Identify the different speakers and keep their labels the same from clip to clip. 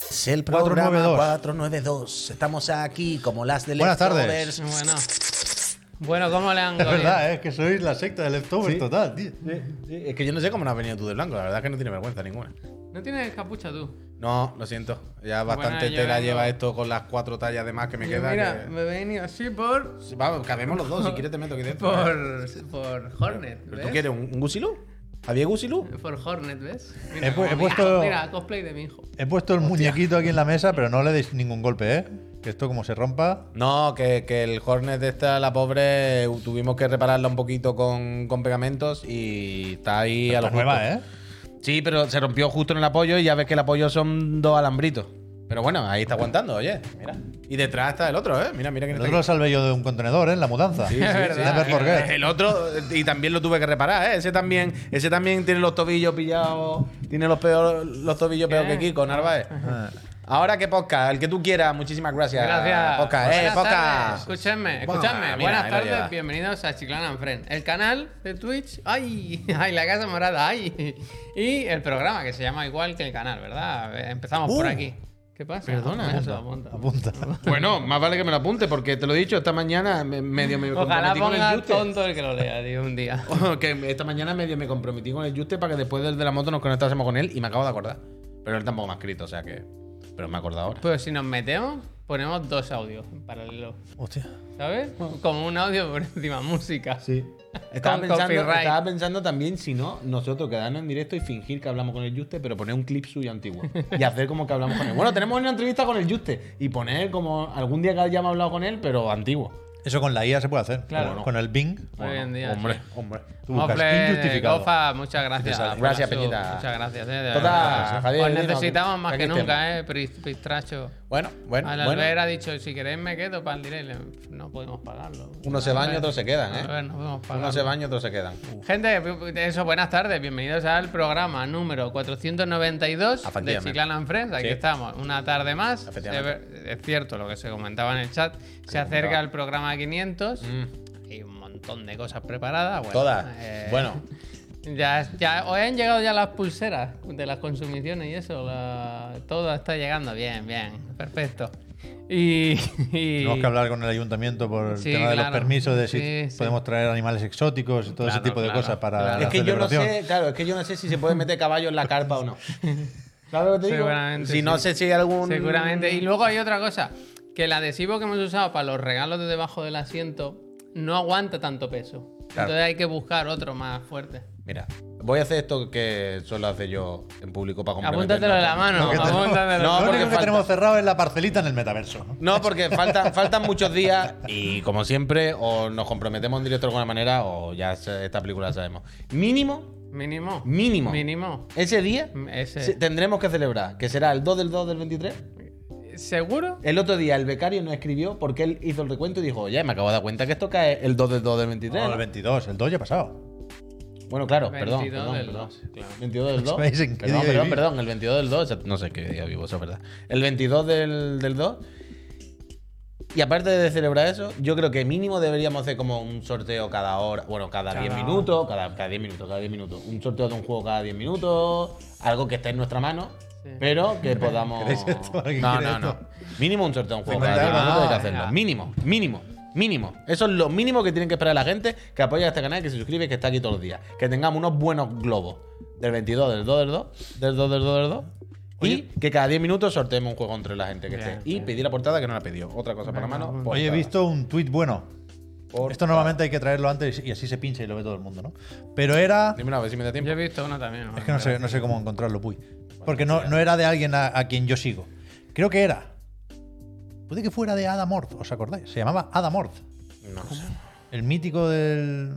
Speaker 1: Es el programa 492. 492. Estamos aquí como las de
Speaker 2: Buenas tardes.
Speaker 1: Leftovers.
Speaker 3: Bueno. Bueno, ¿cómo le han
Speaker 2: Es
Speaker 1: ¿eh?
Speaker 2: verdad, es que soy la secta del leftover
Speaker 1: Sí.
Speaker 2: total, tío.
Speaker 1: Sí, Es que yo no sé cómo no has venido tú de blanco, la verdad es que no tiene vergüenza ninguna.
Speaker 3: No tienes capucha tú.
Speaker 1: No, lo siento. Ya bastante
Speaker 3: yo
Speaker 1: tela
Speaker 3: vengo-
Speaker 1: lleva esto con las cuatro tallas de más que me quedan.
Speaker 3: Mira,
Speaker 1: que-
Speaker 3: me he venido así por.
Speaker 1: Sí, Vamos, cabemos los dos, si quieres te meto aquí dentro.
Speaker 3: por. por Hornet.
Speaker 1: ¿Pero
Speaker 3: ¿ves?
Speaker 1: tú quieres un, un gusilú? ¿Había gusilú?
Speaker 3: Por Hornet, ¿ves?
Speaker 2: He pu-
Speaker 3: como
Speaker 2: he
Speaker 3: mi
Speaker 2: puesto-
Speaker 3: hijo. Mira, cosplay de mi hijo.
Speaker 2: He puesto el muñequito aquí en la mesa, pero no le deis ningún golpe, ¿eh? Que esto como se rompa.
Speaker 1: No, que, que el Hornet esta, la pobre, tuvimos que repararla un poquito con, con pegamentos y está ahí a
Speaker 2: La
Speaker 1: los
Speaker 2: nueva, ¿eh?
Speaker 1: Sí, pero se rompió justo en el apoyo y ya ves que el apoyo son dos alambritos. Pero bueno, ahí está aguantando, oye. Mira. Y detrás está el otro, ¿eh? Mira, mira quién
Speaker 2: El
Speaker 1: está
Speaker 2: otro lo
Speaker 1: aquí.
Speaker 2: salvé yo de un contenedor, ¿eh? En la mudanza.
Speaker 1: Sí, sí, sí.
Speaker 2: Never forget.
Speaker 1: El otro, eh, y también lo tuve que reparar, ¿eh? Ese también, ese también tiene los tobillos pillados, tiene los, peor, los tobillos peor que Kiko, Narváez.
Speaker 2: Ah.
Speaker 1: Ahora que podcast, el que tú quieras, muchísimas gracias.
Speaker 3: Gracias.
Speaker 1: Podcast, eh,
Speaker 3: Buenas tardes.
Speaker 1: podcast.
Speaker 3: Escuchadme,
Speaker 1: Buah,
Speaker 3: escuchadme.
Speaker 1: mira, ahí
Speaker 3: Buenas
Speaker 1: lo lleva.
Speaker 3: tardes, bienvenidos a Chiclana and Friend, el canal de Twitch. ¡Ay! ¡Ay, la casa morada! ¡Ay! Y el programa que se llama igual que el canal, ¿verdad? Eh, Empezamos por
Speaker 1: Uh.
Speaker 3: aquí. ¿Qué pasa?
Speaker 1: Perdona.
Speaker 3: Apunta, eso, apunta.
Speaker 2: Apunta.
Speaker 1: Bueno, más vale que me lo apunte porque te lo he dicho, esta mañana me- medio me
Speaker 3: Ojalá
Speaker 1: comprometí con el
Speaker 3: ponga
Speaker 1: yuste.
Speaker 3: tonto el que lo lea, tío, un día.
Speaker 1: que esta mañana medio me comprometí con el Juste para que después del de la moto nos conectásemos con él y me acabo de acordar. Pero él tampoco me ha escrito, o sea que. Pero me he acordado ahora.
Speaker 3: Pues si nos metemos, ponemos dos audios en paralelo.
Speaker 2: Hostia.
Speaker 3: ¿Sabes?
Speaker 1: Ah.
Speaker 3: Como un audio por encima, música.
Speaker 2: Sí.
Speaker 1: Estaba
Speaker 3: Con
Speaker 1: pensando,
Speaker 3: copyright.
Speaker 1: estaba pensando también si no, nosotros quedarnos en directo y fingir que hablamos con el Juste, pero poner un clip suyo antiguo. Y hacer como que hablamos con él. Bueno, tenemos una entrevista con el Juste y poner como algún día que hayamos hablado con él, pero antiguo.
Speaker 2: Eso con la IA se puede hacer.
Speaker 3: Claro.
Speaker 2: Con el Bing.
Speaker 3: Hoy en día.
Speaker 1: Hombre,
Speaker 3: sí.
Speaker 1: hombre.
Speaker 2: Tú buscas
Speaker 3: Hombre,
Speaker 2: injustificado.
Speaker 3: Gofa, muchas gracias.
Speaker 1: sale.
Speaker 3: por
Speaker 1: Gracias,
Speaker 3: la sub,
Speaker 1: Peñita.
Speaker 3: Muchas gracias. eh, de
Speaker 1: Total,
Speaker 3: verdad.
Speaker 1: Javier,
Speaker 3: Os
Speaker 1: dinos,
Speaker 3: necesitamos más
Speaker 1: aquí
Speaker 3: que
Speaker 1: estemos.
Speaker 3: nunca, eh, Pris- Pistracho.
Speaker 1: Bueno, bueno.
Speaker 3: Al
Speaker 1: bueno.
Speaker 3: Albert ha dicho, si queréis me quedo para el direct. No podemos pagarlo.
Speaker 1: Uno se baña, otro se quedan,
Speaker 3: A
Speaker 1: ¿eh?
Speaker 3: ver, no podemos pagarlo.
Speaker 1: Unos se bañan, otros se quedan.
Speaker 3: Gente, eso, buenas tardes. Bienvenidos al programa número 492 de
Speaker 1: Efectivamente.
Speaker 3: Chiclana and Friends. Aquí
Speaker 1: Sí.
Speaker 3: estamos, una tarde más. Se
Speaker 1: Efectivamente.
Speaker 3: ve- Es cierto lo que se comentaba en el chat. Se acerca el programa 500. Hay un montón de cosas preparadas. Bueno,
Speaker 1: Mm. Todas.
Speaker 3: eh,
Speaker 1: Bueno,
Speaker 3: Ya, ya, hoy han llegado ya las pulseras de las consumiciones y eso. la- todo está llegando bien, bien. Perfecto. Y. y-
Speaker 2: Tenemos que hablar con el ayuntamiento por el
Speaker 3: Sí,
Speaker 2: tema de los
Speaker 3: claro.
Speaker 2: permisos, de si
Speaker 3: Sí, sí.
Speaker 2: podemos traer animales exóticos y todo ese
Speaker 3: Claro,
Speaker 2: tipo de
Speaker 3: claro,
Speaker 2: cosas para
Speaker 3: claro.
Speaker 2: la
Speaker 1: Es que yo no
Speaker 2: celebración.
Speaker 1: sé, claro, es que yo no sé si se puede meter caballo en la carpa o no. ¿Sabes lo que te digo?
Speaker 3: Seguramente,
Speaker 1: Si no
Speaker 3: sí.
Speaker 1: sé si hay algún.
Speaker 3: Seguramente. Y luego hay otra cosa, que el adhesivo que hemos usado para los regalos de debajo del asiento no aguanta tanto peso.
Speaker 1: Claro.
Speaker 3: Entonces hay que buscar otro más fuerte.
Speaker 1: Mira, voy a hacer esto que solo hace yo en público para complementar.
Speaker 3: Apúntatelo de la mano,
Speaker 2: Que tenemos-
Speaker 3: apúntatelo.
Speaker 1: No,
Speaker 2: lo
Speaker 1: porque
Speaker 2: único que
Speaker 1: falta.
Speaker 2: tenemos cerrado es la parcelita en el metaverso.
Speaker 1: No, porque faltan, faltan muchos días y como siempre, o nos comprometemos en directo de alguna manera o ya se- esta película la sabemos. Mínimo,
Speaker 3: Mínimo.
Speaker 1: Mínimo.
Speaker 3: Mínimo. Mm,
Speaker 1: ese día
Speaker 3: Ese.
Speaker 1: se- tendremos que celebrar, que será el 2 del 2 del 23.
Speaker 3: ¿Seguro?
Speaker 1: El otro día el becario no escribió porque él hizo el recuento y dijo, oye, me acabo de dar cuenta que esto cae el 2 del 2 del 23.
Speaker 2: No,
Speaker 1: ¿no?".
Speaker 2: el 22, el 2 ya ha pasado.
Speaker 1: Bueno, claro,
Speaker 3: 22
Speaker 1: perdón, perdón,
Speaker 3: del
Speaker 1: perdón.
Speaker 3: 2, claro.
Speaker 1: 22 del 2.
Speaker 2: ¿Sabéis en qué
Speaker 1: perdón,
Speaker 2: día
Speaker 1: perdón,
Speaker 2: viví?
Speaker 1: perdón, el 22 del 2, no sé qué día vivo, eso es verdad. El 22 del, del 2. Y aparte de celebrar eso, yo creo que mínimo deberíamos hacer como un sorteo cada hora, bueno, cada 10 minutos, cada, cada 10 minutos, cada 10 minutos. Un sorteo de un juego cada 10 minutos, algo que esté en nuestra mano,
Speaker 3: Sí.
Speaker 1: pero que podamos...
Speaker 2: ¿Queréis esto? ¿Alguien
Speaker 1: No,
Speaker 2: quiere
Speaker 1: no, no.
Speaker 2: esto? Pues
Speaker 1: Mínimo un sorteo de un juego cada 10
Speaker 2: Cincuenta euros,
Speaker 1: minutos hay que
Speaker 3: ¿no?
Speaker 1: hacerlo.
Speaker 3: Venga.
Speaker 1: Mínimo, mínimo, mínimo. Eso es lo mínimo que tienen que esperar la gente que apoya este canal, que se suscribe, que está aquí todos los días. Que tengamos unos buenos globos. Del 22, del 2, del 2, del 2, del 2, del 2. Y que cada 10 minutos sorteemos un juego entre la gente que esté.
Speaker 3: Bien,
Speaker 1: Y pedir la portada que no la pidió. Otra cosa para mano.
Speaker 2: Hoy
Speaker 3: Pues
Speaker 2: he
Speaker 1: portada.
Speaker 2: visto un tuit bueno.
Speaker 1: Portada.
Speaker 2: Esto normalmente hay que traerlo antes y así se pincha y lo ve todo el mundo, ¿no? Pero era.
Speaker 1: Dime una vez si me da
Speaker 3: Yo
Speaker 1: tiempo.
Speaker 3: he visto uno también.
Speaker 2: Es que no sé, no sé cómo encontrarlo, puy. Porque no, no era de alguien a, a quien yo sigo. Creo que era. Puede que fuera de Adam Orth, ¿os acordáis? Se llamaba Adam Orth.
Speaker 1: No sé.
Speaker 2: El mítico del.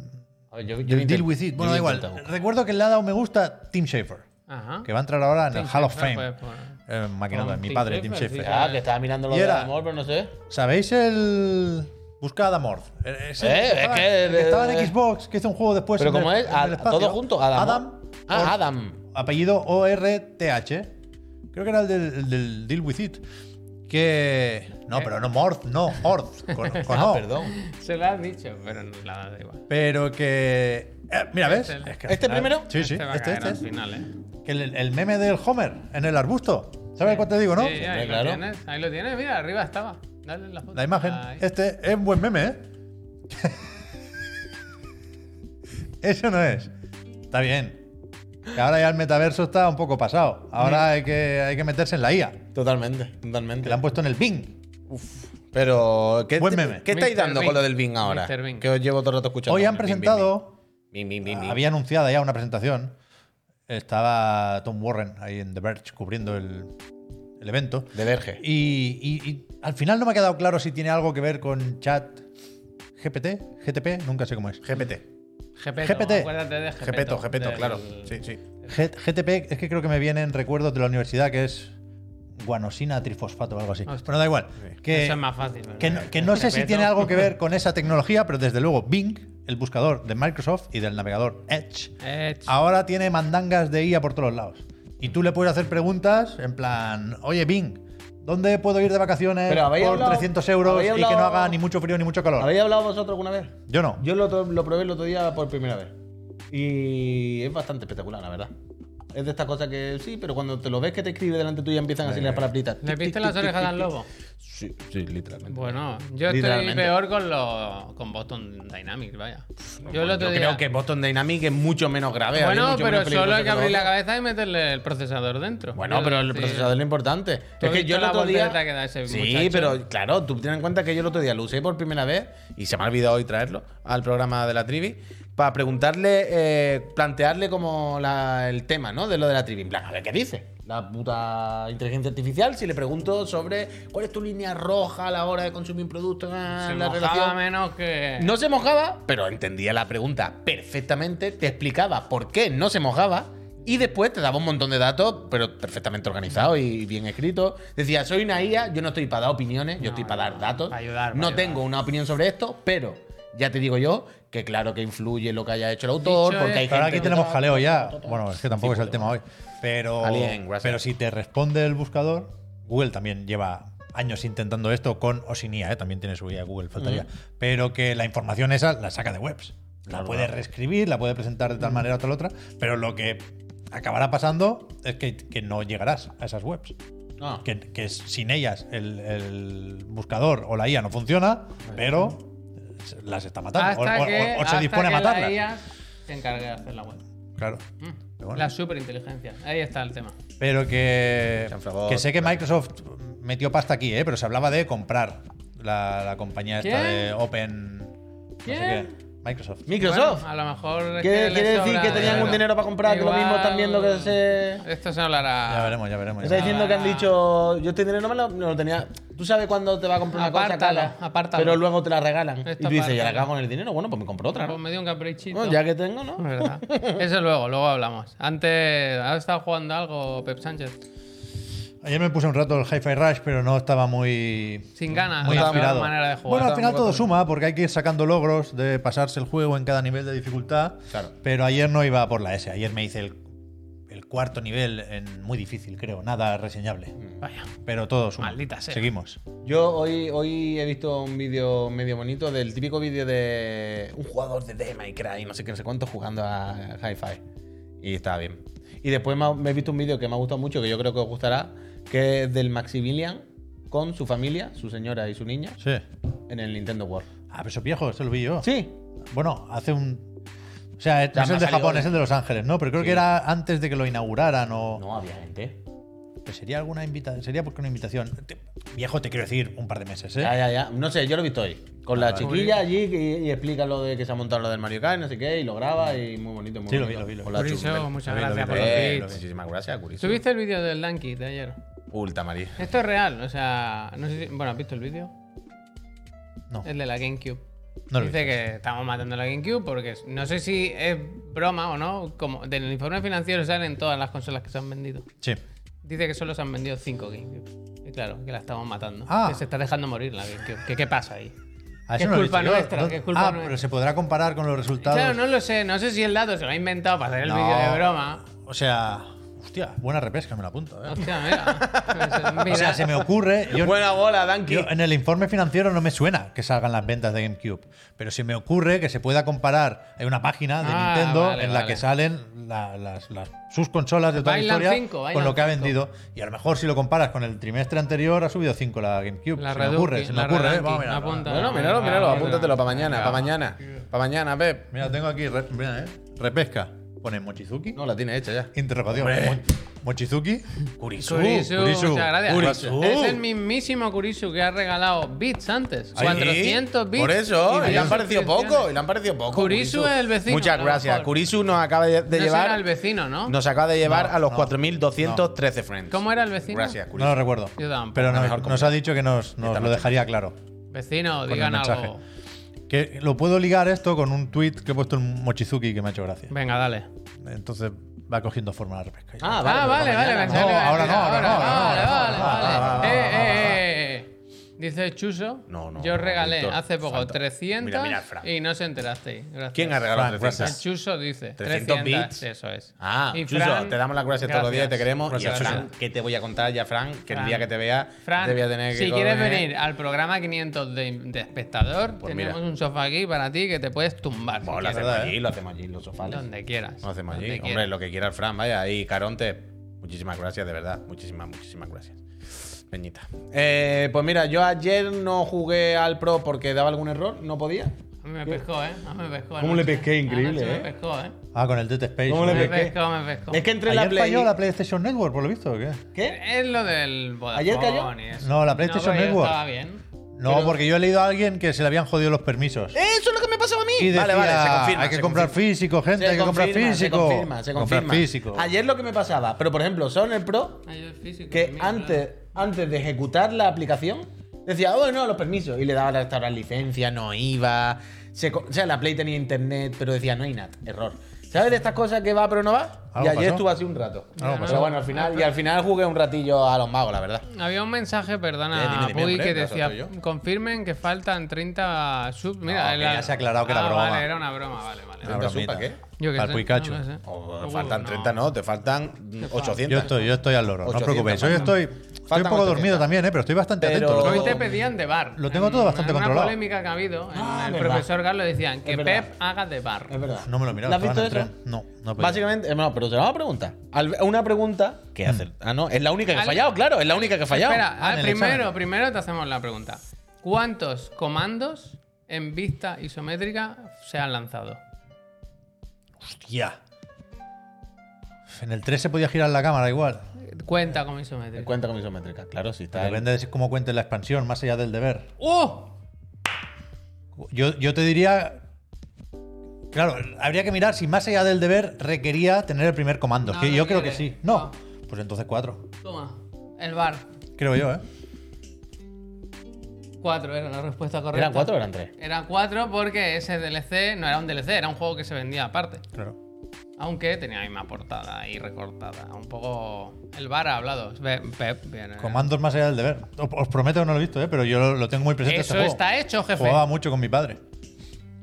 Speaker 1: A ver, yo- yo
Speaker 2: del
Speaker 1: intent-
Speaker 2: Deal with It.
Speaker 1: yo
Speaker 2: Bueno, da igual.
Speaker 1: intento buscar.
Speaker 2: Recuerdo que le ha dado me gusta Tim Schafer,
Speaker 3: Ajá.
Speaker 2: que va a entrar ahora en
Speaker 3: Tim
Speaker 2: el Hall of
Speaker 3: Schafer,
Speaker 2: Fame.
Speaker 3: pues, por-
Speaker 2: Eh, maquinado,
Speaker 3: Con
Speaker 2: mi
Speaker 3: Tim
Speaker 2: padre, Tim
Speaker 3: Schafer,
Speaker 2: Schafer.
Speaker 3: sí.
Speaker 1: Ah, que estaba mirando lo
Speaker 2: Y
Speaker 1: de
Speaker 2: era-
Speaker 1: amor, pero no sé.
Speaker 2: ¿Sabéis el. Busca Adam Orth? Eh, ese
Speaker 1: Eh,
Speaker 2: que
Speaker 1: es
Speaker 2: estaba-
Speaker 1: que-
Speaker 2: el que estaba en Xbox, que hizo un juego después.
Speaker 1: Pero
Speaker 2: Pues en
Speaker 1: como
Speaker 2: el-
Speaker 1: es,
Speaker 2: en el
Speaker 1: a-
Speaker 2: espacio.
Speaker 1: todo junto. Adam.
Speaker 2: Adam. Orth.
Speaker 1: Ah, Adam.
Speaker 2: apellido ORTH. Creo que era el del, el del Deal With It. Que. No, pero no Morth, no, Orth. Con, con O.
Speaker 1: Ah, Perdón.
Speaker 3: Se lo has dicho, pero no la da igual.
Speaker 2: Pero que. eh, mira, ¿ves?
Speaker 3: Este.
Speaker 2: Es que al
Speaker 1: ¿Este primero?
Speaker 2: Sí, sí,
Speaker 3: va a
Speaker 2: este,
Speaker 3: caer
Speaker 2: este.
Speaker 3: al final, ¿eh?
Speaker 2: Que el, el meme del Homer en el arbusto. ¿Sabes cuál Pues te digo, no?
Speaker 3: Sí, ahí
Speaker 1: claro.
Speaker 3: lo tienes. Ahí lo tienes, mira, arriba estaba. Dale la foto.
Speaker 2: La imagen.
Speaker 3: Ahí.
Speaker 2: Este es un buen meme, ¿eh? Eso no es. Está bien. Que ahora ya el metaverso está un poco pasado. Ahora hay que, hay que meterse en la IA.
Speaker 1: Totalmente,
Speaker 2: Que
Speaker 1: totalmente.
Speaker 2: la han puesto en el ping.
Speaker 1: Pero, ¿qué,
Speaker 2: Buen
Speaker 1: te-
Speaker 2: meme.
Speaker 1: ¿qué estáis
Speaker 3: Mr.
Speaker 1: dando
Speaker 3: Bean.
Speaker 1: con lo del Bing ahora?
Speaker 3: Mr. Bean.
Speaker 1: Que os llevo todo el rato escuchando.
Speaker 2: Hoy han
Speaker 1: Bing, Bing, Bing,
Speaker 2: presentado,
Speaker 1: Bing, Bing, Bing, Bing.
Speaker 2: había anunciada ya una presentación. Estaba Tom Warren ahí en The Verge cubriendo el, el evento.
Speaker 1: De Verge.
Speaker 2: Y, y- y al final no me ha quedado claro si tiene algo que ver con chat GPT, GTP, nunca sé cómo es.
Speaker 4: GPT.
Speaker 3: Gepeto,
Speaker 2: GPT.
Speaker 3: acuérdate de Gepeto.
Speaker 4: Gepeto, Gepeto,
Speaker 3: del-
Speaker 4: claro. Sí, sí.
Speaker 2: G- GTP es que creo que me vienen recuerdos de la universidad que es guanosina trifosfato o algo así.
Speaker 3: Hostia.
Speaker 2: Pero da igual. Que,
Speaker 3: Eso es más fácil. ¿verdad?
Speaker 2: Eh, que no, que no sé si
Speaker 3: Gepeto.
Speaker 2: tiene algo que ver con esa tecnología, pero desde luego Bing, el buscador de Microsoft y del navegador Edge,
Speaker 3: Edge.
Speaker 2: ahora tiene mandangas de IA por todos lados. Y tú le puedes hacer preguntas en plan, oye Bing, ¿dónde puedo ir de vacaciones por
Speaker 1: Pero habéis hablado-
Speaker 2: 300 euros y
Speaker 1: habéis
Speaker 2: que no
Speaker 1: hablado-
Speaker 2: haga ni mucho frío ni mucho calor?
Speaker 1: ¿Habéis hablado vosotros alguna vez?
Speaker 2: Yo no.
Speaker 1: Yo lo, to- lo probé el otro día por primera vez. Y es bastante espectacular, la verdad. Es de estas cosas que sí, pero cuando te lo ves que te escribe delante tuya empiezan a salir las palabritas.
Speaker 3: ¿Le viste las orejas al lobo?
Speaker 1: Sí, sí, literalmente.
Speaker 3: Bueno, yo estoy
Speaker 1: Literalmente.
Speaker 3: peor con los con Boston Dynamics, vaya. Yo el otro
Speaker 1: Yo
Speaker 3: día-
Speaker 1: creo que Boston Dynamic es mucho menos grave.
Speaker 3: Bueno,
Speaker 1: mucho
Speaker 3: pero
Speaker 1: menos
Speaker 3: solo hay que
Speaker 1: peligroso
Speaker 3: abrir la
Speaker 1: lo otro.
Speaker 3: cabeza y meterle el procesador dentro.
Speaker 1: Bueno, pero el
Speaker 3: Sí.
Speaker 1: procesador es lo importante.
Speaker 3: ¿Tú
Speaker 1: Es que
Speaker 3: has visto
Speaker 1: yo el
Speaker 3: la
Speaker 1: otro día.
Speaker 3: voltereta que da ese
Speaker 1: sí,
Speaker 3: muchacho?
Speaker 1: pero claro, tú ten en cuenta que yo el otro día lo usé por primera vez y se me ha olvidado hoy traerlo al programa de la trivi para preguntarle, eh, plantearle como la- el tema, ¿no? De lo de la trivi. En plan, a ver qué dice la puta inteligencia artificial si le pregunto sobre cuál es tu línea roja a la hora de consumir un producto, ah,
Speaker 3: Se
Speaker 1: la
Speaker 3: mojaba
Speaker 1: relación.
Speaker 3: menos que.
Speaker 1: No se mojaba, pero entendía la pregunta perfectamente, te explicaba por qué no se mojaba y después te daba un montón de datos, pero perfectamente organizados y bien escritos. Decía, soy una IA, yo no estoy para dar opiniones, yo estoy para dar datos.
Speaker 3: para ayudar, para
Speaker 1: no
Speaker 3: ayudar.
Speaker 1: tengo una opinión sobre esto, pero ya te digo yo que claro que influye lo que haya hecho el autor,
Speaker 3: Dicho
Speaker 1: porque
Speaker 3: es-
Speaker 1: hay
Speaker 2: Pero ahora
Speaker 1: gente-
Speaker 2: aquí tenemos jaleo ya. Bueno, es que tampoco es el tema hoy. Pero,
Speaker 1: Alien, gracias.
Speaker 2: pero si te responde el buscador, Google también lleva años intentando esto con o sin IA, ¿eh? también tiene su IA Google, faltaría.
Speaker 1: Mm.
Speaker 2: Pero que la información esa la saca de webs. La puede reescribir, la puede presentar
Speaker 1: Mm.
Speaker 2: de tal manera o tal otra, pero lo que acabará pasando es que, que no llegarás a esas webs.
Speaker 1: No.
Speaker 2: Que, que sin ellas el, el buscador o la IA no funciona, pero las está matando. O,
Speaker 3: Hasta
Speaker 2: o- o-
Speaker 3: que,
Speaker 2: o se
Speaker 3: hasta
Speaker 2: dispone a
Speaker 3: que la
Speaker 2: matarlas.
Speaker 3: IA se encargue de hacer la web.
Speaker 2: Claro.
Speaker 3: Mm.
Speaker 2: Pero bueno.
Speaker 3: La superinteligencia. Ahí está el tema.
Speaker 2: Pero que,
Speaker 1: San Frabot,
Speaker 2: que sé que Microsoft metió pasta aquí, ¿eh? pero se hablaba de comprar la, la compañía esta
Speaker 3: ¿Quién?
Speaker 2: de Open. no sé
Speaker 3: ¿Quién?
Speaker 2: qué, Microsoft.
Speaker 1: Microsoft.
Speaker 3: Bueno, a lo mejor.
Speaker 1: ¿Quiere,
Speaker 3: es que
Speaker 1: quiere
Speaker 3: le
Speaker 1: decir
Speaker 3: sobra
Speaker 1: que tenían un
Speaker 2: Claro.
Speaker 1: dinero para comprar, que lo mismo están viendo que
Speaker 3: Igual-
Speaker 1: se...
Speaker 3: Esto se hablará.
Speaker 2: Ya veremos, ya veremos. ya
Speaker 1: Está
Speaker 2: veremos.
Speaker 1: diciendo que han dicho, yo este dinero no me lo, no lo tenía. Tú sabes cuándo te va a comprar una cosa,
Speaker 3: Apártalo,
Speaker 1: cara,
Speaker 3: apártalo.
Speaker 1: pero luego te la regalan.
Speaker 3: Esto
Speaker 1: y tú dices,
Speaker 3: apártalo.
Speaker 1: ya la cago en el dinero, bueno, pues me compro otra.
Speaker 3: Pues
Speaker 1: ¿no?
Speaker 3: me dio un caprichito.
Speaker 1: Bueno, ya que tengo,
Speaker 3: Es
Speaker 1: ¿no?
Speaker 3: verdad. Eso luego, luego hablamos. Antes, ¿has estado jugando algo, Pep Sánchez?
Speaker 2: Ayer me puse un rato el Hi-Fi Rush, pero no estaba muy.
Speaker 3: Sin ganas,
Speaker 2: muy
Speaker 3: Ah, la peor
Speaker 2: inspirado.
Speaker 3: manera de jugar.
Speaker 2: Bueno, al
Speaker 1: Estaba
Speaker 2: final
Speaker 1: muy
Speaker 2: todo
Speaker 1: contento.
Speaker 2: suma, porque hay que ir sacando logros de pasarse el juego en cada nivel de dificultad.
Speaker 1: Claro.
Speaker 2: Pero ayer no iba por la S. Ayer me hice el, el cuarto nivel en muy difícil, creo. Nada reseñable.
Speaker 3: Vaya.
Speaker 2: Pero todo suma.
Speaker 3: Maldita sea.
Speaker 2: Seguimos.
Speaker 1: Yo hoy, hoy he visto un vídeo medio bonito del típico vídeo de un jugador de Dema y Cry, no sé qué, no sé cuánto, jugando a Hi-Fi. Y estaba bien. Y después me, ha- me he visto un vídeo que me ha gustado mucho, que yo creo que os gustará, que es del Maximilian con su familia, su señora y su niña,
Speaker 2: Sí.
Speaker 1: en el Nintendo World.
Speaker 2: Ah, pero eso es viejo, eso lo vi yo.
Speaker 1: Sí,
Speaker 2: Bueno, hace un. O sea, no
Speaker 1: Ya
Speaker 2: es
Speaker 1: me
Speaker 2: el
Speaker 1: ha
Speaker 2: de
Speaker 1: salido
Speaker 2: Japón,
Speaker 1: hoy.
Speaker 2: es el de Los Ángeles, ¿no? Pero creo que
Speaker 1: Sí.
Speaker 2: era antes de que lo inauguraran o.
Speaker 1: no había gente.
Speaker 2: Pues sería alguna invitación. Sería porque una invitación. Te- Viejo, te quiero decir, un par de meses, ¿eh?
Speaker 1: Ya, ya, ya. No sé, yo lo he visto hoy. Con la
Speaker 2: Ah, vale.
Speaker 1: chiquilla allí y, y explica lo de que se ha montado lo del Mario Kart, no sé qué, y lo graba y muy bonito, muy
Speaker 2: Sí, lo
Speaker 1: bonito.
Speaker 2: vi, lo vi, lo vi.
Speaker 1: Con la
Speaker 3: Curiso,
Speaker 1: churrumela.
Speaker 3: muchas
Speaker 2: Lo vi, lo vi,
Speaker 3: gracias
Speaker 2: lo
Speaker 3: por
Speaker 2: vi,
Speaker 3: los
Speaker 2: lo vi.
Speaker 1: Eh,
Speaker 3: bits.
Speaker 1: muchísimas gracias, Curiso.
Speaker 3: ¿Tuviste el vídeo del Lanky de ayer?
Speaker 1: Ulta, María.
Speaker 3: Esto es real, o sea, no sé si, bueno, ¿has visto el vídeo?
Speaker 2: No.
Speaker 3: El de la GameCube.
Speaker 2: No lo he
Speaker 3: Dice que estamos matando la GameCube porque es- no sé si es broma o no, como del informe financiero salen todas las consolas que se han vendido.
Speaker 2: Sí.
Speaker 3: Dice que solo se han vendido 5 GameCube. Y claro, que la estamos matando.
Speaker 2: Ah.
Speaker 3: Que se está dejando morir la GameCube. ¿Qué, qué pasa ahí?
Speaker 2: Ah, eso
Speaker 3: Que es
Speaker 2: no lo he
Speaker 3: culpa
Speaker 2: visto yo.
Speaker 3: nuestra,
Speaker 2: No-
Speaker 3: que es culpa
Speaker 2: ah,
Speaker 3: nuestra.
Speaker 2: pero se podrá comparar con los resultados.
Speaker 3: Claro, no lo sé. No sé si el dato se lo ha inventado para hacer el
Speaker 2: No.
Speaker 3: vídeo de broma.
Speaker 2: O sea. uf, Hostia, buena repesca, me la apunto. ¿eh?
Speaker 3: Hostia, mira. Pues,
Speaker 2: O sea,
Speaker 3: mira.
Speaker 2: se me ocurre. Yo,
Speaker 1: Buena bola, Danky.
Speaker 2: yo en el informe financiero no me suena que salgan las ventas de GameCube, pero se me ocurre que se pueda comparar. Hay una página de
Speaker 3: Ah,
Speaker 2: Nintendo
Speaker 3: vale,
Speaker 2: en la
Speaker 3: vale.
Speaker 2: que salen la- las, las- sus consolas de toda la
Speaker 3: Bailan
Speaker 2: historia
Speaker 3: cinco,
Speaker 2: con
Speaker 3: bailan
Speaker 2: lo que ha
Speaker 3: cinco.
Speaker 2: vendido. Y a lo mejor si lo comparas con el trimestre anterior ha subido 5 la GameCube.
Speaker 3: La
Speaker 2: se me ocurre,
Speaker 3: Reduki,
Speaker 2: se me
Speaker 3: la
Speaker 2: ocurre. ¿eh?
Speaker 3: Reduki,
Speaker 2: Vamos a mirarlo.
Speaker 3: apunta.
Speaker 1: Bueno, míralo, míralo, apúntatelo para mañana, para mañana. Para mañana, Pep.
Speaker 2: Mira, tengo aquí re- mira, ¿eh? repesca. Pone Mochizuki.
Speaker 1: No, la tiene hecha ya.
Speaker 2: Interrogación. Mo- Mochizuki. Kurisu.
Speaker 3: Kurisu,
Speaker 2: Kurisu.
Speaker 3: muchas gracias.
Speaker 2: Kurisu.
Speaker 3: Es el mismísimo Kurisu que ha regalado bits antes.
Speaker 2: Ahí.
Speaker 3: 400 bits.
Speaker 1: Por eso, y le han
Speaker 3: varias
Speaker 1: parecido poco, y
Speaker 3: suscripciones.
Speaker 1: le han parecido poco.
Speaker 3: Kurisu es el vecino, a
Speaker 1: Muchas
Speaker 3: lo
Speaker 1: gracias.
Speaker 3: mejor.
Speaker 1: Kurisu nos acaba de, de
Speaker 3: No
Speaker 1: llevar.
Speaker 3: será el vecino, ¿no?
Speaker 1: Nos acaba de llevar
Speaker 2: No,
Speaker 1: a los
Speaker 2: no,
Speaker 1: 4213 friends.
Speaker 3: ¿Cómo era el vecino?
Speaker 1: Gracias, Kurisu.
Speaker 2: No lo recuerdo.
Speaker 3: Yo tampoco.
Speaker 2: Pero
Speaker 1: Mejor
Speaker 2: nos,
Speaker 1: como-
Speaker 2: nos ha dicho que nos, nos
Speaker 1: Esta
Speaker 2: lo
Speaker 1: noche.
Speaker 2: dejaría claro.
Speaker 3: Vecino,
Speaker 2: Con el
Speaker 3: digan
Speaker 2: mensaje.
Speaker 3: algo.
Speaker 2: Que lo puedo ligar esto con un tweet que he puesto en Mochizuki que me ha hecho gracia.
Speaker 3: Venga, dale.
Speaker 2: Entonces va cogiendo forma la repesca.
Speaker 1: Ah,
Speaker 3: Ah, vale, vale,
Speaker 1: mañana,
Speaker 3: pensaba
Speaker 2: no,
Speaker 3: que iba a
Speaker 2: ahora
Speaker 3: decir
Speaker 2: no, ahora no,
Speaker 3: Vale,
Speaker 2: ahora
Speaker 3: vale,
Speaker 1: Ah,
Speaker 2: no, ahora no,
Speaker 3: vale.
Speaker 2: ahora no,
Speaker 3: Eh,
Speaker 2: ahora no,
Speaker 3: eh, eh, eh. Dice Chuso,
Speaker 1: No, no,
Speaker 3: yo
Speaker 1: no,
Speaker 3: regalé
Speaker 1: Víctor,
Speaker 3: hace poco
Speaker 1: falta.
Speaker 3: 300
Speaker 1: Mira, mira, Fran.
Speaker 3: y no se enterasteis. Gracias.
Speaker 1: ¿Quién ha regalado
Speaker 2: Frank,
Speaker 1: 300?
Speaker 3: El Chuso dice
Speaker 1: 300
Speaker 3: 300,
Speaker 1: bits.
Speaker 3: Eso es.
Speaker 1: Ah,
Speaker 3: Y
Speaker 1: Chuso,
Speaker 3: Fran-
Speaker 1: te damos las gracias, todos los días, te
Speaker 3: gracias.
Speaker 1: queremos.
Speaker 2: Gracias,
Speaker 1: y a Fran,
Speaker 3: Chuso.
Speaker 1: ¿qué te voy a contar ya, Fran? Que el
Speaker 3: Fran.
Speaker 1: día que te vea,
Speaker 3: Fran,
Speaker 1: te voy a tener que
Speaker 3: si quieres
Speaker 1: comer.
Speaker 3: venir al programa 500 de, de espectador,
Speaker 1: Pues mira.
Speaker 3: tenemos un sofá aquí para ti que te puedes tumbar. si
Speaker 1: Bueno, lo Pues
Speaker 3: quieres.
Speaker 1: hacemos
Speaker 2: verdad,
Speaker 1: allí, lo hacemos allí, los sofales.
Speaker 3: donde quieras.
Speaker 1: Lo hacemos
Speaker 3: donde
Speaker 1: allí.
Speaker 3: quieras.
Speaker 1: Hombre, lo que quiera el Fran, vaya. Y Caronte, muchísimas gracias, de verdad. Muchísimas, muchísimas gracias. Peñita. Eh, pues mira, yo ayer no jugué al Pro porque daba algún error, no podía.
Speaker 3: A mí me pescó, ¿eh? A mí me pescó.
Speaker 1: ¿Cómo le
Speaker 3: anoche.
Speaker 1: pesqué? Increíble,
Speaker 3: Anoche
Speaker 1: ¿eh?
Speaker 3: Me pescó, ¿eh?
Speaker 2: Ah, con el Dead Space.
Speaker 1: ¿Cómo le
Speaker 2: ¿no?
Speaker 3: Me
Speaker 1: pesqué?
Speaker 3: pescó, me pescó.
Speaker 1: Es que entré en la
Speaker 2: ¿Ayer
Speaker 1: Play.
Speaker 2: falló la PlayStation Network, por lo visto, o qué?
Speaker 1: ¿Qué?
Speaker 3: Es lo del Vodafone
Speaker 1: ¿Ayer cayó?
Speaker 3: y eso.
Speaker 2: No, la PlayStation
Speaker 3: pero yo
Speaker 2: Network.
Speaker 3: Estaba bien.
Speaker 2: No, porque yo he leído a alguien que se le habían jodido los permisos.
Speaker 1: Eso es lo que me pasaba a mí.
Speaker 2: Y decía,
Speaker 1: Eh, vale, vale, se confirma.
Speaker 2: hay que
Speaker 1: se
Speaker 2: comprar
Speaker 1: confirma.
Speaker 2: físico, gente,
Speaker 1: Se
Speaker 2: hay que comprar
Speaker 1: confirma, Se
Speaker 2: físico.
Speaker 1: confirma, se
Speaker 2: Comprar
Speaker 1: confirma.
Speaker 2: físico.
Speaker 1: Ayer lo que me pasaba, pero por ejemplo, son el Pro,
Speaker 3: Ayer físico.
Speaker 1: que
Speaker 3: también,
Speaker 1: antes, antes de ejecutar la aplicación decía, oh, no, los permisos. Y le daba a restaurar licencia, no iba. Se co- o sea, la Play tenía internet, pero decía, no hay NAT, error. ¿Sabes de estas cosas que va pero no va? Y
Speaker 2: Algo
Speaker 1: ayer
Speaker 2: pasó.
Speaker 1: estuve así un rato.
Speaker 2: Algo
Speaker 1: pero
Speaker 2: pasó.
Speaker 1: bueno, al final, y al final jugué un ratillo a los magos, la verdad.
Speaker 3: ¿verdad? Había un mensaje,
Speaker 1: Eh,
Speaker 3: perdona,
Speaker 1: dime,
Speaker 3: a
Speaker 1: dime, hombre,
Speaker 3: que
Speaker 1: ¿no soy
Speaker 3: decía,
Speaker 1: yo?
Speaker 3: confirmen que faltan 30 subs. Mira,
Speaker 2: No,
Speaker 3: el-
Speaker 2: que ya se ha aclarado que era
Speaker 3: Ah,
Speaker 2: broma.
Speaker 3: Vale, era una broma, vale, vale.
Speaker 2: Una
Speaker 1: ¿Treinta
Speaker 2: bromita.
Speaker 1: supa, qué?
Speaker 3: Yo qué
Speaker 2: Para
Speaker 3: sé,
Speaker 2: Pikachu.
Speaker 3: no lo sé.
Speaker 1: O
Speaker 3: Uh,
Speaker 1: faltan
Speaker 3: no.
Speaker 1: 30, no, te faltan mm, 800.
Speaker 2: Yo estoy, yo estoy al loro, no os
Speaker 1: 800
Speaker 2: preocupéis. Hoy estoy, estoy un
Speaker 1: Faltan
Speaker 2: poco
Speaker 1: 800.
Speaker 2: dormido también, ¿eh? pero estoy bastante
Speaker 1: Pero-
Speaker 2: atento. Lo
Speaker 3: Hoy
Speaker 2: tengo
Speaker 3: te
Speaker 2: todo-
Speaker 3: pedían de bar.
Speaker 2: lo tengo todo bastante
Speaker 3: una
Speaker 2: controlado.
Speaker 3: Una polémica que ha habido. en-
Speaker 1: Ah,
Speaker 3: el
Speaker 1: verdad.
Speaker 3: profesor Carlos decían que
Speaker 1: Es verdad.
Speaker 3: Pep haga de bar.
Speaker 1: Es verdad.
Speaker 2: No me lo he mirado,
Speaker 1: ¿La has
Speaker 2: estaba
Speaker 1: visto
Speaker 2: en el
Speaker 1: eso?
Speaker 2: tren. No, no he podido.
Speaker 1: Básicamente, eh, no, pero te la vamos a preguntar. Al- Una pregunta que
Speaker 2: Mm.
Speaker 1: hacer. Ah, no, es la única que ha
Speaker 3: Al-
Speaker 1: fallado, claro, es la única que ha fallado.
Speaker 3: Espera,
Speaker 2: Ah,
Speaker 3: ah,
Speaker 2: en el
Speaker 3: primero,
Speaker 2: examen.
Speaker 3: primero te hacemos la pregunta. ¿Cuántos comandos en vista isométrica se han lanzado?
Speaker 2: Hostia. En el 3 se podía girar la cámara igual.
Speaker 3: Cuenta como isométrica.
Speaker 1: Cuenta con isométrica, claro, si está.
Speaker 2: Depende de cómo cuentes la expansión, más allá del deber.
Speaker 3: ¡Uh!
Speaker 2: Yo, yo te diría. Claro, habría que mirar si más allá del deber requería tener el primer comando.
Speaker 3: No,
Speaker 2: que
Speaker 3: no
Speaker 2: yo creo que
Speaker 3: quiere.
Speaker 2: sí. No.
Speaker 3: No.
Speaker 2: Pues entonces cuatro.
Speaker 3: Toma, el bar.
Speaker 2: Creo yo, ¿eh?
Speaker 3: Cuatro era la respuesta correcta.
Speaker 1: ¿Eran cuatro o eran tres?
Speaker 3: Era cuatro porque ese DLC no era un DLC, era un juego que se vendía aparte.
Speaker 2: Claro.
Speaker 3: Aunque tenía la misma portada y recortada. Un poco. El bar ha hablado. Ve- Pep, bien, eh.
Speaker 2: Comandos más allá del deber. O- Os prometo que no lo he visto, ¿eh? Pero yo lo, lo tengo muy presente. este
Speaker 3: Eso
Speaker 2: juego.
Speaker 3: está hecho, jefe.
Speaker 2: Jugaba mucho con mi padre.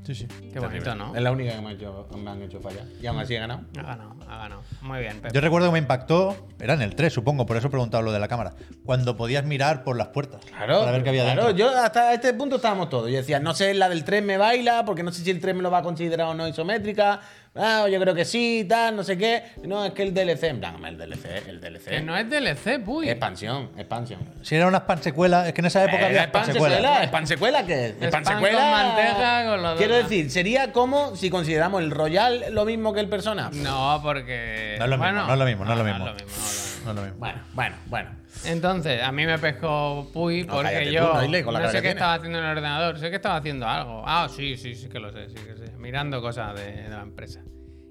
Speaker 2: Sí, sí.
Speaker 3: Qué bonito, ¿no?
Speaker 1: Es la única que me, ha hecho- me han hecho fallar. Y aún así he ganado.
Speaker 3: Ha ganado, ha ganado. Muy bien, Pep.
Speaker 2: Yo recuerdo que me impactó, era en el 3, supongo, por eso he preguntado lo de la cámara, cuando podías mirar por las puertas
Speaker 1: Claro,
Speaker 2: para ver qué había
Speaker 1: claro,
Speaker 2: dentro.
Speaker 1: yo hasta este punto estábamos todos. Yo decía, no sé, la del 3 me baila, porque no sé si el 3 me lo va a considerar o no isométrica. Ah, yo creo que sí, tal, no sé qué. No, es que el DLC, en plan, el DLC, el DLC.
Speaker 3: Que no es E DLC, puy.
Speaker 1: Expansión, expansión.
Speaker 2: Si era una spam secuela, es que en esa
Speaker 1: Eh,
Speaker 2: época había spam secuela.
Speaker 1: ¿Expansecuela? ¿Expansecuela qué es?
Speaker 3: Es pan con manteca, con la
Speaker 1: Quiero
Speaker 3: dona.
Speaker 1: decir, sería como si consideramos el Royal lo mismo que el Persona.
Speaker 3: No, porque.
Speaker 2: No es lo mismo,
Speaker 3: Bueno, Ah,
Speaker 2: no es lo mismo, no es lo mismo.
Speaker 3: No es lo mismo, no es lo
Speaker 2: No es lo mismo.
Speaker 1: Bueno, bueno, bueno.
Speaker 3: mismo. Entonces, a mí me pescó Puy
Speaker 1: No,
Speaker 3: porque
Speaker 1: cállate tú,
Speaker 3: yo.
Speaker 1: no, dile, con la
Speaker 3: no
Speaker 1: cara
Speaker 3: sé
Speaker 1: que
Speaker 3: qué
Speaker 1: tiene.
Speaker 3: estaba haciendo en el ordenador, sé que estaba haciendo algo. Ah, sí, sí, sí que lo sé, sí que sé. Mirando cosas de, de la empresa.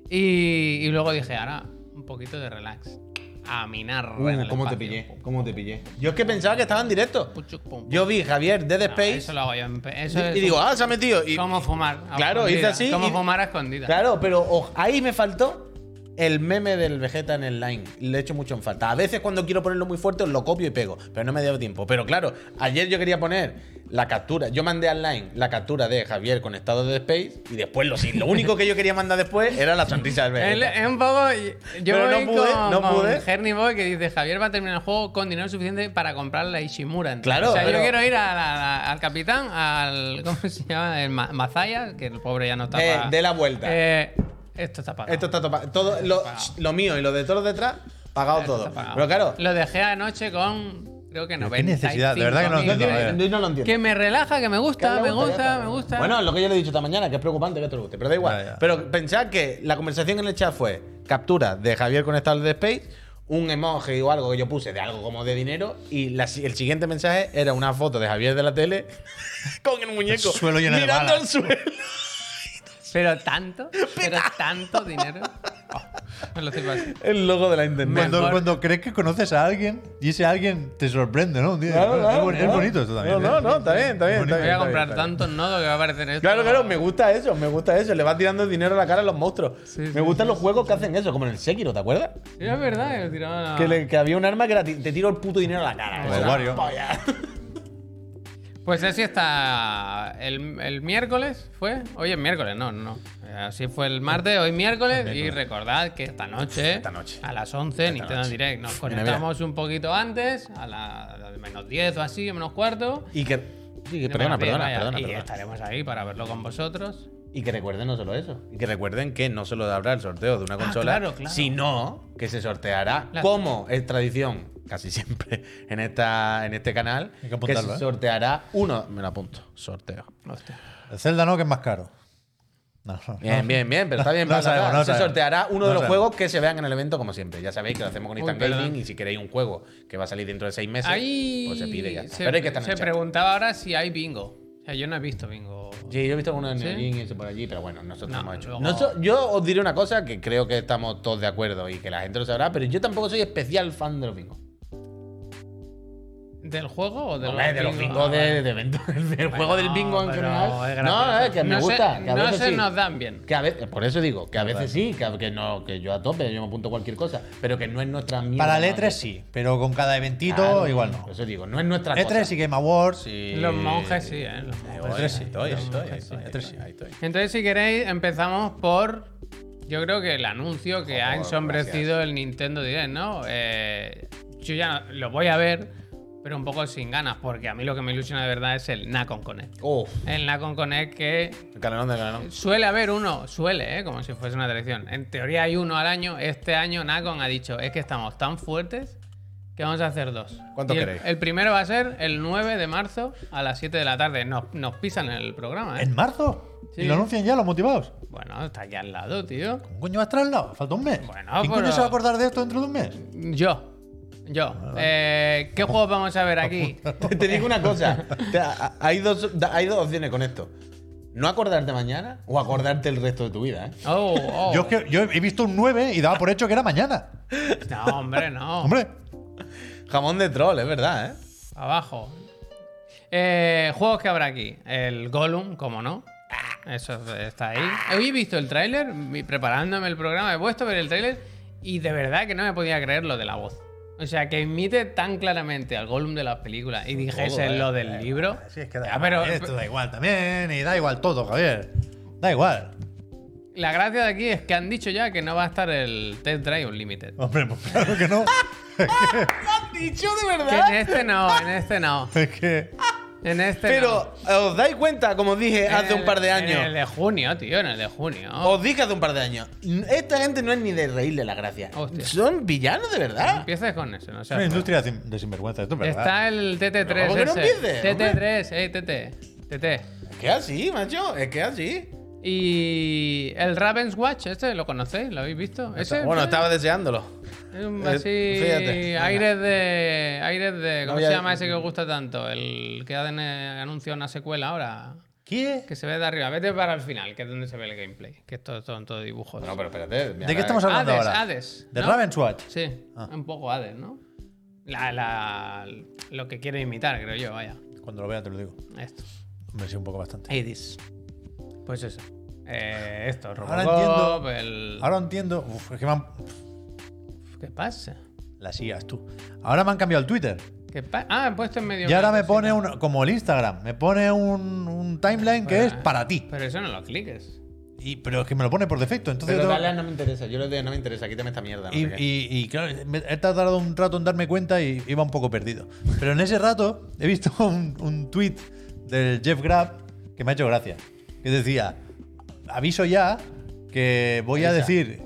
Speaker 3: Y, y luego dije, ahora, un poquito de relax. A
Speaker 2: Uh,
Speaker 3: minar. en el
Speaker 1: Uh, ¿Cómo te
Speaker 3: espacio.
Speaker 1: pillé? ¿Cómo te pillé? Yo es que pensaba que estaba en directo.
Speaker 3: Puchuc, pum, pum.
Speaker 1: Yo vi Javier Dead
Speaker 3: No,
Speaker 1: Space
Speaker 3: eso lo hago yo. en pe- Eso es
Speaker 1: y digo, ah, se ha metido. Y,
Speaker 3: como fumar. a
Speaker 1: Claro, hice
Speaker 3: escondidas.
Speaker 1: así
Speaker 3: Como
Speaker 1: y-
Speaker 3: fumar a escondidas.
Speaker 1: Claro, pero o- ahí me faltó El meme del Vegeta en el line, le echo mucho en falta. A veces cuando quiero ponerlo muy fuerte, lo copio y pego, pero no me dio tiempo. Pero claro, ayer yo quería poner la captura, yo mandé al line la captura de Javier con estado de Space y después lo, lo único que yo quería mandar después era la sonrisa del
Speaker 3: Él
Speaker 1: Vegeta.
Speaker 3: es un poco. Yo
Speaker 1: Pero no
Speaker 3: voy
Speaker 1: pude,
Speaker 3: con,
Speaker 1: no
Speaker 3: con
Speaker 1: pude.
Speaker 3: Herny Boy que dice: Javier va a terminar el juego con dinero suficiente para comprar la Ishimura. ¿entiendes?
Speaker 1: Claro,
Speaker 3: O sea,
Speaker 1: pero-
Speaker 3: yo quiero ir a la- la- al capitán, al. ¿Cómo se llama? El Ma- Mazaya, que el pobre ya no está.
Speaker 1: Eh,
Speaker 3: pa-
Speaker 1: de la vuelta.
Speaker 3: Eh, esto está pagado.
Speaker 1: Esto está topado. Todo lo, lo mío y lo de todos detrás, pagado
Speaker 3: Esto
Speaker 1: todo.
Speaker 3: está pagado.
Speaker 1: Pero claro,
Speaker 3: Lo dejé anoche con. Creo que
Speaker 2: Pero
Speaker 3: 90.
Speaker 2: qué necesidad, de verdad que no
Speaker 1: no
Speaker 2: entiendo,
Speaker 1: tiene-
Speaker 2: a ver.
Speaker 1: yo no lo entiendo. eh.
Speaker 3: Que me relaja, que me gusta,
Speaker 1: Que
Speaker 3: me
Speaker 1: le gusta, ya
Speaker 3: gusta,
Speaker 1: está.
Speaker 3: me gusta.
Speaker 1: Bueno, lo que yo le he dicho esta mañana, que es preocupante que esto le guste, pero da igual.
Speaker 2: Ya, ya.
Speaker 1: Pero pensad que la conversación en el chat fue captura de Javier con Star de Space, un emoji o algo que yo puse de algo como de dinero, y la si- el siguiente mensaje era una foto de Javier de la tele con el muñeco
Speaker 2: El suelo lleno de
Speaker 1: mirando
Speaker 2: balas.
Speaker 1: al suelo.
Speaker 3: Pero tanto, pero tanto dinero. Oh, me lo estoy pasando.
Speaker 1: El logo de la internet.
Speaker 2: Cuando,
Speaker 3: Mejor.
Speaker 2: cuando crees que conoces a alguien y ese alguien te sorprende, ¿no? Un día,
Speaker 1: Claro,
Speaker 2: es
Speaker 1: claro,
Speaker 2: boni- es,
Speaker 1: claro.
Speaker 2: bonito esto también.
Speaker 1: No, no,
Speaker 2: ¿eh?
Speaker 1: no, está bien, está bien. está
Speaker 3: Voy
Speaker 1: bien, está
Speaker 3: a
Speaker 1: bien,
Speaker 3: comprar
Speaker 1: está bien.
Speaker 3: tantos nodos que va a aparecer esto.
Speaker 1: Claro, claro, me gusta eso, me gusta eso. Le vas tirando dinero a la cara a los monstruos.
Speaker 3: Sí,
Speaker 1: me
Speaker 3: sí,
Speaker 1: gustan los juegos que hacen eso, como en el Sekiro, ¿te acuerdas?
Speaker 3: Sí, es verdad, que tiraban a-
Speaker 1: Que, le- que había un arma que era ti- te tiro el puto dinero a la cara.
Speaker 2: Como
Speaker 1: Es
Speaker 2: el
Speaker 1: una
Speaker 2: Wario.
Speaker 1: polla.
Speaker 3: Pues así está. El, el miércoles fue. Hoy es miércoles, no, no. Eh, Así fue el martes, hoy miércoles. Y recordad que esta noche,
Speaker 1: Esta noche.
Speaker 3: a las 11, Nintendo Direct, nos
Speaker 1: mira.
Speaker 3: conectamos un poquito antes, a las menos 10 o así, o menos cuarto.
Speaker 1: Y que. sí, que- perdona,
Speaker 3: Menos 10,
Speaker 1: perdona,
Speaker 3: vaya,
Speaker 1: perdona,
Speaker 3: Y
Speaker 1: perdona.
Speaker 3: estaremos ahí para verlo con vosotros.
Speaker 1: Y que recuerden no solo eso. Y que recuerden que no solo habrá el sorteo de una consola,
Speaker 3: claro, claro.
Speaker 1: sino que se sorteará,
Speaker 3: Claro.
Speaker 1: como es tradición casi siempre en, esta, en este canal,
Speaker 2: Hay que apuntarlo,
Speaker 1: se
Speaker 2: ¿eh?
Speaker 1: sorteará uno. Me lo apunto, sorteo.
Speaker 3: Hostia.
Speaker 2: El Zelda no, que es más caro. No, no,
Speaker 1: Bien,
Speaker 2: no.
Speaker 1: bien, bien, pero está bien.
Speaker 2: No
Speaker 1: para
Speaker 2: sabemos,
Speaker 1: nada.
Speaker 2: no
Speaker 1: se
Speaker 2: sabemos.
Speaker 1: sorteará uno
Speaker 2: No
Speaker 1: de los
Speaker 2: sabemos.
Speaker 1: juegos que se vean en el evento, como siempre. Ya sabéis que lo hacemos con
Speaker 3: Uy,
Speaker 1: Instant
Speaker 3: perdón.
Speaker 1: Gaming y si queréis un juego que va a salir dentro de seis meses,
Speaker 3: Ahí.
Speaker 1: pues se pide y ya. está.
Speaker 3: se-
Speaker 1: pero hay que estar en
Speaker 3: se
Speaker 1: el chat.
Speaker 3: preguntaba ahora si hay bingo. O sea, yo no he visto bingo.
Speaker 1: Sí, yo he visto algunos
Speaker 3: ¿Sí?
Speaker 1: en y eso por allí, pero bueno, nosotros no,
Speaker 3: No,
Speaker 1: hemos hecho.
Speaker 3: luego-
Speaker 1: Noso- yo os diré una cosa que creo que estamos todos de acuerdo y que la gente lo sabrá, pero yo tampoco soy especial fan de los bingos.
Speaker 3: ¿Del juego o de,
Speaker 1: Hombre, de los
Speaker 3: Ah,
Speaker 1: bingos
Speaker 3: vale.
Speaker 1: de, de evento, del juego del bingo en
Speaker 3: pero es
Speaker 1: general.
Speaker 3: gracioso.
Speaker 1: No, es que me
Speaker 3: No se-
Speaker 1: gusta. que a
Speaker 3: no
Speaker 1: veces
Speaker 3: se
Speaker 1: sí.
Speaker 3: nos dan bien.
Speaker 1: Que a veces, por eso digo, que a veces sí, que, a- que no, que yo a tope, yo me apunto cualquier cosa, pero que no es nuestra mierda.
Speaker 2: Para
Speaker 1: ¿no?
Speaker 2: el E3 sí, pero con cada eventito
Speaker 1: Claro,
Speaker 2: igual no. E
Speaker 1: Por eso digo, no E es nuestra cosa.
Speaker 2: E3 y Game Awards y.
Speaker 3: Los monjes sí, ¿eh? Los
Speaker 1: Eh,
Speaker 3: monjes.
Speaker 1: bueno,
Speaker 2: E3 sí,
Speaker 1: ahí estoy, ahí
Speaker 2: los
Speaker 1: estoy,
Speaker 2: monjes
Speaker 1: ahí
Speaker 2: sí,
Speaker 1: estoy, ahí
Speaker 2: E3
Speaker 1: estoy,
Speaker 2: sí.
Speaker 1: ahí estoy.
Speaker 3: Entonces, si queréis, empezamos por. Yo creo que el anuncio que ha
Speaker 1: Joder,
Speaker 3: ensombrecido el Nintendo Direct, ¿no? Eh, yo ya lo voy a ver, pero un poco sin ganas, porque a mí lo que me ilusiona de verdad es el Nacon Connect.
Speaker 1: Uf,
Speaker 3: El Nacon Connect que
Speaker 1: el canelón del canelón.
Speaker 3: Suele haber uno, suele, ¿eh? como si fuese una tradición. En teoría hay uno al año. Este año Nacon ha dicho, es que estamos tan fuertes que vamos a hacer dos.
Speaker 1: ¿Cuánto
Speaker 3: Y el,
Speaker 1: queréis?
Speaker 3: El primero va a ser el 9 de marzo a las 7 de la tarde. Nos, nos pisan el programa, ¿eh?
Speaker 2: ¿En marzo?
Speaker 3: Sí.
Speaker 2: ¿Y lo anuncian ya los motivados?
Speaker 3: Bueno, está aquí al lado, tío.
Speaker 2: ¿Un coño va a estar al lado? Falta un mes.
Speaker 3: Bueno,
Speaker 2: ¿Quién
Speaker 3: pero-
Speaker 2: coño se va a acordar de esto dentro de un mes?
Speaker 3: Yo. Yo. Eh, ¿Qué juegos vamos a ver aquí?
Speaker 1: Te, te digo una cosa. Te- a- hay, dos, da- hay dos opciones con esto. No acordarte mañana o acordarte el resto de tu vida, ¿eh?
Speaker 3: Oh, oh.
Speaker 2: Yo, es que- yo he visto un 9 y daba por hecho que era mañana.
Speaker 3: No, hombre, no.
Speaker 2: Hombre,
Speaker 1: Jamón de troll, es verdad, ¿eh?
Speaker 3: Abajo. Eh, juegos que habrá aquí. El Gollum, como no. Eso está ahí. Hoy he visto el tráiler, mi- preparándome el programa, he puesto a ver el tráiler y de verdad que no me podía creer lo de la voz. O sea, que imite tan claramente al Gollum de las películas y dijese
Speaker 1: vaya,
Speaker 3: lo del libro.
Speaker 2: eh, sí, es que da
Speaker 3: Ya,
Speaker 2: igual,
Speaker 3: Ah, pero
Speaker 2: esto da igual también y da igual todo, Javier. Da igual.
Speaker 3: la gracia de aquí es que han dicho ya que no va a estar el Test Drive Unlimited.
Speaker 2: Hombre, pues claro que no.
Speaker 1: Dicho de
Speaker 3: Que en este no, en este no.
Speaker 2: es que.
Speaker 3: En este no.
Speaker 1: Pero os dais cuenta, como dije
Speaker 3: En
Speaker 1: hace
Speaker 3: el-
Speaker 1: un par de
Speaker 3: En el
Speaker 1: años.
Speaker 3: de junio, tío, en el de junio.
Speaker 1: Os dije hace un par de años. n- Esta gente no es ni de reírle la gracia.
Speaker 3: Hostia.
Speaker 1: Son villanos de verdad.
Speaker 3: Empieces con eso, no pues,
Speaker 2: Es una industria de sin- de sinvergüenza, esto es verdad.
Speaker 3: Está el TT3.
Speaker 1: ¿Cómo que no
Speaker 3: ese.
Speaker 1: empieces,
Speaker 3: TT3, eh, TT. TT.
Speaker 1: Es que así, macho. Es que así.
Speaker 3: Y el Ravens Watch, este, ¿lo conocéis? ¿Lo habéis visto? Ese,
Speaker 1: Bueno,
Speaker 3: ¿sí?
Speaker 1: estaba deseándolo.
Speaker 3: Es un
Speaker 1: eh,
Speaker 3: así.
Speaker 1: fíjate,
Speaker 3: aires de. Aires de. ¿Cómo
Speaker 1: No
Speaker 3: se
Speaker 1: había-
Speaker 3: llama ese que os gusta tanto? El que ADN anuncia una secuela ahora.
Speaker 2: ¿Qué?
Speaker 3: Que se ve de arriba. Vete para el final, que es donde se ve el gameplay. Que esto son todo dibujos.
Speaker 1: No, pero espérate. mira, eh,
Speaker 2: ¿De qué estamos hablando
Speaker 3: Hades,
Speaker 2: ahora?
Speaker 3: Hades,
Speaker 2: De
Speaker 3: ¿no?
Speaker 2: Ravenswatch.
Speaker 3: Sí,
Speaker 1: Ah.
Speaker 3: un poco Hades, ¿no? La, la, lo que quiere imitar, creo yo, vaya.
Speaker 2: Cuando lo vea te lo digo.
Speaker 3: Esto.
Speaker 2: Hombre, sí, un poco bastante.
Speaker 3: Hades. Pues eso. eh, esto, Robocop,
Speaker 2: Ahora entiendo.
Speaker 3: el...
Speaker 2: Ahora entiendo. Uf, es que me han-
Speaker 3: ¿Qué pasa?
Speaker 2: Las IAs, tú. Ahora me han cambiado el Twitter.
Speaker 3: ¿Qué pa- ah, han puesto en medio...
Speaker 2: Y ahora
Speaker 3: una
Speaker 2: me
Speaker 3: cosita.
Speaker 2: pone un, como el Instagram, me pone un, un timeline que
Speaker 3: Pues,
Speaker 2: es para ti.
Speaker 3: Pero eso no lo cliques.
Speaker 2: Y, pero es que me lo pone por defecto. Entonces
Speaker 1: Pero
Speaker 2: yo tengo-
Speaker 1: dale, no me interesa. Yo le doy, no me interesa. Quítame esta mierda. no
Speaker 2: y,
Speaker 1: sé qué.
Speaker 2: y- y claro, me- he tardado un rato en darme cuenta y iba un poco perdido. Pero en ese rato he visto un, un tweet del Jeff Grapp que me ha hecho gracia. Que decía, aviso ya que voy a
Speaker 1: Avisa.
Speaker 2: decir...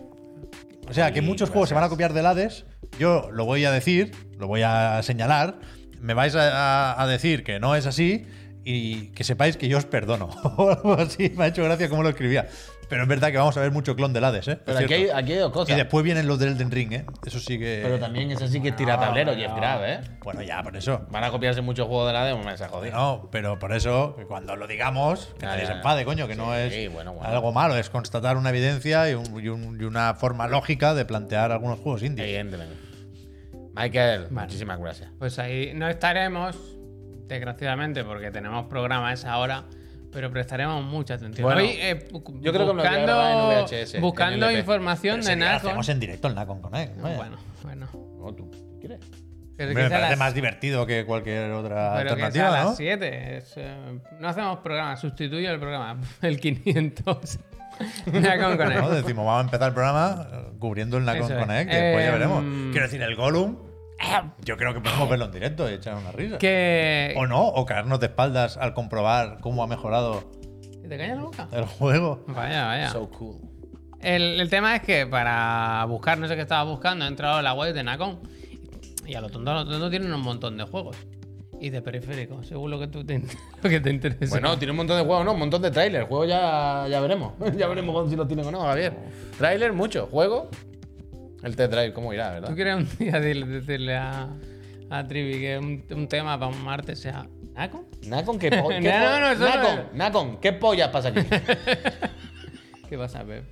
Speaker 2: O sea, que
Speaker 1: Ay,
Speaker 2: muchos juegos se van a
Speaker 1: gracias.
Speaker 2: copiar del Hades. Yo lo voy a decir, lo voy a señalar. Me vais a, a- a decir que no es así y que sepáis que yo os perdono. O algo así. Me ha hecho gracia cómo lo escribía. Pero es verdad que vamos a ver mucho clon del Hades, ¿eh? Es
Speaker 1: Pero aquí hay,
Speaker 2: cierto.
Speaker 1: aquí hay dos
Speaker 2: Y
Speaker 1: cosas.
Speaker 2: después vienen los del Elden Ring, ¿eh? Eso sí que.
Speaker 1: pero también eso sí que es tiratablero y es grave, ¿eh?
Speaker 2: Bueno, ya, por eso.
Speaker 1: Van a copiarse muchos juegos de la demo, me se ha jodido.
Speaker 2: No, pero por eso, que cuando lo digamos, que
Speaker 1: Ya,
Speaker 2: nadie
Speaker 1: ya,
Speaker 2: se
Speaker 1: ya.
Speaker 2: enfade, coño, que no
Speaker 1: Sí,
Speaker 2: es
Speaker 1: bueno, bueno.
Speaker 2: algo malo, es constatar una evidencia y, un- y un- y una forma lógica de plantear algunos juegos
Speaker 3: Eh,
Speaker 2: indies.
Speaker 1: Evidentemente. Michael,
Speaker 3: Vale.
Speaker 1: muchísimas gracias.
Speaker 3: Pues ahí no estaremos, desgraciadamente, porque tenemos programa a esa hora, pero prestaremos mucha atención.
Speaker 1: Bueno,
Speaker 3: Hoy, eh, bu-
Speaker 1: yo creo que me lo voy a
Speaker 3: buscando,
Speaker 1: grabar en VHS, en
Speaker 3: buscando
Speaker 1: LP.
Speaker 3: información
Speaker 2: Pero
Speaker 3: de
Speaker 2: si lo
Speaker 3: Nacon.
Speaker 2: hacemos en directo el Nacon Connect. vaya.
Speaker 3: Bueno, bueno.
Speaker 1: No, ¿tú tú quieres?
Speaker 3: Pero
Speaker 2: Hombre,
Speaker 3: quizá
Speaker 2: me
Speaker 3: a
Speaker 2: parece
Speaker 3: las-
Speaker 2: más divertido que cualquier otra
Speaker 3: pero quizá a
Speaker 2: alternativa,
Speaker 3: las
Speaker 2: ¿no?
Speaker 3: 7. es, eh, no hacemos programa, sustituyo el programa. El 500. Nacon Connect.
Speaker 2: ¿No? Decimos, vamos a empezar el programa eh, cubriendo el Nacon
Speaker 3: Eso es.
Speaker 2: Connect, que después ya
Speaker 3: Eh,
Speaker 2: veremos.
Speaker 3: mm.
Speaker 2: Quiero decir, el Gollum, yo creo que podemos verlo en directo y echar una risa.
Speaker 3: Que.
Speaker 2: O no, o caernos de espaldas al comprobar cómo ha mejorado
Speaker 3: ¿Te callas la boca?
Speaker 2: el juego.
Speaker 3: Vaya, vaya.
Speaker 1: So cool.
Speaker 3: El, el tema es que para buscar, no sé qué estaba buscando, he entrado a la web de Nacon y a lo tonto, a lo tonto tienen un montón de juegos. Y de periféricos, según lo que, tú te, lo que te interesa.
Speaker 1: Bueno, tiene un montón de juegos, ¿no? Un montón de trailers. Juegos ya, ya veremos. ya veremos si los tienen o no, Javier. Trailer, mucho. Juego. El T-Drive, ¿cómo irá, verdad?
Speaker 3: ¿tú quieres un día decirle, decirle a, a Trivi que un, un tema para un martes sea Nacon?
Speaker 1: Nacon, ¿qué, po- qué
Speaker 3: No, no, no, eso no
Speaker 1: Nacon,
Speaker 3: es.
Speaker 1: Nacon, ¿qué pollas pasa aquí?
Speaker 3: ¿Qué pasa, Pep?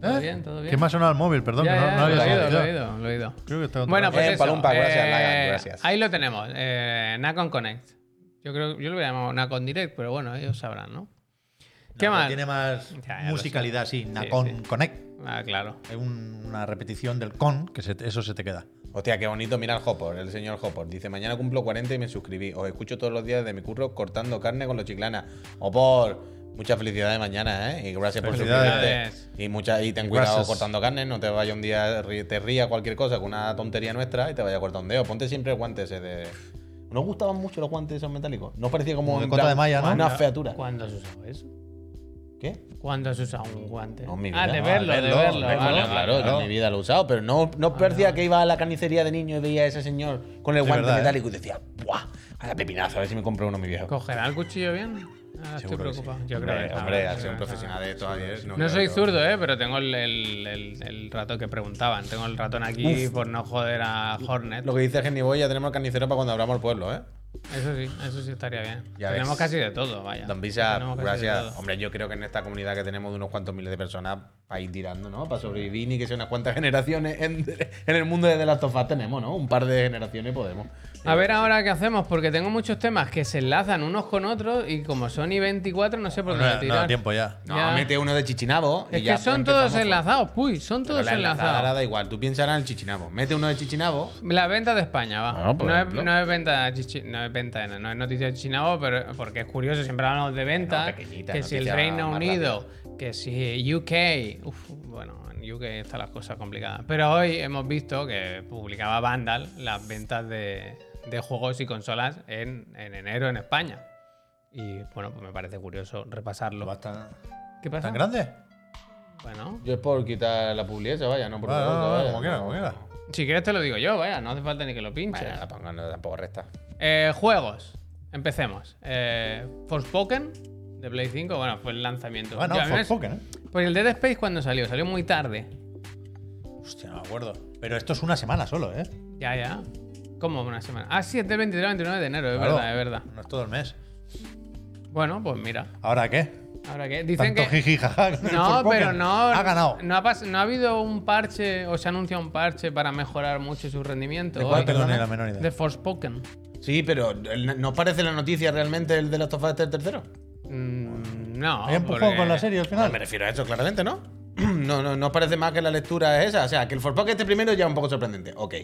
Speaker 3: ¿Todo
Speaker 2: ¿Eh?
Speaker 3: bien? ¿Todo bien?
Speaker 2: ¿Qué más sonado el móvil? Perdón,
Speaker 3: Ya,
Speaker 2: que no,
Speaker 3: ya,
Speaker 2: no
Speaker 3: lo,
Speaker 2: había
Speaker 3: he oído,
Speaker 2: salido.
Speaker 3: lo he oído, lo he oído.
Speaker 2: Creo que está controlado.
Speaker 3: Bueno, pues
Speaker 1: Eh,
Speaker 3: eso,
Speaker 1: Palumpa, gracias,
Speaker 3: eh,
Speaker 1: Lagan, gracias.
Speaker 3: Ahí lo tenemos, eh, Nacon Connect. Yo creo, yo lo voy a llamar Nacon Direct, pero bueno, ellos sabrán, ¿no? ¿Qué
Speaker 2: No,
Speaker 3: más?
Speaker 2: Tiene más
Speaker 3: Ya, ya lo
Speaker 2: musicalidad, sí. Nacon
Speaker 3: sí.
Speaker 2: Connect.
Speaker 3: Ah, claro.
Speaker 2: Hay un- una repetición del con, que se te- eso se te queda.
Speaker 1: Hostia, qué bonito mirar Hopper, el señor Hopper. Dice, mañana cumplo 40 y me suscribí. Os escucho todos los días de mi curro cortando carne con los chiclanas. Hopper, muchas felicidades mañana, ¿eh? Y gracias por
Speaker 2: Felicidades.
Speaker 1: suscribirte. Y, mucha, y ten cuidado
Speaker 2: Gracias.
Speaker 1: cortando carne, no te vaya un día, ri- te ría cualquier cosa con una tontería nuestra y te vaya a cortar un dedo. Ponte siempre el guante ese de... ¿No gustaban mucho los guantes esos metálicos? No parecía como
Speaker 2: Como de
Speaker 1: en
Speaker 2: cota
Speaker 1: plan
Speaker 2: de malla, ¿no?
Speaker 1: una featura.
Speaker 3: ¿Cuándo has usado eso?
Speaker 1: ¿Qué?
Speaker 3: ¿Cuándo has usado un guante?
Speaker 1: No, mi
Speaker 3: ah,
Speaker 1: vida.
Speaker 3: de
Speaker 1: Ah,
Speaker 3: verlo,
Speaker 2: verlo,
Speaker 3: de verlo.
Speaker 2: verlo,
Speaker 3: vale,
Speaker 1: Bueno,
Speaker 3: vale.
Speaker 1: claro, yo en mi vida lo he usado, pero no, no parecía que iba a la carnicería de niño y veía a ese señor con el
Speaker 2: Sí,
Speaker 1: guante
Speaker 2: verdad,
Speaker 1: metálico y decía, ¡buah! A la pepinazo, a ver si me compro uno mi viejo.
Speaker 3: ¿Cogerá el cuchillo bien? Ah,
Speaker 2: Seguro
Speaker 3: estoy
Speaker 2: que sí.
Speaker 3: preocupado. Yo creo
Speaker 1: hombre,
Speaker 3: que-
Speaker 1: hombre,
Speaker 3: ah,
Speaker 1: al
Speaker 3: yo
Speaker 1: ser un
Speaker 3: creo que-
Speaker 1: profesional de esto, ayer,
Speaker 3: No
Speaker 1: creo
Speaker 3: soy
Speaker 1: que-
Speaker 3: zurdo, eh, pero tengo el, el, el- el ratón que preguntaban. Tengo el ratón aquí por no joder a Hornet.
Speaker 1: Lo que dice Genny Boy, ya tenemos el carnicero para cuando abramos el pueblo, ¿eh?
Speaker 3: Eso sí, eso sí estaría bien.
Speaker 1: Ya
Speaker 3: Tenemos
Speaker 1: ves.
Speaker 3: casi de todo, vaya.
Speaker 1: Don Visa,
Speaker 3: Tenemos casi de
Speaker 1: gracias.
Speaker 3: todo.
Speaker 1: Hombre, yo creo que en esta comunidad que tenemos de unos cuantos miles de personas para ir tirando, ¿no? Para sobrevivir y que sea unas cuantas generaciones en, en el mundo de The Last of Us tenemos, ¿no? Un par de generaciones podemos.
Speaker 3: A ver ahora qué hacemos, porque tengo muchos temas que se enlazan unos con otros y como son i24 no sé por
Speaker 2: No,
Speaker 3: dónde
Speaker 2: no da
Speaker 3: Pues tirar.
Speaker 2: tiempo ya.
Speaker 1: No,
Speaker 3: Ya.
Speaker 1: mete uno de Chichinabo. y
Speaker 3: Es
Speaker 1: ya
Speaker 3: que son
Speaker 1: empezamos
Speaker 3: todos enlazados, puy, son
Speaker 1: Pero
Speaker 3: todos
Speaker 1: la enlazada ahora
Speaker 3: enlazados.
Speaker 1: da igual, tú piensas en el chichinabo. Mete uno de chichinabo.
Speaker 3: La venta de España, va.
Speaker 1: Ah, por
Speaker 3: no, es,
Speaker 1: ejemplo.
Speaker 3: no es venta de Chichi- no es venta, no es noticia de Chinabo, pero porque es curioso, siempre hablamos de venta.
Speaker 1: No, pequeñita,
Speaker 3: que si el
Speaker 1: noticia
Speaker 3: Reino
Speaker 1: más
Speaker 3: Unido, que si UK. Uf, bueno, en UK están las cosas complicadas. Pero hoy hemos visto que publicaba Vandal las ventas de, de juegos y consolas en, en enero en España. Y bueno, pues me parece curioso repasarlo.
Speaker 2: ¿Va tan,
Speaker 3: ¿Qué pasa?
Speaker 2: tan grande?
Speaker 3: Bueno,
Speaker 1: Yo es por quitar la publicidad, vaya, no por
Speaker 2: Vale,
Speaker 1: otra cosa,
Speaker 2: vale, vale,
Speaker 1: vaya.
Speaker 2: Ah, como quiera, como quiera.
Speaker 3: si quieres te lo digo yo, vaya, no hace falta ni que lo pinches.
Speaker 1: Bueno, tampoco, no, tampoco resta.
Speaker 3: Eh, juegos. Empecemos. Eh, Forspoken de Play 5. Bueno, fue el lanzamiento.
Speaker 2: Bueno,
Speaker 3: Yo, a mí me-
Speaker 2: Forspoken, ¿eh?
Speaker 3: Pues el Dead Space cuando salió, salió muy tarde.
Speaker 2: Hostia, no me acuerdo. Pero esto es una semana solo, ¿eh?
Speaker 3: Ya, ya. ¿Cómo una semana? Ah, sí, es del 23 al 29 de enero, es
Speaker 2: Claro.
Speaker 3: verdad, es verdad.
Speaker 2: No es todo el mes.
Speaker 3: Bueno, pues mira.
Speaker 2: ¿Ahora qué?
Speaker 3: Ahora que dicen
Speaker 2: Tanto
Speaker 3: que.
Speaker 2: jiji jaja con el
Speaker 3: No,
Speaker 2: Forspoken.
Speaker 3: pero no.
Speaker 2: Ha ganado.
Speaker 3: No ha, pas- no ha habido un parche o se anuncia un parche para mejorar mucho su rendimiento.
Speaker 2: ¿De cuál?
Speaker 3: hoy.
Speaker 2: Perdón, ni la menor idea.
Speaker 3: De Forspoken.
Speaker 1: Sí, pero ¿no parece la noticia realmente el de Last of Us tercero?
Speaker 3: Mm, No,
Speaker 2: Hay empujón
Speaker 3: porque-
Speaker 2: con la serie al
Speaker 1: No,
Speaker 2: final.
Speaker 1: me refiero a eso, claramente, ¿no? No, no, no os parece más que la lectura es esa. O sea, que el For Pocket este primero ya un poco sorprendente. Ok.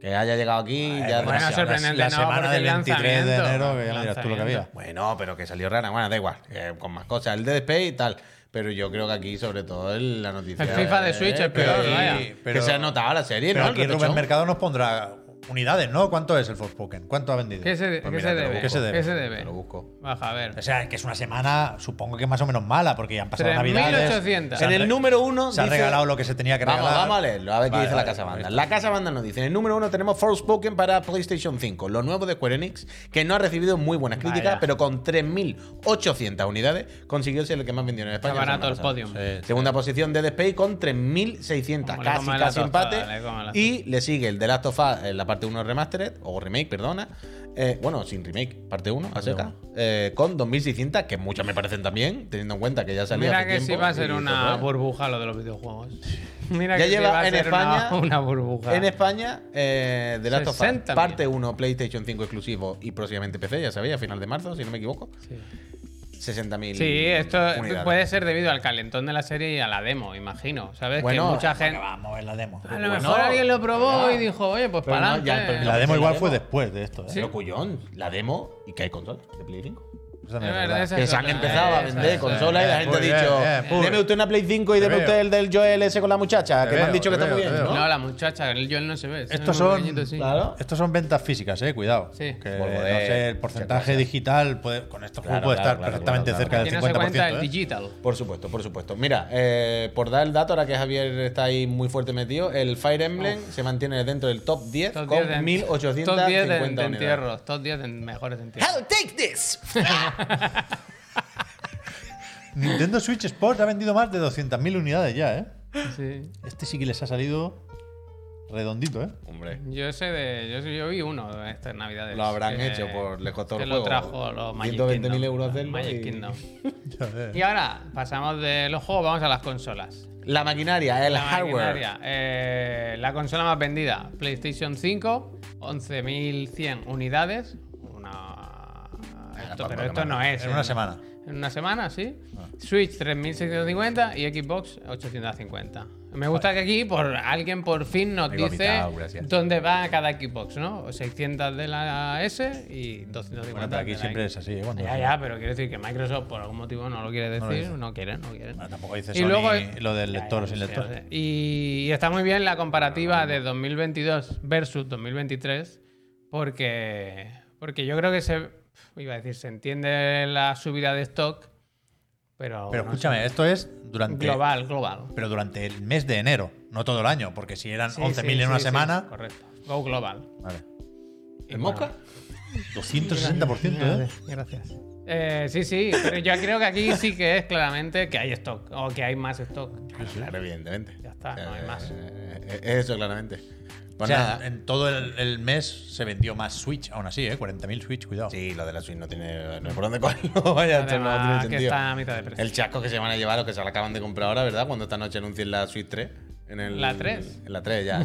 Speaker 1: Que haya llegado aquí, ya.
Speaker 3: bueno,
Speaker 2: Demasiado.
Speaker 3: sorprendente,
Speaker 2: La
Speaker 3: no,
Speaker 2: semana
Speaker 3: porque
Speaker 2: del
Speaker 3: el
Speaker 2: 23 de
Speaker 3: lanzamiento-
Speaker 2: enero, que ya me dirás tú lo que había.
Speaker 1: Bueno, pero que salió rara. Bueno, da igual. eh, con más cosas. El Dead Space y tal. Pero yo creo que aquí, sobre todo, el- la noticia.
Speaker 3: El FIFA de Switch es
Speaker 1: que-
Speaker 3: peor, vaya.
Speaker 1: que
Speaker 2: Pero-
Speaker 1: se ha notado la serie,
Speaker 2: Pero
Speaker 1: ¿no? El
Speaker 2: aquí Rubén
Speaker 1: repechón.
Speaker 2: Mercado nos pondrá unidades, ¿no? ¿Cuánto es el Forspoken? ¿Cuánto ha vendido?
Speaker 3: ¿Qué se,
Speaker 1: Pues
Speaker 3: qué
Speaker 1: mira,
Speaker 3: se
Speaker 1: te lo
Speaker 3: debe?
Speaker 1: busco.
Speaker 3: ¿Qué se debe?
Speaker 2: ¿Qué
Speaker 1: Te lo busco.
Speaker 3: Baja, a
Speaker 2: O
Speaker 3: ver.
Speaker 2: sea, que es una semana, supongo que más o menos mala, porque ya han pasado navidades.
Speaker 3: 3.800.
Speaker 2: se han
Speaker 1: En el
Speaker 2: re-
Speaker 1: número uno.
Speaker 2: Se ha
Speaker 1: dice-
Speaker 2: regalado lo que se tenía que regalar.
Speaker 1: Vamos, vamos a leerlo, a ver qué
Speaker 2: Vale,
Speaker 1: dice
Speaker 2: vale,
Speaker 1: la Casa Banda.
Speaker 2: listo.
Speaker 1: La Casa Banda nos dice: en el número uno tenemos Forspoken para PlayStation 5, lo nuevo de Square Enix, que no ha recibido muy buenas críticas,
Speaker 3: Vaya.
Speaker 1: pero con 3.800 unidades consiguió ser el que más vendió en España.
Speaker 3: Está
Speaker 1: la
Speaker 3: barato
Speaker 1: semana
Speaker 3: el
Speaker 1: pasada.
Speaker 3: podium.
Speaker 1: Sí, sí. Segunda posición de Dead Space con 3.600,
Speaker 3: Como le
Speaker 1: casi,
Speaker 3: coma la
Speaker 1: casi
Speaker 3: tostada,
Speaker 1: empate.
Speaker 3: le coma la
Speaker 1: Y le sigue el The Last of Us, eh, la parte 1 Remastered, o Remake, perdona. Eh, bueno, sin remake, parte 1, a seca. eh, con 2.600, que muchas me parecen también, teniendo en cuenta que ya salió
Speaker 3: Mira
Speaker 1: hace
Speaker 3: que
Speaker 1: tiempo
Speaker 3: sí va a
Speaker 1: y
Speaker 3: ser
Speaker 1: todo
Speaker 3: una
Speaker 1: eso.
Speaker 3: burbuja lo de los videojuegos. Mira
Speaker 1: Ya
Speaker 3: que sí
Speaker 1: lleva
Speaker 3: va a
Speaker 1: en
Speaker 3: ser una-
Speaker 1: España-
Speaker 3: una burbuja.
Speaker 1: En España, eh, The Last of Us,
Speaker 3: 60
Speaker 1: parte 1, PlayStation 5 exclusivo y próximamente PC, ya sabéis, a final de marzo, si no me equivoco.
Speaker 3: Sí.
Speaker 1: 60.000.
Speaker 3: Sí, esto
Speaker 1: unidades.
Speaker 3: puede ser debido al calentón de la serie y a la demo, imagino. ¿Sabes?
Speaker 1: Bueno,
Speaker 3: que mucha
Speaker 2: Porque
Speaker 3: gente.
Speaker 2: va a mover la demo.
Speaker 3: A lo mejor alguien lo probó y dijo, oye, pues
Speaker 1: Pero
Speaker 3: para
Speaker 1: no, ya el
Speaker 3: adelante.
Speaker 1: perfil-
Speaker 2: La demo
Speaker 1: la
Speaker 2: igual
Speaker 1: demo.
Speaker 2: fue después de esto. ¿eh?
Speaker 3: Sí.
Speaker 1: Pero cuyón, la demo y que hay consola de Play 5.
Speaker 2: Eso también
Speaker 3: Es
Speaker 2: es
Speaker 3: verdad,
Speaker 2: verdad.
Speaker 3: esa-
Speaker 1: Que se han empezado a
Speaker 3: Eso,
Speaker 1: vender
Speaker 3: eso,
Speaker 1: consolas y la
Speaker 2: eso.
Speaker 1: gente ha
Speaker 2: Muy bien,
Speaker 1: dicho,
Speaker 2: bien, puro.
Speaker 1: deme usted una Play 5 y
Speaker 2: Te
Speaker 1: deme
Speaker 2: veo.
Speaker 1: usted el del Joel ese con la muchacha,
Speaker 2: Te
Speaker 1: que me han
Speaker 2: veo,
Speaker 1: dicho que
Speaker 2: te
Speaker 1: está muy
Speaker 2: veo,
Speaker 1: bien,
Speaker 2: te veo.
Speaker 1: ¿no?
Speaker 3: No, la muchacha, el Joel no se ve. se
Speaker 2: Estos
Speaker 3: ve un
Speaker 2: son-
Speaker 3: pequeñito, sí.
Speaker 1: Claro.
Speaker 2: Estos son ventas físicas, eh, cuidado.
Speaker 3: Sí.
Speaker 2: Que,
Speaker 1: Por
Speaker 2: no
Speaker 1: poder-
Speaker 2: sé, el porcentaje digital puede- con estos
Speaker 1: Claro,
Speaker 2: juegos puede
Speaker 1: claro,
Speaker 2: estar
Speaker 1: claro,
Speaker 2: perfectamente
Speaker 1: claro,
Speaker 2: cerca
Speaker 1: claro.
Speaker 3: Que
Speaker 2: del
Speaker 3: no se cuenta
Speaker 2: 50%.
Speaker 3: el
Speaker 2: ¿eh?
Speaker 3: digital.
Speaker 1: Por supuesto, por supuesto. Mira, eh, por dar el dato, ahora que Javier está ahí muy fuerte metido, el Fire Emblem se mantiene dentro del top 10
Speaker 3: Top
Speaker 1: con
Speaker 3: 10 de-
Speaker 1: 1850
Speaker 3: top 10 de, de
Speaker 1: unidades.
Speaker 3: entierros. Top 10 de mejores entierros.
Speaker 1: I'll take this.
Speaker 2: Nintendo Switch Sports ha vendido más de 200.000 unidades ya, ¿eh?
Speaker 3: Sí.
Speaker 2: Este sí que les ha salido redondito, ¿eh?
Speaker 1: Hombre,
Speaker 3: Yo sé de. Yo, sé- yo vi uno de estas navidades.
Speaker 1: lo habrán
Speaker 3: que-
Speaker 1: hecho por les costó
Speaker 3: que
Speaker 1: el
Speaker 3: lo
Speaker 1: juego.
Speaker 3: trajo los Magic
Speaker 1: 120.000
Speaker 3: Kingdom,
Speaker 1: euros
Speaker 3: los
Speaker 1: hacerlo
Speaker 3: Magic
Speaker 1: y-
Speaker 3: Kingdom.
Speaker 2: Ya ves.
Speaker 3: Y ahora pasamos de los juegos, vamos a las consolas.
Speaker 1: La maquinaria, el
Speaker 3: La
Speaker 1: hardware.
Speaker 3: maquinaria, eh, la consola más vendida, PlayStation 5, 11.100 unidades. Una... Esto,
Speaker 1: tampoco
Speaker 3: pero esto
Speaker 1: nada.
Speaker 3: no es.
Speaker 2: En una semana. Ah.
Speaker 3: En una semana, sí. Switch 3.650 y Xbox 850. Me gusta que aquí por alguien por fin nos
Speaker 1: Me he
Speaker 3: dice
Speaker 1: vomitado, gracias.
Speaker 3: dónde va cada Xbox, ¿no? 600 de la S y 250
Speaker 2: Bueno, pero aquí
Speaker 3: de la
Speaker 2: siempre
Speaker 3: X.
Speaker 2: es así, ¿eh? Cuando-
Speaker 3: Ya, ya, pero quiero decir que Microsoft por algún motivo no lo quiere
Speaker 2: lo
Speaker 3: decir,
Speaker 2: dice.
Speaker 3: no, quieren, no quieren.
Speaker 2: Bueno, tampoco dice
Speaker 3: Y
Speaker 2: Sony
Speaker 3: luego-
Speaker 2: lo del
Speaker 3: Ya,
Speaker 2: lector o
Speaker 3: ya,
Speaker 2: sin
Speaker 3: lo sé,
Speaker 2: lector.
Speaker 3: lo sé. Y, y está muy bien la comparativa de 2022 versus 2023 porque, porque yo creo que se, iba a decir, se entiende la subida de stock, pero...
Speaker 2: Pero
Speaker 3: no
Speaker 2: escúchame,
Speaker 3: sé.
Speaker 2: esto es durante,
Speaker 3: Global, global.
Speaker 2: pero durante el mes de enero, no todo el año, porque si eran
Speaker 3: Sí,
Speaker 2: 11.000
Speaker 3: sí,
Speaker 2: en una
Speaker 3: sí, sí,
Speaker 2: semana,
Speaker 3: correcto. Go global.
Speaker 2: vale.
Speaker 1: ¿En mosca?
Speaker 2: 260%, ¿eh?
Speaker 3: Gracias. Eh, sí, sí, pero yo creo que aquí sí que es claramente que hay stock o que hay más stock.
Speaker 1: Claro, evidentemente.
Speaker 3: Ya está, no hay
Speaker 1: Eh,
Speaker 3: más.
Speaker 1: eh, eso, claramente. Pues
Speaker 2: o sea,
Speaker 1: nada.
Speaker 2: en todo el, el mes se vendió más Switch, aún así, ¿eh? 40.000 Switch, cuidado.
Speaker 1: Sí, lo de la Switch no tiene. No hay por dónde cogerlo. Vaya, esto no tiene
Speaker 3: Además, que
Speaker 1: sentido.
Speaker 3: está a mitad de precio.
Speaker 1: El chasco que se van a llevar los que se la acaban de comprar ahora, ¿verdad? Cuando esta noche anuncien la Switch 3. En el,
Speaker 3: ¿La 3?
Speaker 1: En la 3, ya. O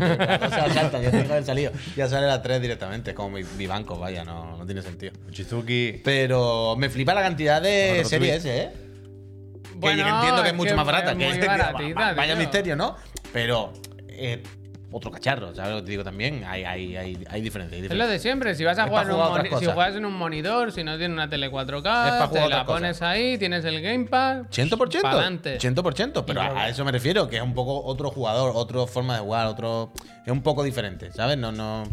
Speaker 1: sea, salta, ya tiene que haber salido. Ya sale la 3 directamente, es como mi, mi banco, vaya, no, no tiene sentido.
Speaker 2: Chizuki.
Speaker 1: Pero me flipa la cantidad de
Speaker 2: Vosotros
Speaker 1: series
Speaker 2: tuvisteis-
Speaker 1: ¿eh? que yo entiendo que es mucho más barata.
Speaker 3: muy
Speaker 1: que- que-
Speaker 3: baratita,
Speaker 1: vaya
Speaker 3: tío.
Speaker 1: misterio, ¿no? Pero eh, otro cacharro, ¿sabes lo que te digo también? Hay, hay, hay, hay diferencia. hay
Speaker 3: Es lo
Speaker 1: diferencia.
Speaker 3: de siempre, si vas a
Speaker 1: Es
Speaker 3: jugar,
Speaker 1: pa'
Speaker 3: en un
Speaker 1: jugar otras
Speaker 3: moni- si
Speaker 1: cosas.
Speaker 3: juegas en un monitor, si no tienes una tele
Speaker 1: Es pa'
Speaker 3: 4K,
Speaker 1: jugar
Speaker 3: te la
Speaker 1: otras cosas.
Speaker 3: pones ahí, tienes el Gamepad.
Speaker 1: 100%.
Speaker 3: pa'lante.
Speaker 1: 100%, pero
Speaker 3: Y yo-
Speaker 1: a, a eso me refiero, que es un poco otro jugador, otra forma de jugar, otro es un poco diferente, ¿sabes? No no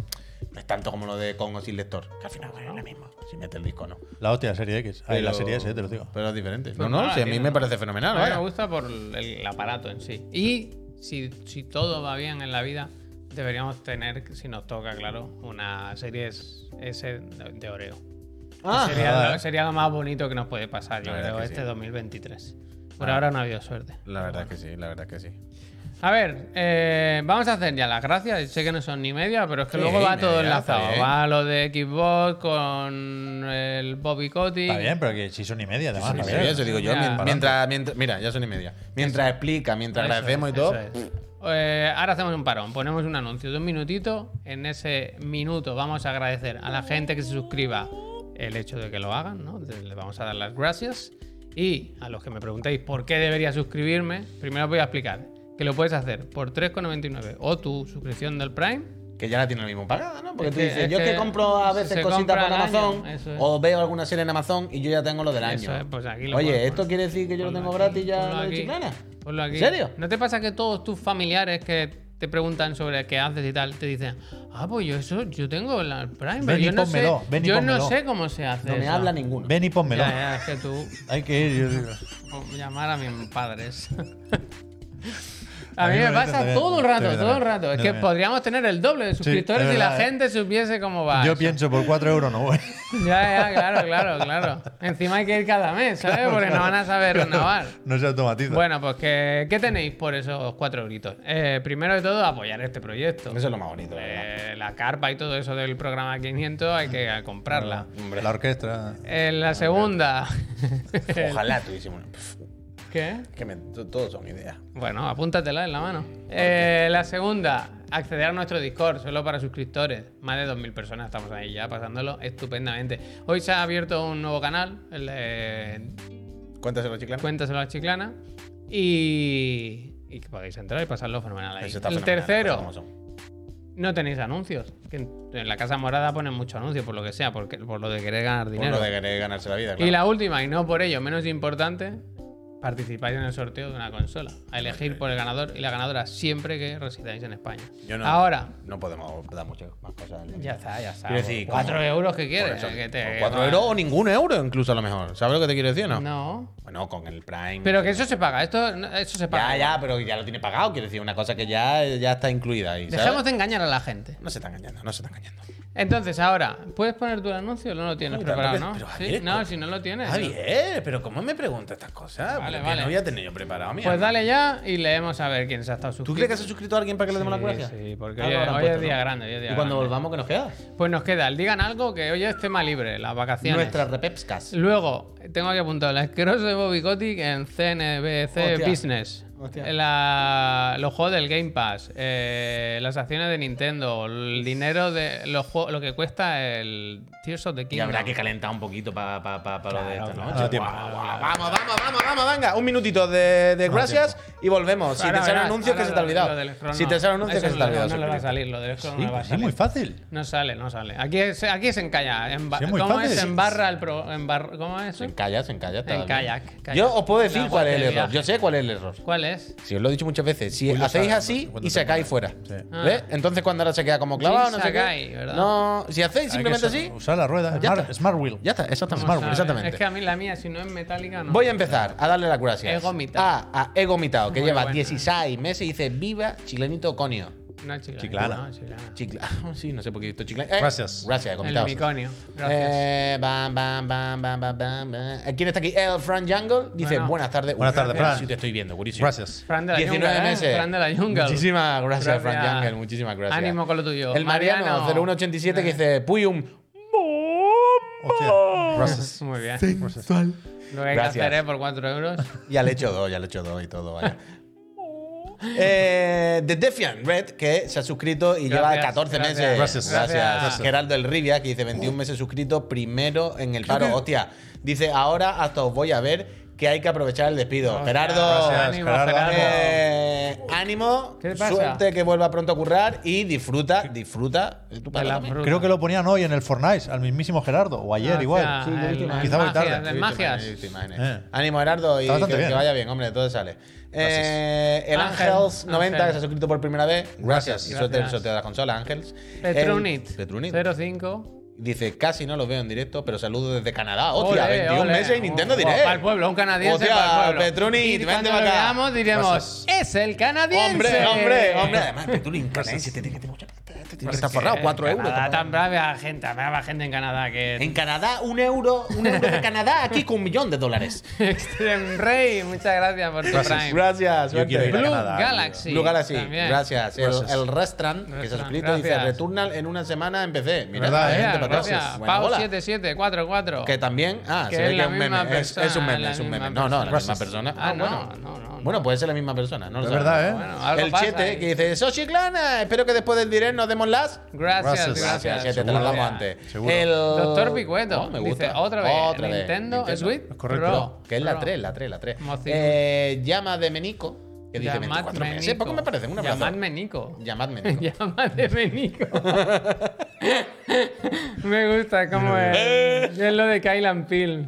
Speaker 1: no es tanto como lo de Congo sin lector, que al final bueno, es lo mismo, si metes el disco no.
Speaker 2: La hostia, Serie X. Ay, la
Speaker 1: Pero-
Speaker 2: Serie S, eh, te lo digo.
Speaker 1: Pero es diferente.
Speaker 3: Pues
Speaker 1: no, no,
Speaker 3: nada,
Speaker 1: si a mí
Speaker 3: tiene-
Speaker 1: me parece fenomenal,
Speaker 3: A mí me
Speaker 1: vaya.
Speaker 3: gusta por el, el aparato en sí. Y si, si todo va bien en la vida, deberíamos tener, si nos toca, claro, una serie S S de de Oreo.
Speaker 1: Ah,
Speaker 3: sería,
Speaker 2: ah,
Speaker 3: lo,
Speaker 2: eh.
Speaker 3: sería lo más bonito que nos puede pasar, yo
Speaker 1: La verdad
Speaker 3: creo,
Speaker 1: que sí. Ah.
Speaker 3: este 2023. Por ahora no ha habido suerte.
Speaker 1: la verdad es que sí, la verdad es que sí.
Speaker 3: A ver, eh, vamos a hacer ya las gracias. Sé que no son ni media, pero es que
Speaker 1: Sí,
Speaker 3: luego va
Speaker 1: media,
Speaker 3: todo
Speaker 1: está
Speaker 3: enlazado.
Speaker 1: bien.
Speaker 3: Va lo de Xbox con el Bobby Kotick.
Speaker 2: Está bien, pero que si son y media, además.
Speaker 1: Sí,
Speaker 2: Javier.
Speaker 1: eso digo yo,
Speaker 3: Ya.
Speaker 1: mien- mientras, mientras, mira, ya son y media. Mientras explica, mientras
Speaker 3: Eso
Speaker 1: agradecemos
Speaker 3: es,
Speaker 1: y todo.
Speaker 3: eso es. Eh, ahora hacemos un parón, ponemos un anuncio de un minutito. En ese minuto vamos a agradecer a la gente que se suscriba el hecho de que lo hagan, ¿no? De- Le vamos a dar las gracias. Y a los que me preguntéis por qué debería suscribirme, primero os voy a explicar que lo puedes hacer por 3,99 o tu suscripción del Prime.
Speaker 1: Que ya la tiene el mismo pagada, ¿no? Porque
Speaker 3: Es
Speaker 1: tú
Speaker 3: que-
Speaker 1: dices,
Speaker 3: es
Speaker 1: yo es que
Speaker 3: que
Speaker 1: compro a
Speaker 3: se
Speaker 1: veces cositas
Speaker 3: compra
Speaker 1: por
Speaker 3: al año,
Speaker 1: Amazon
Speaker 3: eso es.
Speaker 1: o veo alguna serie en Amazon y yo ya tengo lo del año.
Speaker 3: Eso es, pues aquí lo
Speaker 1: Oye,
Speaker 3: ponemos.
Speaker 1: ¿esto quiere decir que yo lo
Speaker 3: Ponlo
Speaker 1: tengo
Speaker 3: aquí,
Speaker 1: gratis ya
Speaker 3: ponlo
Speaker 1: lo de
Speaker 3: aquí,
Speaker 1: Chiclana?
Speaker 3: ponlo aquí.
Speaker 1: ¿En serio?
Speaker 3: ¿No te pasa que todos tus familiares que te preguntan sobre qué haces y tal te dicen, ah, pues yo eso, yo tengo la Prime, pero
Speaker 2: Ven y
Speaker 3: yo no sé,
Speaker 2: pónmelo, ven y
Speaker 3: yo no
Speaker 2: pónmelo".
Speaker 3: sé cómo se hace.
Speaker 1: No me
Speaker 3: eso".
Speaker 1: habla ninguno.
Speaker 2: Ven y pónmelo.
Speaker 3: Ya, ya, es que tú
Speaker 2: Hay que ir. yo digo.
Speaker 3: por llamar a mis padres.
Speaker 2: A
Speaker 3: A mí
Speaker 2: mí
Speaker 3: me
Speaker 2: me
Speaker 3: pasa
Speaker 2: parece
Speaker 3: todo el
Speaker 2: también,
Speaker 3: rato,
Speaker 2: sí,
Speaker 3: todo el
Speaker 2: también.
Speaker 3: rato. Es
Speaker 2: Yo
Speaker 3: que
Speaker 2: también.
Speaker 3: podríamos tener el doble de suscriptores
Speaker 2: es
Speaker 3: si la
Speaker 2: verdad, ¿eh?
Speaker 3: gente supiese cómo va.
Speaker 2: Yo
Speaker 3: eso.
Speaker 2: pienso, por 4 euros no voy.
Speaker 3: Ya, ya, claro, claro, claro. Encima hay que ir cada mes, ¿sabes? Porque no van a saber renovar.
Speaker 2: No se automatiza.
Speaker 3: Bueno, pues ¿qué, qué tenéis por esos cuatro gritos? Eh, primero de todo, apoyar este proyecto.
Speaker 1: Eso es lo más bonito, la verdad. Ah.
Speaker 3: Eh, la carpa y todo eso del programa 500 hay que comprarla.
Speaker 1: Hombre.
Speaker 2: La orquesta.
Speaker 3: En la segunda...
Speaker 1: Ojalá tuviésemos. Pff,
Speaker 3: ¿Qué?
Speaker 1: Que me, to- todos son ideas.
Speaker 3: Bueno, apúntatela en la mano. Eh, la segunda, acceder a nuestro Discord, solo para suscriptores. Más de 2.000 personas estamos ahí ya pasándolo estupendamente. Hoy se ha abierto un nuevo canal, el de
Speaker 1: Cuéntaselo, Chiclana.
Speaker 3: Cuéntaselo a la Chiclana. Y, y que podéis entrar y pasarlo fenomenal ahí.
Speaker 1: Eso está
Speaker 3: el
Speaker 1: fenomenal,
Speaker 3: tercero,
Speaker 1: las cosas como son.
Speaker 3: no tenéis anuncios. Que en en la Casa Morada ponen muchos anuncios, por lo que sea, porque, por lo de querer ganar
Speaker 1: Por
Speaker 3: dinero.
Speaker 1: lo de querer ganarse la vida,
Speaker 3: Y
Speaker 1: claro.
Speaker 3: la última, y no por ello menos importante, participáis en el sorteo de una consola. A elegir por el ganador y la ganadora siempre que residáis en España.
Speaker 1: Yo no-
Speaker 3: Ahora,
Speaker 1: No podemos dar muchas más cosas.
Speaker 3: ya está, ya está.
Speaker 1: Quiero decir,
Speaker 3: cuatro
Speaker 1: ¿cómo?
Speaker 3: euros que
Speaker 1: Por
Speaker 3: quieres.
Speaker 1: eso,
Speaker 3: que te-
Speaker 1: por cuatro euros o ningún euro, incluso a lo mejor. ¿Sabes lo que te quiero decir o no?
Speaker 3: No.
Speaker 1: Bueno, con el Prime.
Speaker 3: Pero que eso se paga, esto no- eso se paga.
Speaker 1: Ya, ya, pero ya lo tiene pagado. Quiero decir, una cosa que ya, ya está incluida ahí. ¿sabes?
Speaker 3: Dejemos de engañar a la gente.
Speaker 1: No se está engañando, no se está engañando.
Speaker 3: Entonces, ahora, ¿puedes poner tú el anuncio? No lo tienes
Speaker 1: Uy,
Speaker 3: preparado,
Speaker 1: tanto
Speaker 3: ¿no?
Speaker 1: que- pero,
Speaker 3: Sí,
Speaker 1: Javier,
Speaker 3: no,
Speaker 1: ¿cómo?
Speaker 3: si no lo tienes.
Speaker 1: Ah,
Speaker 3: no.
Speaker 1: bien, pero ¿cómo me pregunta estas cosas?
Speaker 3: Vale,
Speaker 1: Porque
Speaker 3: vale.
Speaker 1: No había tenido yo preparado, mira.
Speaker 3: Pues dale ya y leemos a ver quién se ha estado suscrito.
Speaker 1: ¿Tú crees que se ha suscrito a alguien para que le demos la gracia?
Speaker 3: Sí, porque
Speaker 1: Algo
Speaker 3: hoy,
Speaker 1: habrán
Speaker 3: hoy
Speaker 1: puesto,
Speaker 3: es día
Speaker 1: ¿no? pues,
Speaker 3: grande, hoy es día
Speaker 1: Y cuando
Speaker 3: grande.
Speaker 1: volvamos, ¿qué nos queda?
Speaker 3: Pues nos queda el digan algo que hoy es tema libre, las vacaciones.
Speaker 1: Nuestras repepscas.
Speaker 3: Luego, tengo aquí apuntado el asqueroso de Bobby Kotick en CNBC
Speaker 1: Hostia.
Speaker 3: Business.
Speaker 1: Hostia.
Speaker 3: La- los juegos del Game Pass, eh, las acciones de Nintendo, el dinero de los juegos, lo que cuesta el Tears of the
Speaker 1: Y
Speaker 3: Kingdom.
Speaker 1: habrá que calentar un poquito para lo de esta
Speaker 3: claro,
Speaker 1: noche.
Speaker 2: tiempo.
Speaker 1: Guau, guau, Vamos, vamos, vamos, vamos, venga. Un minutito de, de gracias y volvemos. Si
Speaker 3: Ahora
Speaker 1: te salen
Speaker 3: verás,
Speaker 1: anuncios, que
Speaker 3: ahora
Speaker 1: se te ha
Speaker 3: lo- lo del
Speaker 1: olvidado.
Speaker 3: Scroll
Speaker 1: Si
Speaker 3: no.
Speaker 1: te salen anuncios,
Speaker 3: Eso
Speaker 1: que se te ha
Speaker 3: no-
Speaker 1: olvidado.
Speaker 3: No le va
Speaker 1: suscríbete.
Speaker 3: a salir, lo del Scroll
Speaker 2: Sí,
Speaker 3: no le va a
Speaker 2: pues es
Speaker 3: salir.
Speaker 2: muy fácil.
Speaker 3: No sale, no sale. Aquí, es- aquí se encalla. En ba-
Speaker 2: Sí, es muy
Speaker 3: ¿Cómo
Speaker 2: fácil.
Speaker 3: es? En barra el pro. En barra, ¿Cómo es? eso?
Speaker 1: En kayak, en kayak. está
Speaker 3: En
Speaker 1: bien.
Speaker 3: kayak, kayak.
Speaker 1: Yo os puedo
Speaker 3: La
Speaker 1: decir cuál es el
Speaker 3: guardia de
Speaker 1: error. Yo
Speaker 3: viaje.
Speaker 1: sé cuál es el error.
Speaker 3: ¿Cuál es?
Speaker 1: Si os lo he dicho muchas veces, si
Speaker 2: Uy, lo
Speaker 1: hacéis
Speaker 2: sabe,
Speaker 1: así
Speaker 2: no sé
Speaker 1: y
Speaker 2: cuánto
Speaker 1: sacáis
Speaker 2: tiempo.
Speaker 1: fuera.
Speaker 2: Sí.
Speaker 1: ¿Ves? Entonces cuando ahora se queda como clavado, no sé
Speaker 3: Ah. sacáis,
Speaker 1: qué.
Speaker 3: ¿verdad?
Speaker 1: No, si hacéis simplemente
Speaker 2: Hay que
Speaker 1: así,
Speaker 2: usar- Usar la rueda.
Speaker 1: Ya
Speaker 2: Smart,
Speaker 1: está.
Speaker 2: smart wheel.
Speaker 1: ya está, exactamente.
Speaker 3: ¿Sabe?
Speaker 1: exactamente.
Speaker 3: Es que a mí la mía, si no es metálica, no.
Speaker 1: Voy a empezar a darle las gracias
Speaker 3: He gomitado.
Speaker 1: a, a He Gomitado, que
Speaker 3: Muy
Speaker 1: lleva
Speaker 3: buena.
Speaker 1: 16 meses y dice: Viva Chilenito Conio.
Speaker 3: No, es chiclana.
Speaker 2: Chiclana.
Speaker 3: no, es chiclana.
Speaker 1: Chicla. Sí, Ah, no sé por qué he dicho chicla. Eh,
Speaker 2: Gracias.
Speaker 1: Gracias, He
Speaker 3: El
Speaker 1: Gomitado.
Speaker 3: miconio. Gracias.
Speaker 1: Eh, bam, bam, bam, bam, bam, bam, bam. ¿Quién está aquí? El Fran Jungle dice:
Speaker 3: Bueno.
Speaker 1: Buenas tardes.
Speaker 2: Buenas
Speaker 1: Fran,
Speaker 2: tardes, Fran.
Speaker 1: Sí, te estoy viendo, buenísimo.
Speaker 2: Gracias.
Speaker 3: Fran de la
Speaker 1: 19
Speaker 3: Jungle, ¿eh?
Speaker 1: meses.
Speaker 3: Fran de la Jungle.
Speaker 1: Muchísimas gracias,
Speaker 3: Gracias.
Speaker 1: Fran Jungle. Muchísimas gracias.
Speaker 3: Ánimo con lo tuyo.
Speaker 1: El Mariano,
Speaker 3: Mariano.
Speaker 1: 0187 que dice Puyum.
Speaker 2: Hostia. Gracias.
Speaker 3: Muy bien. Lo que hay que
Speaker 1: Gracias.
Speaker 3: hacer es por 4 euros.
Speaker 1: Ya le he hecho dos, ya le he hecho dos y todo, vaya. Eh, The Defiant Red, que se ha suscrito y lleva
Speaker 3: Gracias,
Speaker 1: 14
Speaker 3: gracias.
Speaker 1: meses.
Speaker 2: Gracias.
Speaker 3: Gracias.
Speaker 1: Geraldo El Rivia, que dice 21 meses suscrito, primero en el paro. Hostia, dice, ahora hasta os voy a ver que hay que aprovechar el despido.
Speaker 3: Hostia,
Speaker 1: Gerardo,
Speaker 2: Gracias,
Speaker 3: Ánimo,
Speaker 2: Gerardo.
Speaker 3: Gerardo.
Speaker 1: eh, ánimo,
Speaker 3: ¿Qué pasa?
Speaker 1: suerte que vuelva pronto a currar y disfruta, disfruta. de tu
Speaker 3: De
Speaker 1: paro
Speaker 3: la
Speaker 1: también.
Speaker 3: fruta.
Speaker 2: Creo que lo ponían hoy en el Fortnite, al mismísimo Gerardo, o ayer
Speaker 3: Gracias.
Speaker 2: igual.
Speaker 3: Sí, yo
Speaker 2: El-
Speaker 3: he visto imágenes.
Speaker 2: Quizá voy
Speaker 3: Magias,
Speaker 2: tarde.
Speaker 3: de
Speaker 1: He visto
Speaker 3: magias.
Speaker 1: imágenes, he visto imágenes.
Speaker 2: Eh.
Speaker 1: Ánimo, Gerardo, y
Speaker 2: Está
Speaker 1: que,
Speaker 2: bastante
Speaker 1: que
Speaker 2: bien.
Speaker 1: vaya bien, hombre, todo sale. Eh, el
Speaker 3: Ángel,
Speaker 1: Ángels90,
Speaker 3: Ángel.
Speaker 1: que se ha suscrito por primera vez. Gracias. Y
Speaker 3: Gracias.
Speaker 1: suerte en el sorteo de la consola, Ángels.
Speaker 3: Petrunit.
Speaker 1: El- Petrunit.
Speaker 3: 05.
Speaker 1: Dice, casi no los veo en directo, pero saludos desde Canadá. Hostia,
Speaker 3: Ole,
Speaker 1: 21
Speaker 3: ole.
Speaker 1: meses y Nintendo
Speaker 3: Oh,
Speaker 1: Direct.
Speaker 3: Para el pueblo, un canadiense
Speaker 1: Hostia,
Speaker 3: para el pueblo.
Speaker 1: Petrunit,
Speaker 3: y
Speaker 1: vente
Speaker 3: cuando
Speaker 1: pa'
Speaker 3: lo
Speaker 1: acá.
Speaker 3: veamos diremos, es el canadiense.
Speaker 1: Hombre, hombre, hombre. Además, Petrunit, canadiense, tiene que tener mucha plata. Este tiene que estar forrado, 4 euros.
Speaker 3: Pues Canadá,
Speaker 1: está forrado.
Speaker 3: tan brava gente, brava gente en Canadá que...
Speaker 1: En Canadá, un euro, un euro de Canadá, aquí con un millón de dólares.
Speaker 3: Extreme Rey, muchas gracias por tu Prime.
Speaker 1: ¿Eh? Gracias,
Speaker 2: Yo quiero
Speaker 1: suerte.
Speaker 2: ir a
Speaker 3: Blue
Speaker 2: Canadá,
Speaker 3: Galaxy.
Speaker 1: Blue Galaxy,
Speaker 3: también.
Speaker 1: gracias. El,
Speaker 2: Gracias.
Speaker 1: el Restran, que se ha
Speaker 3: Restran,
Speaker 1: suscrito, dice
Speaker 3: gracias.
Speaker 1: Returnal en una semana empecé. Mira,
Speaker 2: ¿Verdad,
Speaker 1: gente,
Speaker 2: eh?
Speaker 1: para atrás.
Speaker 3: Gracias.
Speaker 1: Bueno,
Speaker 3: Pau
Speaker 1: hola.
Speaker 3: 7744.
Speaker 1: Que también. Ah,
Speaker 3: Que
Speaker 1: se
Speaker 3: es
Speaker 1: ve que
Speaker 3: la
Speaker 1: es un
Speaker 3: misma
Speaker 1: meme. Es, es un
Speaker 3: persona,
Speaker 1: meme, es
Speaker 3: la
Speaker 1: un meme.
Speaker 3: misma
Speaker 1: No, no, la
Speaker 2: persona.
Speaker 1: misma persona.
Speaker 3: Ah, no,
Speaker 1: bueno.
Speaker 3: no, no, no.
Speaker 1: Bueno, puede ser la misma persona, no lo
Speaker 2: Es
Speaker 1: sabemos.
Speaker 2: verdad, ¿eh?
Speaker 3: Bueno, algo
Speaker 1: el
Speaker 3: pasa
Speaker 1: chete
Speaker 3: ahí.
Speaker 1: que dice, ¡Soy Chiclana! Espero que después del direct nos dé hacemos las.
Speaker 3: Gracias,
Speaker 2: Gracias.
Speaker 1: Gracias, que
Speaker 3: gracias.
Speaker 1: te
Speaker 2: Seguro.
Speaker 1: tratamos
Speaker 2: Gracias.
Speaker 1: antes.
Speaker 2: Seguro.
Speaker 1: El-
Speaker 3: Doctor Picueto
Speaker 1: Oh, me
Speaker 3: dice,
Speaker 1: gusta.
Speaker 3: otra vez,
Speaker 1: Otra vez,
Speaker 3: Nintendo, Switch
Speaker 2: Es correcto.
Speaker 3: Pro.
Speaker 1: Que es la
Speaker 3: Pro.
Speaker 1: 3, la 3, la 3.
Speaker 3: Mocino.
Speaker 1: Eh, llama de Menico, que dice
Speaker 3: Llamadme
Speaker 1: 24 meses.
Speaker 3: Nico.
Speaker 1: Poco me parece, un abrazo.
Speaker 3: Llamadme Nico.
Speaker 1: Llamadme Nico.
Speaker 3: Llamadme Menico. Me gusta cómo es. Es lo de Kylan Peel.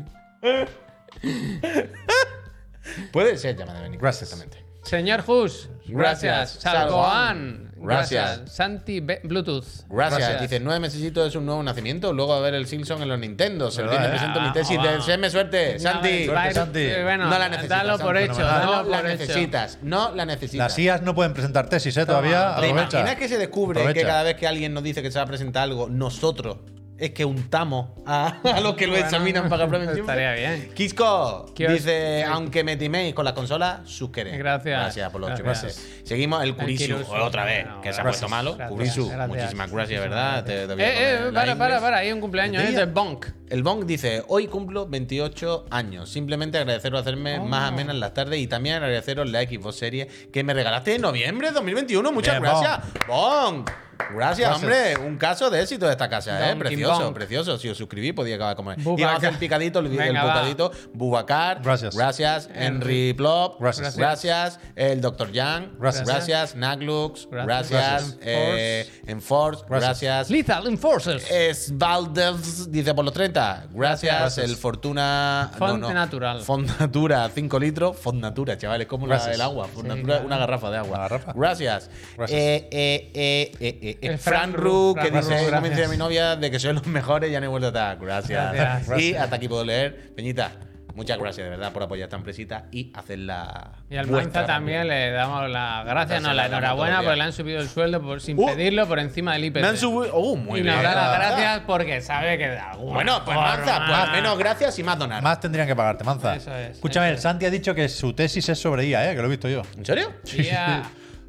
Speaker 1: Puede ser llamada de Benico.
Speaker 2: Gracias.
Speaker 1: Exactamente.
Speaker 3: Señor Hus, gracias.
Speaker 1: Gracias.
Speaker 3: Salcoan,
Speaker 1: Gracias.
Speaker 3: gracias. Santi Be- Bluetooth.
Speaker 1: Gracias. Dice, nueve mesecitos es un nuevo nacimiento. Luego a ver el Simpson en los Nintendo. Se
Speaker 2: ¿Verdad,
Speaker 1: tiene
Speaker 2: eh?
Speaker 1: presento mi
Speaker 3: Ah,
Speaker 1: tesis.
Speaker 3: va.
Speaker 1: de Deseame suerte, Santi.
Speaker 3: No, va-
Speaker 2: Santi.
Speaker 3: eh, Bueno,
Speaker 1: no la necesitas.
Speaker 3: Dalo por
Speaker 1: Santi.
Speaker 3: hecho.
Speaker 1: No
Speaker 3: Dalo
Speaker 1: la
Speaker 3: por hecho.
Speaker 1: necesitas. No la necesitas.
Speaker 2: Las IAs no pueden presentar tesis, ¿eh? Todavía.
Speaker 1: ¿Te
Speaker 2: Aprovecha.
Speaker 1: imaginas que se descubre
Speaker 2: Aprovecha.
Speaker 1: que cada vez que alguien nos dice que se va a presentar algo, nosotros es que untamos a, a los que lo
Speaker 3: Bueno,
Speaker 1: examinan para que aprueben siempre?
Speaker 3: Estaría bien.
Speaker 1: Kisco
Speaker 3: Kios-
Speaker 1: dice, aunque me timéis con las consolas, sus queréis.
Speaker 3: Gracias.
Speaker 1: Gracias por los ocho
Speaker 3: Gracias.
Speaker 1: meses. Seguimos el Curisu,
Speaker 3: Kirusu.
Speaker 1: otra vez,
Speaker 3: No,
Speaker 1: que se ha
Speaker 3: gracias.
Speaker 1: puesto malo.
Speaker 3: Gracias.
Speaker 1: Curisu,
Speaker 3: Gracias.
Speaker 1: muchísimas gracias, ¿verdad? Te- te voy a
Speaker 3: Eh, eh,
Speaker 1: poner la
Speaker 3: para, para,
Speaker 1: inglés.
Speaker 3: para. Hay un cumpleaños,
Speaker 2: Día.
Speaker 3: es de Bonk.
Speaker 1: El Bong dice, hoy cumplo 28 años. Simplemente agradeceros hacerme más amenas las tardes y también agradeceros la Xbox Series que me regalaste en noviembre de 2021. Muchas
Speaker 2: Bien,
Speaker 1: gracias. Bong. Gracias,
Speaker 2: Gracias.
Speaker 1: hombre. Un caso de éxito de esta casa, ¿eh?
Speaker 3: Donkey
Speaker 1: Precioso,
Speaker 3: Kong.
Speaker 1: precioso. Si os suscribís, podía acabar como es. Y
Speaker 3: Bubacar.
Speaker 1: vamos a hacer el picadito, el, el
Speaker 3: Venga, va.
Speaker 1: bocadito. Bubacar.
Speaker 2: Gracias.
Speaker 1: Gracias. Henry Plop.
Speaker 2: Gracias.
Speaker 1: Gracias. El Dr. Yang.
Speaker 2: Gracias.
Speaker 1: Gracias. Naglux. Gracias.
Speaker 3: Gracias.
Speaker 1: eh, Enforce.
Speaker 2: Gracias.
Speaker 1: gracias.
Speaker 3: Lethal Enforcers.
Speaker 1: Es Valdez, dice por los 30. Gracias,
Speaker 2: Gracias.
Speaker 1: el Fortuna.
Speaker 3: Font Natural.
Speaker 1: Fondatura, 5 litros. Fondatura, chavales, como la-
Speaker 2: Gracias.
Speaker 1: el agua. Fondatura,
Speaker 3: claro.
Speaker 1: una garrafa de agua.
Speaker 2: Una garrafa.
Speaker 1: Gracias.
Speaker 2: Gracias.
Speaker 1: Eh, eh, eh, eh, eh, eh,
Speaker 3: El
Speaker 1: Fran
Speaker 3: Fran
Speaker 1: Ru,
Speaker 3: Ru,
Speaker 1: que
Speaker 3: Fran Ru,
Speaker 1: dice: Como
Speaker 3: gracias.
Speaker 1: me dice mi novia, de que soy los mejores, ya no he vuelto atrás. Gracias.
Speaker 3: Gracias.
Speaker 1: Y hasta aquí puedo leer. Peñita, muchas gracias de verdad por apoyar esta empresita y hacerla.
Speaker 3: Y al
Speaker 1: vuestra
Speaker 3: Manza también le damos las gracias, no,
Speaker 1: Gracias,
Speaker 3: la
Speaker 1: le damos
Speaker 3: enhorabuena
Speaker 1: todo el
Speaker 3: porque
Speaker 1: día.
Speaker 3: le han subido el sueldo por, sin
Speaker 1: Uh,
Speaker 3: pedirlo por encima del IPC.
Speaker 1: Me han subido. Oh, muy
Speaker 3: y
Speaker 1: bien.
Speaker 3: nos da las
Speaker 1: Ah.
Speaker 3: Uh, gracias porque sabe que de alguna
Speaker 1: Bueno, pues
Speaker 3: forma-
Speaker 1: Manza, pues menos gracias y más donar.
Speaker 2: Más tendrían que pagarte, manza.
Speaker 3: Eso es,
Speaker 2: Escúchame,
Speaker 3: eso
Speaker 2: el Santi ha dicho que su tesis es sobre IA, ¿eh? Que lo he visto yo.
Speaker 1: ¿En serio?
Speaker 3: Yeah.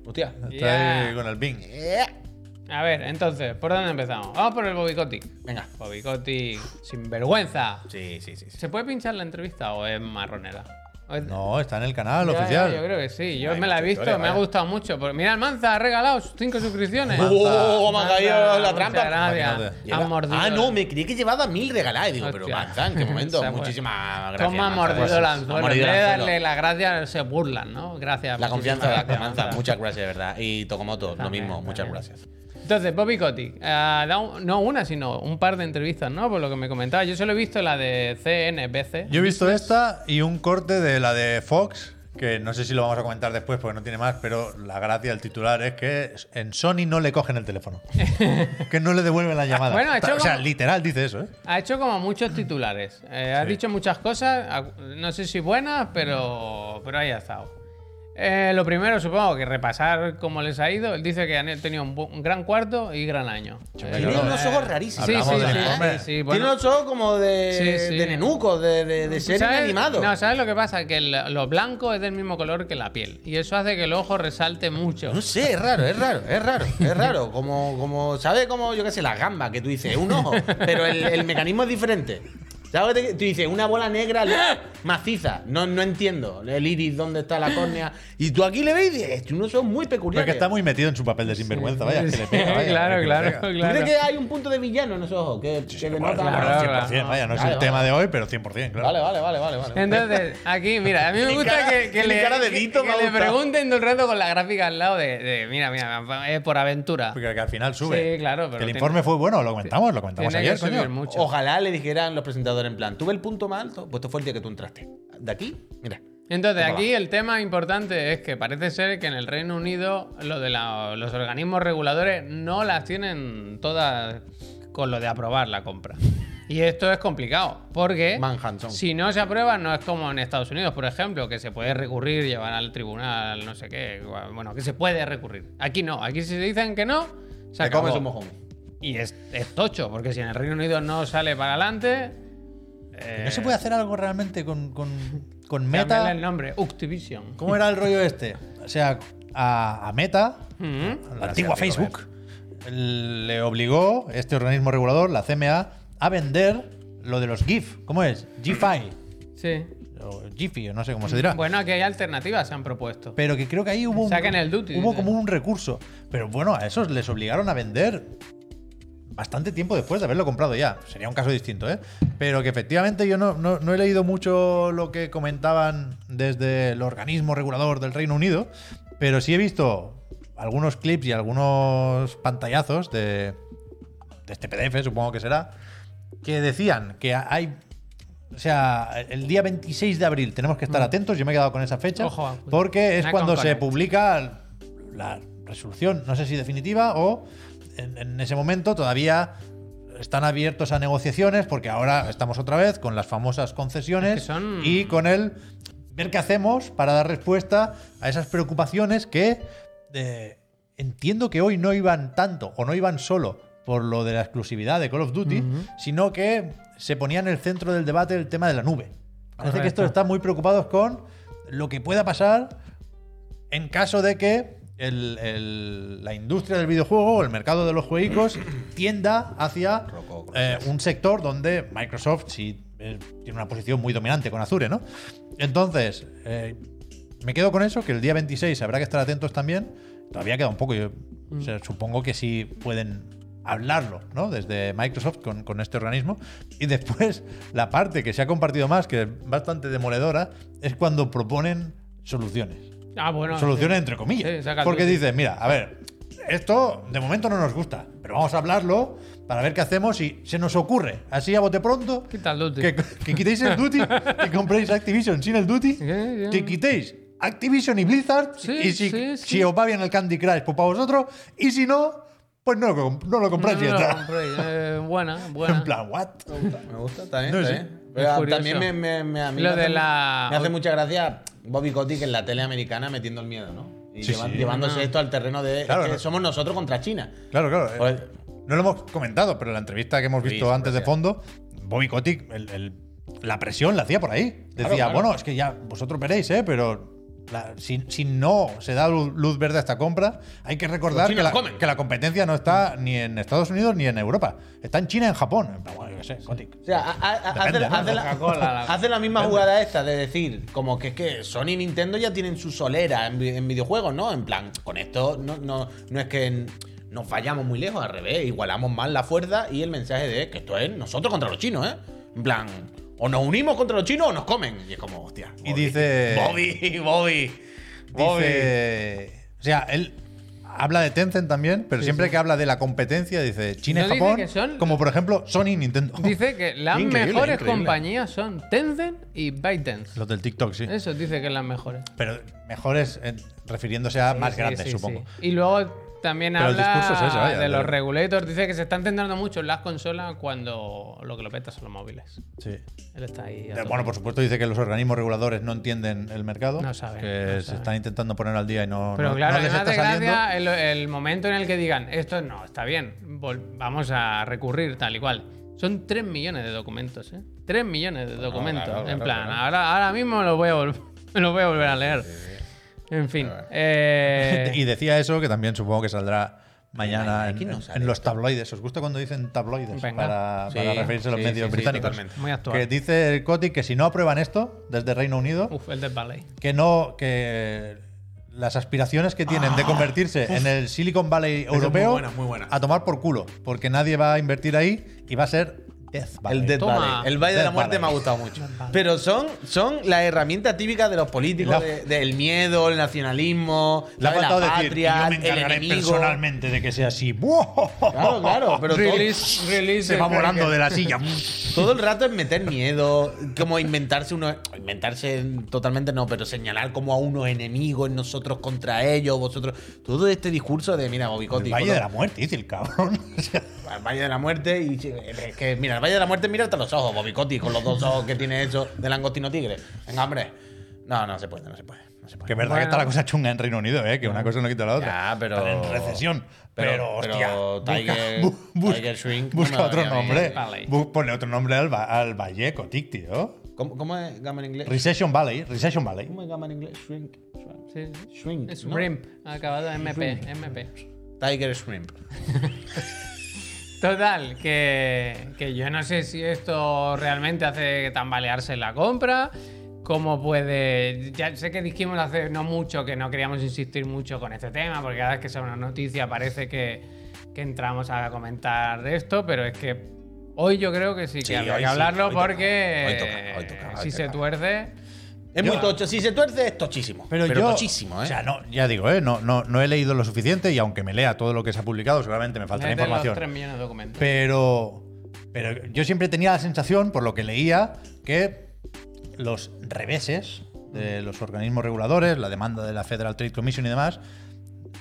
Speaker 1: Hostia.
Speaker 2: Está ahí
Speaker 3: Yeah.
Speaker 2: con el Bing.
Speaker 3: Eh. A ver, entonces, ¿por dónde empezamos? Vamos por el Bobicotti.
Speaker 1: Venga.
Speaker 3: Bobicotti, sin vergüenza.
Speaker 1: Sí, sí, sí. sí.
Speaker 3: ¿Se puede pinchar la entrevista o es marronera? ¿O es-
Speaker 2: No, está en el canal
Speaker 3: Ya, ya,
Speaker 2: oficial.
Speaker 3: yo creo que sí. Yo
Speaker 1: Hay
Speaker 3: me la he
Speaker 1: mucha
Speaker 3: visto,
Speaker 1: historia,
Speaker 3: me ha
Speaker 1: vaya.
Speaker 3: gustado mucho. Porque, mira, el Manza ha regalado cinco suscripciones.
Speaker 1: ¡Oh, me ha
Speaker 3: Manza,
Speaker 1: caído la
Speaker 3: muchas
Speaker 1: trampa!
Speaker 3: Gracias.
Speaker 2: Imagínate.
Speaker 1: Lleva-
Speaker 3: Han mordido.
Speaker 1: Ah, no, me creí que llevaba mil regaladas. Digo, pero
Speaker 3: Hostia.
Speaker 1: Manza, ¿en qué momento?
Speaker 3: Se ha-
Speaker 1: Muchísimas gracias.
Speaker 3: Toma ha
Speaker 1: Manza,
Speaker 3: mordido
Speaker 1: gracias.
Speaker 3: el
Speaker 1: Ha
Speaker 3: anzuelo. En
Speaker 1: mordido
Speaker 3: vez
Speaker 1: el
Speaker 3: de
Speaker 1: anzuelo.
Speaker 3: darle las gracias, se burlan, ¿no? Gracias.
Speaker 1: La
Speaker 3: muchísimas
Speaker 1: confianza de la
Speaker 3: gracias,
Speaker 1: Manza.
Speaker 3: Manza.
Speaker 1: Muchas gracias, de verdad. Y Tokomoto, lo
Speaker 3: También,
Speaker 1: mismo. Muchas
Speaker 3: también.
Speaker 1: gracias.
Speaker 3: Entonces, Bobby Kotick, eh, da un- no una, sino un par de entrevistas, ¿no? Por lo que me comentaba. Yo solo he visto la de CNBC.
Speaker 2: Yo he visto esta y un corte de la de Fox, que no sé si lo vamos a comentar después porque no tiene más, pero la gracia del titular es que en Sony no le cogen el teléfono. que no le devuelven la llamada.
Speaker 3: Bueno, ha hecho
Speaker 2: o sea,
Speaker 3: como-
Speaker 2: literal dice eso, ¿eh?
Speaker 3: Ha hecho como muchos titulares. Eh, Ha dicho muchas cosas, a- no sé si buenas, pero, pero ahí ha estado. Eh, lo primero, supongo que repasar cómo les ha ido. Él dice que han tenido un, bu- un gran cuarto y gran año. Eh,
Speaker 1: Tiene
Speaker 2: Yo no-
Speaker 1: unos ojos rarísimos.
Speaker 3: sí,
Speaker 2: Hablamos
Speaker 3: sí,
Speaker 2: del
Speaker 3: sí,
Speaker 2: informe.
Speaker 3: sí, sí, bueno.
Speaker 1: Tiene unos ojos como de,
Speaker 3: Sí, sí.
Speaker 1: de nenuco, de, de, de ser
Speaker 3: ¿Sabes?
Speaker 1: inanimado.
Speaker 3: No, ¿sabes lo que pasa? Que el- lo blanco es del mismo color que la piel. Y eso hace que el ojo resalte mucho.
Speaker 1: No sé, es raro, es raro, es raro, es raro. Como, como ¿sabes? Como, yo qué sé, la gamba que tú dices, es un ojo, pero el, el mecanismo es diferente. ¿Sabes? de que Tú dices, una bola negra le- maciza. No, no entiendo el iris, dónde está la córnea. Y tú aquí le ves y dices, tú no sos muy peculiar.
Speaker 2: Porque está muy metido en su papel de sinvergüenza, vaya, que le pega, vaya, que
Speaker 3: claro,
Speaker 2: le
Speaker 3: claro,
Speaker 2: pega.
Speaker 3: claro.
Speaker 1: ¿Tú crees que hay un punto de villano en esos ojos? Que, que denota-
Speaker 2: Bueno,
Speaker 3: claro,
Speaker 2: 100%, vaya, no es
Speaker 1: Vale, vale.
Speaker 2: el tema de hoy, pero 100%, claro.
Speaker 1: Vale, vale, vale, vale. vale.
Speaker 3: Entonces, aquí, mira, a mí me
Speaker 1: Mi
Speaker 3: gusta
Speaker 1: cara-
Speaker 3: que, que
Speaker 1: mi
Speaker 3: le,
Speaker 1: cara de
Speaker 3: que-
Speaker 1: Vito
Speaker 3: que
Speaker 1: me ha
Speaker 3: le
Speaker 1: gustado.
Speaker 3: pregunten todo el rato con la gráfica al lado de, de, mira, mira, es por aventura.
Speaker 2: Porque que al final sube.
Speaker 3: Sí, claro, pero
Speaker 2: Que el
Speaker 3: tiene-
Speaker 2: informe fue bueno, lo comentamos, lo comentamos
Speaker 3: Tiene que
Speaker 2: ayer,
Speaker 3: subir
Speaker 2: coño.
Speaker 3: mucho.
Speaker 1: Ojalá le dijeran los presentadores en plan, tuve el punto más alto, pues esto fue el día que tú entraste.
Speaker 2: ¿Eh?
Speaker 1: De aquí, mira.
Speaker 3: Entonces, aquí el tema importante es que parece ser que en el Reino Unido lo de la- los organismos reguladores no las tienen todas con lo de aprobar la compra. Y esto es complicado, porque
Speaker 1: Manhattan.
Speaker 3: si no se aprueba no es como en Estados Unidos, por ejemplo, que se puede recurrir, llevar al tribunal, no sé qué, bueno, que se puede recurrir. Aquí no, aquí si dicen que no, se
Speaker 1: Te comes
Speaker 3: acabó.
Speaker 1: un mojón.
Speaker 3: Y es, es tocho, porque si en el Reino Unido no sale para adelante... eh,
Speaker 2: ¿No se puede hacer algo realmente con, con, con
Speaker 3: cambiarle
Speaker 2: Meta?
Speaker 3: el nombre, Activision.
Speaker 2: ¿Cómo era el rollo este? O sea, a, a Meta,
Speaker 3: Mm.
Speaker 2: la antigua Facebook, le obligó este organismo regulador, la CMA, a vender lo de los GIF. ¿Cómo es? GIFI.
Speaker 3: Sí.
Speaker 2: o Jiffy, o no sé cómo se dirá.
Speaker 3: Bueno, aquí hay alternativas, se han propuesto.
Speaker 2: Pero que creo que ahí hubo un,
Speaker 3: Saquen el Duty,
Speaker 2: hubo
Speaker 3: dices.
Speaker 2: como un recurso. Pero bueno, a esos les obligaron a vender bastante tiempo después de haberlo comprado ya. Sería un caso distinto, ¿eh? Pero que efectivamente yo no, no- no he leído mucho lo que comentaban desde el organismo regulador del Reino Unido, pero sí he visto algunos clips y algunos pantallazos de, de este PDF, supongo que será, que decían que hay... O sea, el día 26 de abril tenemos que estar atentos, yo me he quedado con esa fecha,
Speaker 3: Mm. Ojo, ah, pues,
Speaker 2: porque es
Speaker 3: una
Speaker 2: cuando se
Speaker 3: componente.
Speaker 2: publica publica la resolución, no sé si definitiva o en, en ese momento todavía están abiertos a negociaciones porque ahora estamos otra vez con las famosas concesiones
Speaker 3: Es que son-
Speaker 2: y con el ver qué hacemos para dar respuesta a esas preocupaciones que eh, entiendo que hoy no iban tanto o no iban solo por lo de la exclusividad de Call of Duty, sino que se ponía en el centro del debate el tema de la nube. Parece que
Speaker 3: Correcto.
Speaker 2: estos están muy preocupados con lo que pueda pasar en caso de que el- el- la industria del videojuego o el mercado de los juegos tienda hacia
Speaker 1: Rococo.
Speaker 2: eh, un sector donde Microsoft sí eh, tiene una posición muy dominante con Azure, ¿no? Entonces, eh, me quedo con eso, que el día 26 habrá que estar atentos también. Todavía queda un poco, yo o sea, supongo que sí pueden hablarlo, ¿no? Desde Microsoft con, con este organismo. Y después, la parte que se ha compartido más, que es bastante demoledora, es cuando proponen soluciones
Speaker 3: Ah, bueno.
Speaker 2: soluciones
Speaker 3: sí.
Speaker 2: entre comillas.
Speaker 3: Sí, saca el
Speaker 2: porque
Speaker 3: duty.
Speaker 2: dices, mira, a ver, esto de momento no nos gusta, pero vamos a hablarlo para ver qué hacemos y se nos ocurre, así a bote pronto,
Speaker 3: Quita el duty.
Speaker 2: que, que quitéis el duty, que compréis Activision sin el duty,
Speaker 3: Sí, sí.
Speaker 2: que quitéis Activision y Blizzard,
Speaker 3: Sí,
Speaker 2: y si,
Speaker 3: sí, sí.
Speaker 2: si os va bien el Candy Crush, pues para vosotros, y si no, pues no, lo comp- no lo compráis
Speaker 3: No,
Speaker 2: y ya
Speaker 3: no lo
Speaker 2: está.
Speaker 3: compréis. Eh, buena, buena.
Speaker 2: En plan, ¿what?
Speaker 1: Me gusta también.
Speaker 2: No sé.
Speaker 1: ¿eh? Pero
Speaker 3: curioso.
Speaker 1: también me, me- me- a mí
Speaker 3: Lo
Speaker 1: me,
Speaker 3: de
Speaker 1: hace,
Speaker 3: la-
Speaker 1: me hace mucha gracia Bobby Kotick en la tele americana metiendo el miedo, ¿no? Y
Speaker 2: Sí,
Speaker 1: llevan-
Speaker 2: sí.
Speaker 1: llevándose
Speaker 3: No.
Speaker 1: esto al terreno de. es
Speaker 2: Claro,
Speaker 1: que
Speaker 2: no.
Speaker 1: somos nosotros contra China.
Speaker 2: Claro, claro. eh,
Speaker 1: Pues-
Speaker 2: no lo hemos comentado, pero en la entrevista que hemos
Speaker 1: Sí,
Speaker 2: visto
Speaker 1: sí,
Speaker 2: antes de
Speaker 1: gracias.
Speaker 2: fondo, Bobby Kotick, el- el- la presión la hacía por ahí. Decía,
Speaker 1: claro.
Speaker 2: bueno, es que ya vosotros veréis, ¿eh? Pero la- si, si no se da lu- luz verde a esta compra, hay que recordar
Speaker 1: Los
Speaker 2: que
Speaker 1: chinos
Speaker 2: la,
Speaker 1: comen.
Speaker 2: que la competencia no está ni en Estados Unidos ni en Europa. Está en China y en Japón. En plan, Bueno, yo qué sé, Kotick.
Speaker 1: O sea, ha- ha- ha- hace,
Speaker 2: Depende, ¿no?
Speaker 1: hace la,
Speaker 3: Coca-Cola, la-
Speaker 1: hace la misma jugada esta de decir, como que es que Sony y Nintendo ya tienen su solera en, vi- en videojuegos, ¿no? En plan, con esto no, no, no es que n- nos fallamos muy lejos, al revés, igualamos más la fuerza y el mensaje de que esto es nosotros contra los chinos, ¿eh? En plan, o nos unimos contra los chinos o nos comen. Y es como, hostia.
Speaker 2: Y dice-
Speaker 1: Bobby, Bobby, Bobby.
Speaker 2: Dice- o sea, él habla de Tencent también, pero siempre que habla de la competencia dice China
Speaker 3: No
Speaker 2: y
Speaker 3: dice
Speaker 2: Japón,
Speaker 3: que son-
Speaker 2: como por ejemplo Sony y Nintendo.
Speaker 3: Dice que las
Speaker 2: Increíble,
Speaker 3: mejores
Speaker 2: increíble.
Speaker 3: compañías son Tencent y ByteDance.
Speaker 2: Los del TikTok, sí.
Speaker 3: Eso dice que es las mejores.
Speaker 2: Pero mejores en- refiriéndose a más
Speaker 3: Sí,
Speaker 2: grandes,
Speaker 3: sí,
Speaker 2: supongo.
Speaker 3: sí. Y luego también
Speaker 2: Pero el
Speaker 3: habla
Speaker 2: discurso es ese, vaya,
Speaker 3: de los
Speaker 2: de-
Speaker 3: regulators. Dice que se están centrando mucho en las consolas cuando lo que lo peta son los móviles.
Speaker 2: Sí.
Speaker 3: Él está ahí. a
Speaker 2: Pero
Speaker 3: tope.
Speaker 2: Bueno, por supuesto dice que los organismos reguladores no entienden el mercado,
Speaker 3: No saben,
Speaker 2: que
Speaker 3: no
Speaker 2: se
Speaker 3: saben.
Speaker 2: están intentando poner al día y no,
Speaker 3: Pero
Speaker 2: no-
Speaker 3: claro,
Speaker 2: no
Speaker 3: a mí
Speaker 2: les
Speaker 3: me
Speaker 2: está
Speaker 3: hace
Speaker 2: saliendo.
Speaker 3: gracia el, el momento en el que digan, esto no, está bien, vol- vamos a recurrir tal y cual. Son 3 millones de documentos, ¿eh? 3 millones de documentos.
Speaker 1: claro,
Speaker 3: en
Speaker 1: claro,
Speaker 3: plan,
Speaker 1: claro.
Speaker 3: Ahora, ahora mismo lo voy a, vol- lo voy a volver a leer. En fin. eh,
Speaker 2: Y decía eso que también supongo que saldrá mañana
Speaker 1: Ay,
Speaker 2: en,
Speaker 1: aquí no
Speaker 2: en-
Speaker 1: sale
Speaker 2: en los tabloides. ¿Os gusta cuando dicen tabloides
Speaker 3: Venga.
Speaker 2: para,
Speaker 1: Sí,
Speaker 2: para referirse a los
Speaker 1: sí,
Speaker 2: medios
Speaker 1: sí, sí,
Speaker 2: británicos?
Speaker 1: totalmente.
Speaker 3: muy actual.
Speaker 2: que dice el Coti que si no aprueban esto desde Reino Unido,
Speaker 3: Uf, el de Valley.
Speaker 2: que no que las aspiraciones que tienen de convertirse en el Silicon Valley
Speaker 1: es Ah, muy
Speaker 2: europeo
Speaker 1: buena, muy buena.
Speaker 2: a tomar por culo, porque nadie va a invertir ahí y va a ser Death Valley.
Speaker 1: El Death
Speaker 3: Toma.
Speaker 1: Valley. El Valle de la
Speaker 2: Death
Speaker 1: Muerte
Speaker 2: Valley.
Speaker 1: me ha gustado mucho. Pero son, son las herramientas típicas de los políticos:
Speaker 2: La-
Speaker 1: de- del miedo, el nacionalismo,
Speaker 2: Le ha
Speaker 1: ¿sabes? la
Speaker 2: faltado decir,
Speaker 1: patria,
Speaker 2: yo me
Speaker 1: el
Speaker 2: encargaré
Speaker 1: enemigo.
Speaker 2: personalmente de que sea así.
Speaker 1: Claro, claro, pero todo,
Speaker 3: Release, release.
Speaker 2: Se va volando de la silla.
Speaker 1: todo el rato es meter miedo, como inventarse uno, inventarse totalmente no, pero señalar como a unos enemigos, nosotros contra ellos, vosotros. Todo este discurso de, mira, Bobby
Speaker 2: El
Speaker 1: Kotick,
Speaker 2: Valle
Speaker 1: foto-
Speaker 2: de la Muerte, dice el cabrón. O sea,
Speaker 1: al Valle de la Muerte y es que mira, el Valle de la Muerte mírate a los ojos, Bobicotti, con los dos ojos que tiene hecho de langostino tigre. Venga, hombre. No, no se puede, no se puede, no se
Speaker 2: que
Speaker 1: puede.
Speaker 2: es verdad que
Speaker 3: Bueno.
Speaker 2: está la cosa chunga en Reino Unido, ¿eh? que una cosa no quita la otra.
Speaker 1: Ya, pero-
Speaker 2: Están en recesión. Pero,
Speaker 1: pero
Speaker 2: hostia.
Speaker 1: Tiger-
Speaker 2: busca, bu- bus-
Speaker 1: Tiger Shrink no
Speaker 2: busca
Speaker 1: me lo
Speaker 2: otro
Speaker 1: daría a mí.
Speaker 2: nombre.
Speaker 3: Valley.
Speaker 2: Bu- Ponle otro nombre al, va- al Valle Cotic, tío.
Speaker 1: ¿Cómo, cómo es gama en inglés?
Speaker 2: Recession Valley, Recession Valley.
Speaker 1: ¿Cómo es gama en inglés? Shrink. shrink,
Speaker 3: Sí, sí.
Speaker 1: Shrink.
Speaker 3: Es
Speaker 1: ¿no?
Speaker 3: RIMP, acabado MP, MP.
Speaker 1: Tiger Shrimp.
Speaker 3: Total, que, que yo no sé si esto realmente hace tambalearse la compra. cómo puede. Ya sé que dijimos hace no mucho que no queríamos insistir mucho con este tema, porque cada vez que sea una noticia parece que, que entramos a comentar de esto, pero es que hoy yo creo que sí que
Speaker 1: Sí,
Speaker 3: habría
Speaker 1: hoy
Speaker 3: que
Speaker 1: sí,
Speaker 3: hablarlo
Speaker 1: hoy toca,
Speaker 3: porque
Speaker 1: hoy toca, hoy toca, hoy
Speaker 3: si se
Speaker 1: toca.
Speaker 3: tuerce.
Speaker 1: Es
Speaker 2: Yo-
Speaker 1: muy tocho. Si se tuerce, es tochísimo. Pero,
Speaker 2: yo-
Speaker 1: tochísimo, ¿eh?
Speaker 2: O sea, no, ya digo, ¿eh? no, no, no he leído lo suficiente y aunque me lea todo lo que se ha publicado, seguramente me faltará
Speaker 3: léete los
Speaker 2: información.
Speaker 3: 3 millones de documentos.
Speaker 2: Pero, pero yo siempre tenía la sensación, por lo que leía, que los reveses de los organismos reguladores, la demanda de la Federal Trade Commission y demás,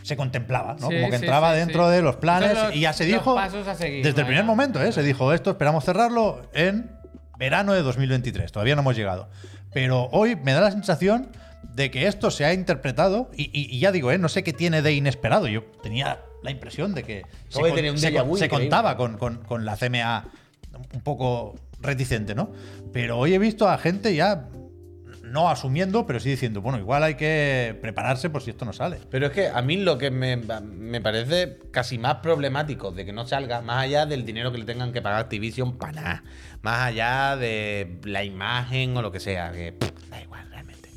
Speaker 2: se contemplaba, ¿no?
Speaker 3: Sí,
Speaker 2: Como que
Speaker 3: sí,
Speaker 2: entraba
Speaker 3: sí,
Speaker 2: dentro
Speaker 3: sí.
Speaker 2: de los planes
Speaker 3: Son los-
Speaker 2: y ya se
Speaker 3: los
Speaker 2: dijo,
Speaker 3: pasos a seguir,
Speaker 2: desde el
Speaker 3: vaya.
Speaker 2: primer momento, ¿eh? se dijo esto, esperamos cerrarlo en verano de 2023, todavía no hemos llegado. Pero hoy me da la sensación de que esto se ha interpretado, y, y- y ya digo, ¿eh? no sé qué tiene de inesperado, yo tenía la impresión de que se,
Speaker 1: Acabo de
Speaker 2: con-
Speaker 1: tener un
Speaker 2: se
Speaker 1: déjà
Speaker 2: con-
Speaker 1: vu
Speaker 2: se
Speaker 1: increíble.
Speaker 2: contaba con, con- con la CMA un poco reticente, ¿no? Pero hoy he visto a gente ya no asumiendo, pero sí diciendo, bueno, igual hay que prepararse por si esto no sale.
Speaker 1: Pero es que a mí lo que me, me parece casi más problemático de que no salga, más allá del dinero que le tengan que pagar a Activision para nada, más allá de la imagen o lo que sea, que pff, da igual realmente.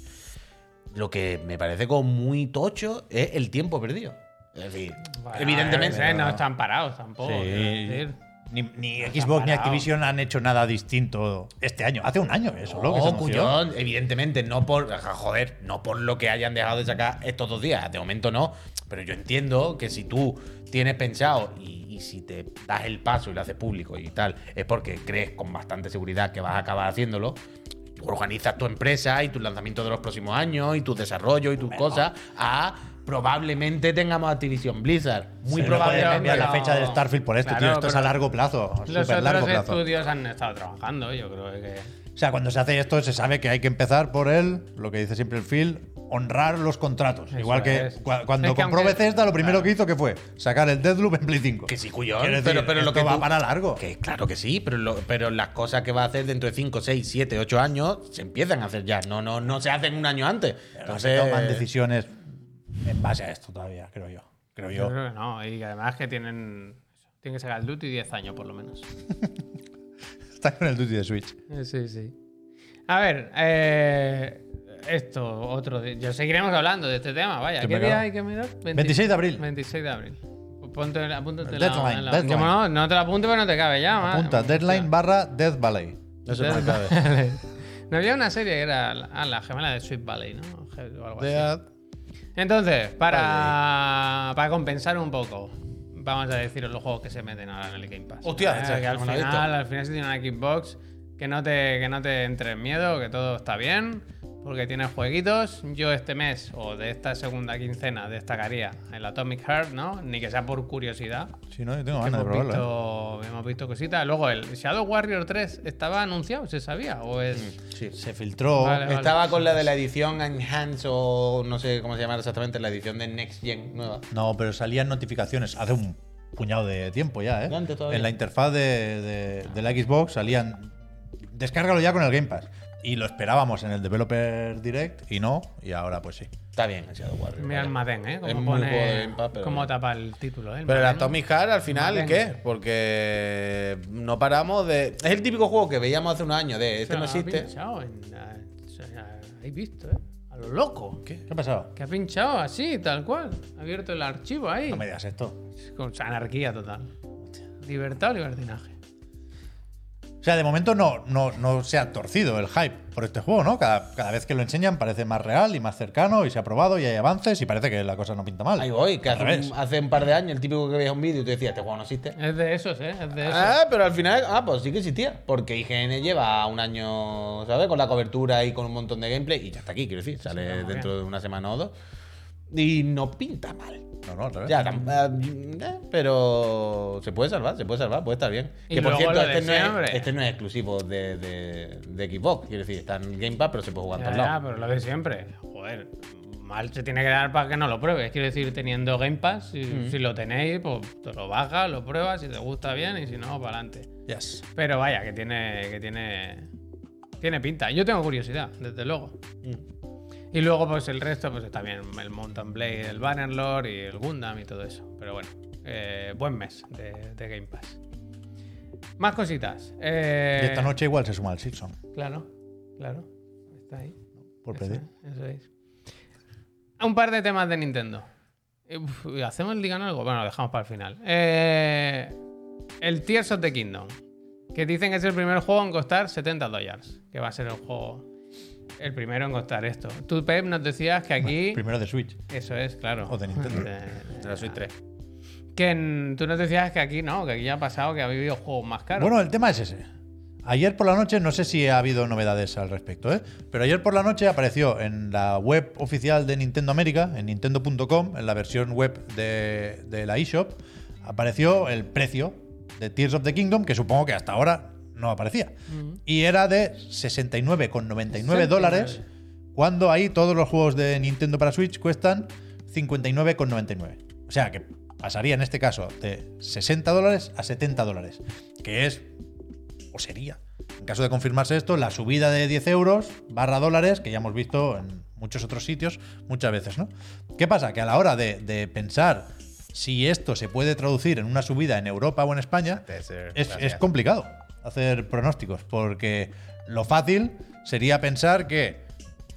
Speaker 1: Lo que me parece como muy tocho es el tiempo perdido. Es decir,
Speaker 3: Bueno,
Speaker 1: evidentemente.
Speaker 3: yo qué sé, no están parados tampoco.
Speaker 2: Sí.
Speaker 3: quiero decir.
Speaker 2: Ni, ni
Speaker 3: Está
Speaker 2: Xbox ni
Speaker 3: parado.
Speaker 2: Activision han hecho nada distinto este año. Hace un año eso,
Speaker 3: Oh,
Speaker 2: lo que se
Speaker 1: No,
Speaker 2: anunció.
Speaker 1: cuyón, evidentemente, no por. ajá, Joder, no por lo que hayan dejado de sacar estos dos días. De momento no. Pero yo entiendo que si tú tienes pensado y, y si te das el paso y lo haces público y tal, es porque crees con bastante seguridad que vas a acabar haciéndolo. Tú organizas tu empresa y tus lanzamientos de los próximos años y tus desarrollos y tus cosas a probablemente tengamos Activision Blizzard. Muy
Speaker 2: Muy probable
Speaker 1: probablemente.
Speaker 2: cambiar la
Speaker 3: pero-
Speaker 2: fecha del Starfield por esto,
Speaker 3: Claro,
Speaker 2: tío. Esto es a
Speaker 3: pero-
Speaker 2: largo plazo,
Speaker 3: Los
Speaker 2: súper
Speaker 3: otros
Speaker 2: largo plazo.
Speaker 3: estudios han estado trabajando, yo creo que.
Speaker 2: O sea, cuando se hace esto, se sabe que hay que empezar por el, lo que dice siempre el Phil, honrar los contratos.
Speaker 3: Eso
Speaker 2: Igual que
Speaker 3: es.
Speaker 2: cua- cuando
Speaker 3: Es que
Speaker 2: compró
Speaker 3: aunque-
Speaker 2: Bethesda, lo primero que hizo que fue sacar el Deadloop en Play 5.
Speaker 1: Que sí, cuyón.
Speaker 2: Quiero decir,
Speaker 1: pero, pero lo
Speaker 2: esto
Speaker 1: que
Speaker 2: va
Speaker 1: tú-
Speaker 2: para largo.
Speaker 1: Que claro que sí, pero, lo- pero las cosas que va a hacer dentro de 5, 6, 7, 8 años se empiezan a hacer ya. No, no, no se hacen un año antes.
Speaker 2: Pero se
Speaker 1: Entonces,
Speaker 2: toman decisiones en base a esto todavía, creo yo. Creo
Speaker 3: Yo
Speaker 2: yo.
Speaker 3: creo que no. Y además que tienen. Tienen que sacar el Duty 10 años por lo menos.
Speaker 2: Está con el Duty de Switch.
Speaker 3: Eh, Sí, sí. A ver, eh, esto, otro. di- Yo seguiremos hablando de este tema, vaya.
Speaker 2: Que
Speaker 3: ¿Qué
Speaker 2: me
Speaker 3: día
Speaker 2: cago.
Speaker 3: hay que mirar? 20
Speaker 2: 26 de abril.
Speaker 3: 26 de abril. Ponte, apúntate la,
Speaker 2: Deadline,
Speaker 3: en la-
Speaker 2: deadline.
Speaker 3: Como no, no te la apuntes, pero no te cabe ya. madre
Speaker 2: Apunta,
Speaker 3: mía.
Speaker 2: deadline barra Death Valley.
Speaker 1: no se
Speaker 3: Death
Speaker 1: me acabe.
Speaker 3: Valley. No había una serie que era la- ah, la gemela de Sweet Valley, ¿no? O algo así.
Speaker 2: Death
Speaker 3: Entonces, para, para compensar un poco, vamos a deciros los juegos que se meten ahora en el Game Pass.
Speaker 1: Hostia,
Speaker 3: Eh,
Speaker 1: esta
Speaker 3: que al
Speaker 1: no me la he
Speaker 3: final,
Speaker 1: visto.
Speaker 3: al final si tienes una Xbox, que no te, que no te entre en miedo, que todo está bien, porque tienes jueguitos. Yo este mes o de esta segunda quincena destacaría el Atomic Heart, ¿no? Ni que sea por curiosidad.
Speaker 2: Sí, no, yo tengo
Speaker 3: que
Speaker 2: ganas de
Speaker 3: hemos,
Speaker 2: probarlo. ¿eh?
Speaker 3: visto, hemos visto cositas. Luego el Shadow Warrior 3 estaba anunciado, se sabía, o es.
Speaker 1: Mm,
Speaker 2: Se filtró.
Speaker 3: Vale, vale.
Speaker 1: Estaba con la de la edición Enhanced o no sé cómo se llama exactamente, la edición de Next Gen nueva.
Speaker 2: No, pero salían notificaciones hace un puñado de tiempo ya, ¿eh?
Speaker 1: De antes todavía.
Speaker 2: En la interfaz de, de- de la Xbox salían. Descárgalo ya con el Game Pass. Y lo esperábamos en el Developer Direct y no, y ahora pues sí.
Speaker 1: Está bien, el Shadow Warrior.
Speaker 3: Mira el
Speaker 1: vale.
Speaker 3: Madden, ¿eh?
Speaker 1: Es
Speaker 3: Como
Speaker 1: muy juego de
Speaker 3: pone.
Speaker 1: Game Pass, pero
Speaker 3: cómo
Speaker 1: bueno.
Speaker 3: tapa el título, ¿eh? El
Speaker 1: Pero el
Speaker 3: Madden.
Speaker 1: Atomic Heart al final,
Speaker 3: Madden.
Speaker 1: ¿qué? Porque no paramos de. Es el típico juego que veíamos hace un año de este no
Speaker 3: O sea, ha
Speaker 1: existe.
Speaker 3: pinchado en la- o sea, habéis visto, ¿eh? A lo loco.
Speaker 2: ¿Qué, ha pasado?
Speaker 3: Que ha pinchado así, tal cual. Ha abierto el archivo ahí.
Speaker 2: No me digas esto.
Speaker 3: Con anarquía total. Libertad o libertinaje.
Speaker 2: O sea, de momento no, no, no se ha torcido el hype por este juego, ¿no? Cada, cada vez que lo enseñan parece más real y más cercano y se ha probado y hay avances y parece que la cosa no pinta mal.
Speaker 1: Ahí voy, que
Speaker 2: Al
Speaker 1: hace
Speaker 2: revés.
Speaker 1: un, hace un par de años, el típico que veías un vídeo y te decía, este juego no existe.
Speaker 3: Es de esos, ¿eh? Es de esos.
Speaker 1: Ah, pero al final, ah, pues sí que existía. Porque IGN lleva un año, ¿sabes? Con la cobertura y con un montón de gameplay. Y ya está aquí, quiero decir.
Speaker 3: Sí,
Speaker 1: Sale
Speaker 3: vamos
Speaker 1: dentro de una semana o dos. Y no pinta mal.
Speaker 2: No, no, al revés.
Speaker 1: Ya, tam- ah, eh, pero se puede salvar, se puede salvar, puede estar bien.
Speaker 3: Y
Speaker 1: que por
Speaker 3: luego
Speaker 1: cierto,
Speaker 3: lo de
Speaker 1: este no, es,
Speaker 3: siempre.
Speaker 1: este no es exclusivo de, de- de Xbox, quiero decir, está en Game Pass, pero se puede jugar en
Speaker 3: Ya,
Speaker 1: todos
Speaker 3: ya,
Speaker 1: lados.
Speaker 3: pero lo de siempre. Joder, mal se tiene que dar para que no lo pruebes. Quiero decir, teniendo Game Pass, si, si lo tenéis, pues te lo bajas, lo pruebas, si te gusta bien y si no, para adelante.
Speaker 2: Yes.
Speaker 3: Pero vaya, que tiene. que tiene. Tiene pinta. Yo tengo curiosidad, desde luego. Y luego, pues el resto, pues está bien. El Mountain Blade, el Bannerlord y el Gundam y todo eso. Pero bueno, eh, buen mes de, de Game Pass. Más cositas. Eh,
Speaker 2: Y esta noche igual se suma el Simpson.
Speaker 3: Claro, claro. Está ahí.
Speaker 2: Por
Speaker 3: Eso
Speaker 2: pedir.
Speaker 3: es, eso es. Un par de temas de Nintendo. Eh, Uf, ¿y ¿Hacemos el Digan algo? Bueno, lo dejamos para el final. Eh, el Tears of the Kingdom. Que dicen que es el primer juego en costar 70 dólares. Que va a ser el juego. El primero en costar esto. Tú, Pep, nos decías que aquí.
Speaker 2: Primero de Switch.
Speaker 3: Eso es, claro.
Speaker 2: O de Nintendo.
Speaker 1: De la Switch 3.
Speaker 3: Que en- tú nos decías que aquí no, que aquí ya ha pasado que ha habido juegos más caros.
Speaker 2: Bueno, el tema es ese. Ayer por la noche, no sé si ha habido novedades al respecto, ¿eh? pero ayer por la noche apareció en la web oficial de Nintendo América, en nintendo.com, en la versión web de, de la eShop, apareció el precio de Tears of the Kingdom, que supongo que hasta ahora no aparecía. Y era de 69,99 dólares, cuando ahí todos los juegos de Nintendo para Switch cuestan 59,99. O sea que pasaría en este caso de 60 dólares a 70 dólares, que es o sería. En caso de confirmarse esto, la subida de 10 euros barra dólares, que ya hemos visto en muchos otros sitios muchas veces, ¿no? ¿Qué pasa? Que a la hora de, de pensar si esto se puede traducir en una subida en Europa o en España,
Speaker 1: Te ser-
Speaker 2: es,
Speaker 1: gracias.
Speaker 2: es complicado hacer pronósticos, porque lo fácil sería pensar que,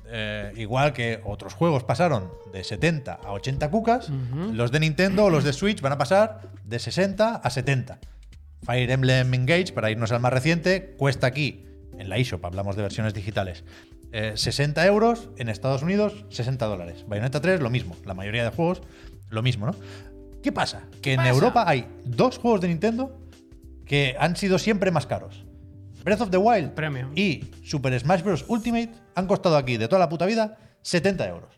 Speaker 2: eh, igual que otros juegos pasaron de 70 a 80 cucas, los de Nintendo o los de Switch van a pasar de 60 a 70. Fire Emblem Engage, para irnos al más reciente, cuesta aquí, en la eShop, hablamos de versiones digitales, eh, 60 euros, en Estados Unidos 60 dólares. Bayonetta 3, lo mismo, la mayoría de juegos, lo mismo, ¿no? ¿Qué pasa? Que en
Speaker 3: pasa?
Speaker 2: Europa hay dos juegos de Nintendo que han sido siempre más caros. Breath of the Wild
Speaker 3: Premium.
Speaker 2: y Super Smash Bros. Ultimate han costado aquí de toda la puta vida 70 euros.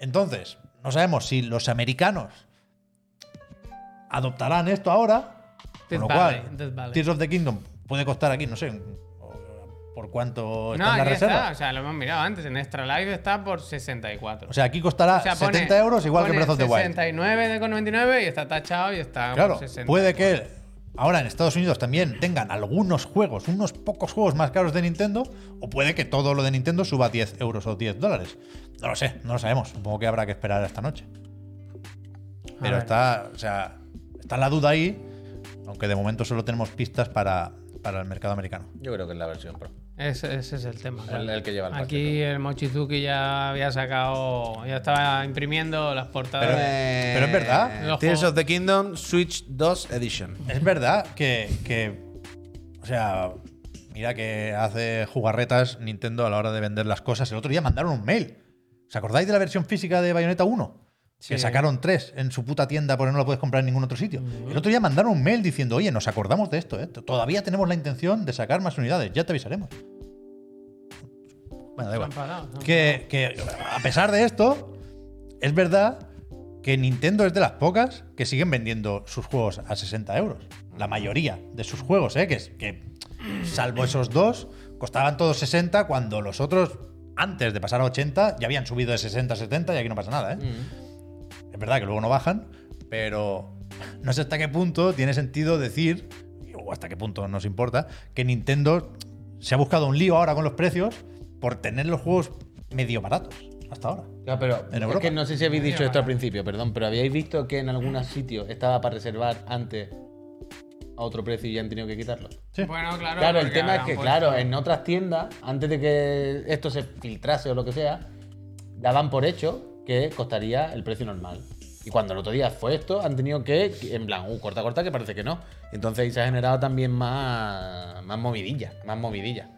Speaker 2: Entonces, no sabemos si los americanos adoptarán esto ahora. con
Speaker 3: Death
Speaker 2: lo
Speaker 3: Valley,
Speaker 2: cual,
Speaker 3: Death Valley.
Speaker 2: Tears of the Kingdom puede costar aquí, no sé, un- o- por cuánto
Speaker 3: No,
Speaker 2: están las
Speaker 3: aquí está,
Speaker 2: reservas.
Speaker 3: o sea, lo hemos mirado antes. En Extra Live está por 64.
Speaker 2: O sea, aquí costará
Speaker 3: O sea, pone-
Speaker 2: 70 euros igual que
Speaker 3: pone
Speaker 2: Breath of the Wild.
Speaker 3: 69,99 y está tachado y está
Speaker 2: Claro,
Speaker 3: por 60.
Speaker 2: puede que ahora en Estados Unidos también tengan algunos juegos, unos pocos juegos más caros de Nintendo, o puede que todo lo de Nintendo suba a 10 euros o 10 dólares. No lo sé, no lo sabemos. Supongo que habrá que esperar hasta noche. Pero
Speaker 3: ver.
Speaker 2: está, o sea, está la duda ahí, aunque de momento solo tenemos pistas para, para el mercado americano.
Speaker 1: Yo creo que es la versión pro.
Speaker 3: Ese, ese es el tema. claro.
Speaker 1: el que lleva el
Speaker 3: Aquí el Mochizuki ya había sacado, ya estaba imprimiendo las portadas.
Speaker 2: Pero- eh,
Speaker 3: de-
Speaker 2: pero es verdad.
Speaker 1: Eh,
Speaker 3: Los
Speaker 1: Tears
Speaker 3: juegos-
Speaker 1: of the Kingdom Switch 2 Edition.
Speaker 2: Es verdad que, que- O sea, mira que hace jugarretas Nintendo a la hora de vender las cosas. El otro día mandaron un mail. ¿Os acordáis de la versión física de Bayonetta 1? Que
Speaker 3: Sí.
Speaker 2: sacaron tres en su puta tienda porque no lo puedes comprar en ningún otro sitio. El otro día mandaron un mail diciendo, oye, nos acordamos de esto, ¿eh? Todavía tenemos la intención de sacar más unidades, ya te avisaremos. Bueno, da
Speaker 3: se
Speaker 2: igual
Speaker 3: han parado, se han
Speaker 2: que, que, a pesar de esto, es verdad que Nintendo es de las pocas que siguen vendiendo sus juegos a 60 euros. La mayoría de sus juegos, ¿eh? que, es- que salvo esos dos, costaban todos 60 cuando los otros, antes de pasar a 80, ya habían subido de 60 a 70 y aquí no pasa nada. ¿eh? Es verdad que luego no bajan, pero no sé hasta qué punto tiene sentido decir, o hasta qué punto nos importa, que Nintendo se ha buscado un lío ahora con los precios por tener los juegos medio baratos hasta ahora.
Speaker 1: Ya, pero
Speaker 2: En
Speaker 1: es
Speaker 2: Europa.
Speaker 1: que no sé si habéis dicho
Speaker 3: Medio
Speaker 1: esto al
Speaker 3: barato.
Speaker 1: principio, perdón, pero habíais visto que en algunos sitios estaba para reservar antes a otro precio y ya han tenido que quitarlo.
Speaker 2: Sí.
Speaker 3: Bueno, claro.
Speaker 1: Claro, el
Speaker 3: porque
Speaker 1: tema es
Speaker 3: habrán
Speaker 1: que,
Speaker 3: puesto-
Speaker 1: claro, en otras tiendas, antes de que esto se filtrase o lo que sea, daban por hecho que costaría el precio normal. Y cuando el otro día fue esto, han tenido que, en plan, uh, corta, corta, que parece que no. Entonces ahí se ha generado también más, más movidilla, más movidilla.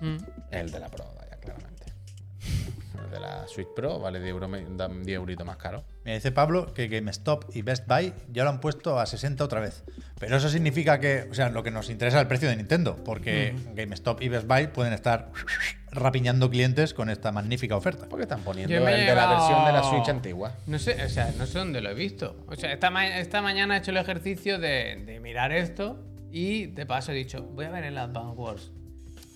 Speaker 3: Mm.
Speaker 1: El de la Pro, vaya, claramente. El de la Switch Pro vale 10 euros, me- da 10 euritos más caro.
Speaker 2: Me dice Pablo que GameStop y Best Buy ya lo han puesto a 60 otra vez. Pero eso significa que, o sea, lo que nos interesa es el precio de Nintendo, porque GameStop y Best Buy pueden estar rapiñando clientes con esta magnífica oferta.
Speaker 1: ¿Por qué están poniendo
Speaker 3: Yo
Speaker 1: el
Speaker 3: me he
Speaker 1: de la
Speaker 3: llevado-
Speaker 1: versión de la Switch antigua?
Speaker 3: No sé, o sea, no sé dónde lo he visto. O sea, esta, ma- esta mañana he hecho el ejercicio de, de mirar esto y de paso he dicho, voy a ver el Advance Wars.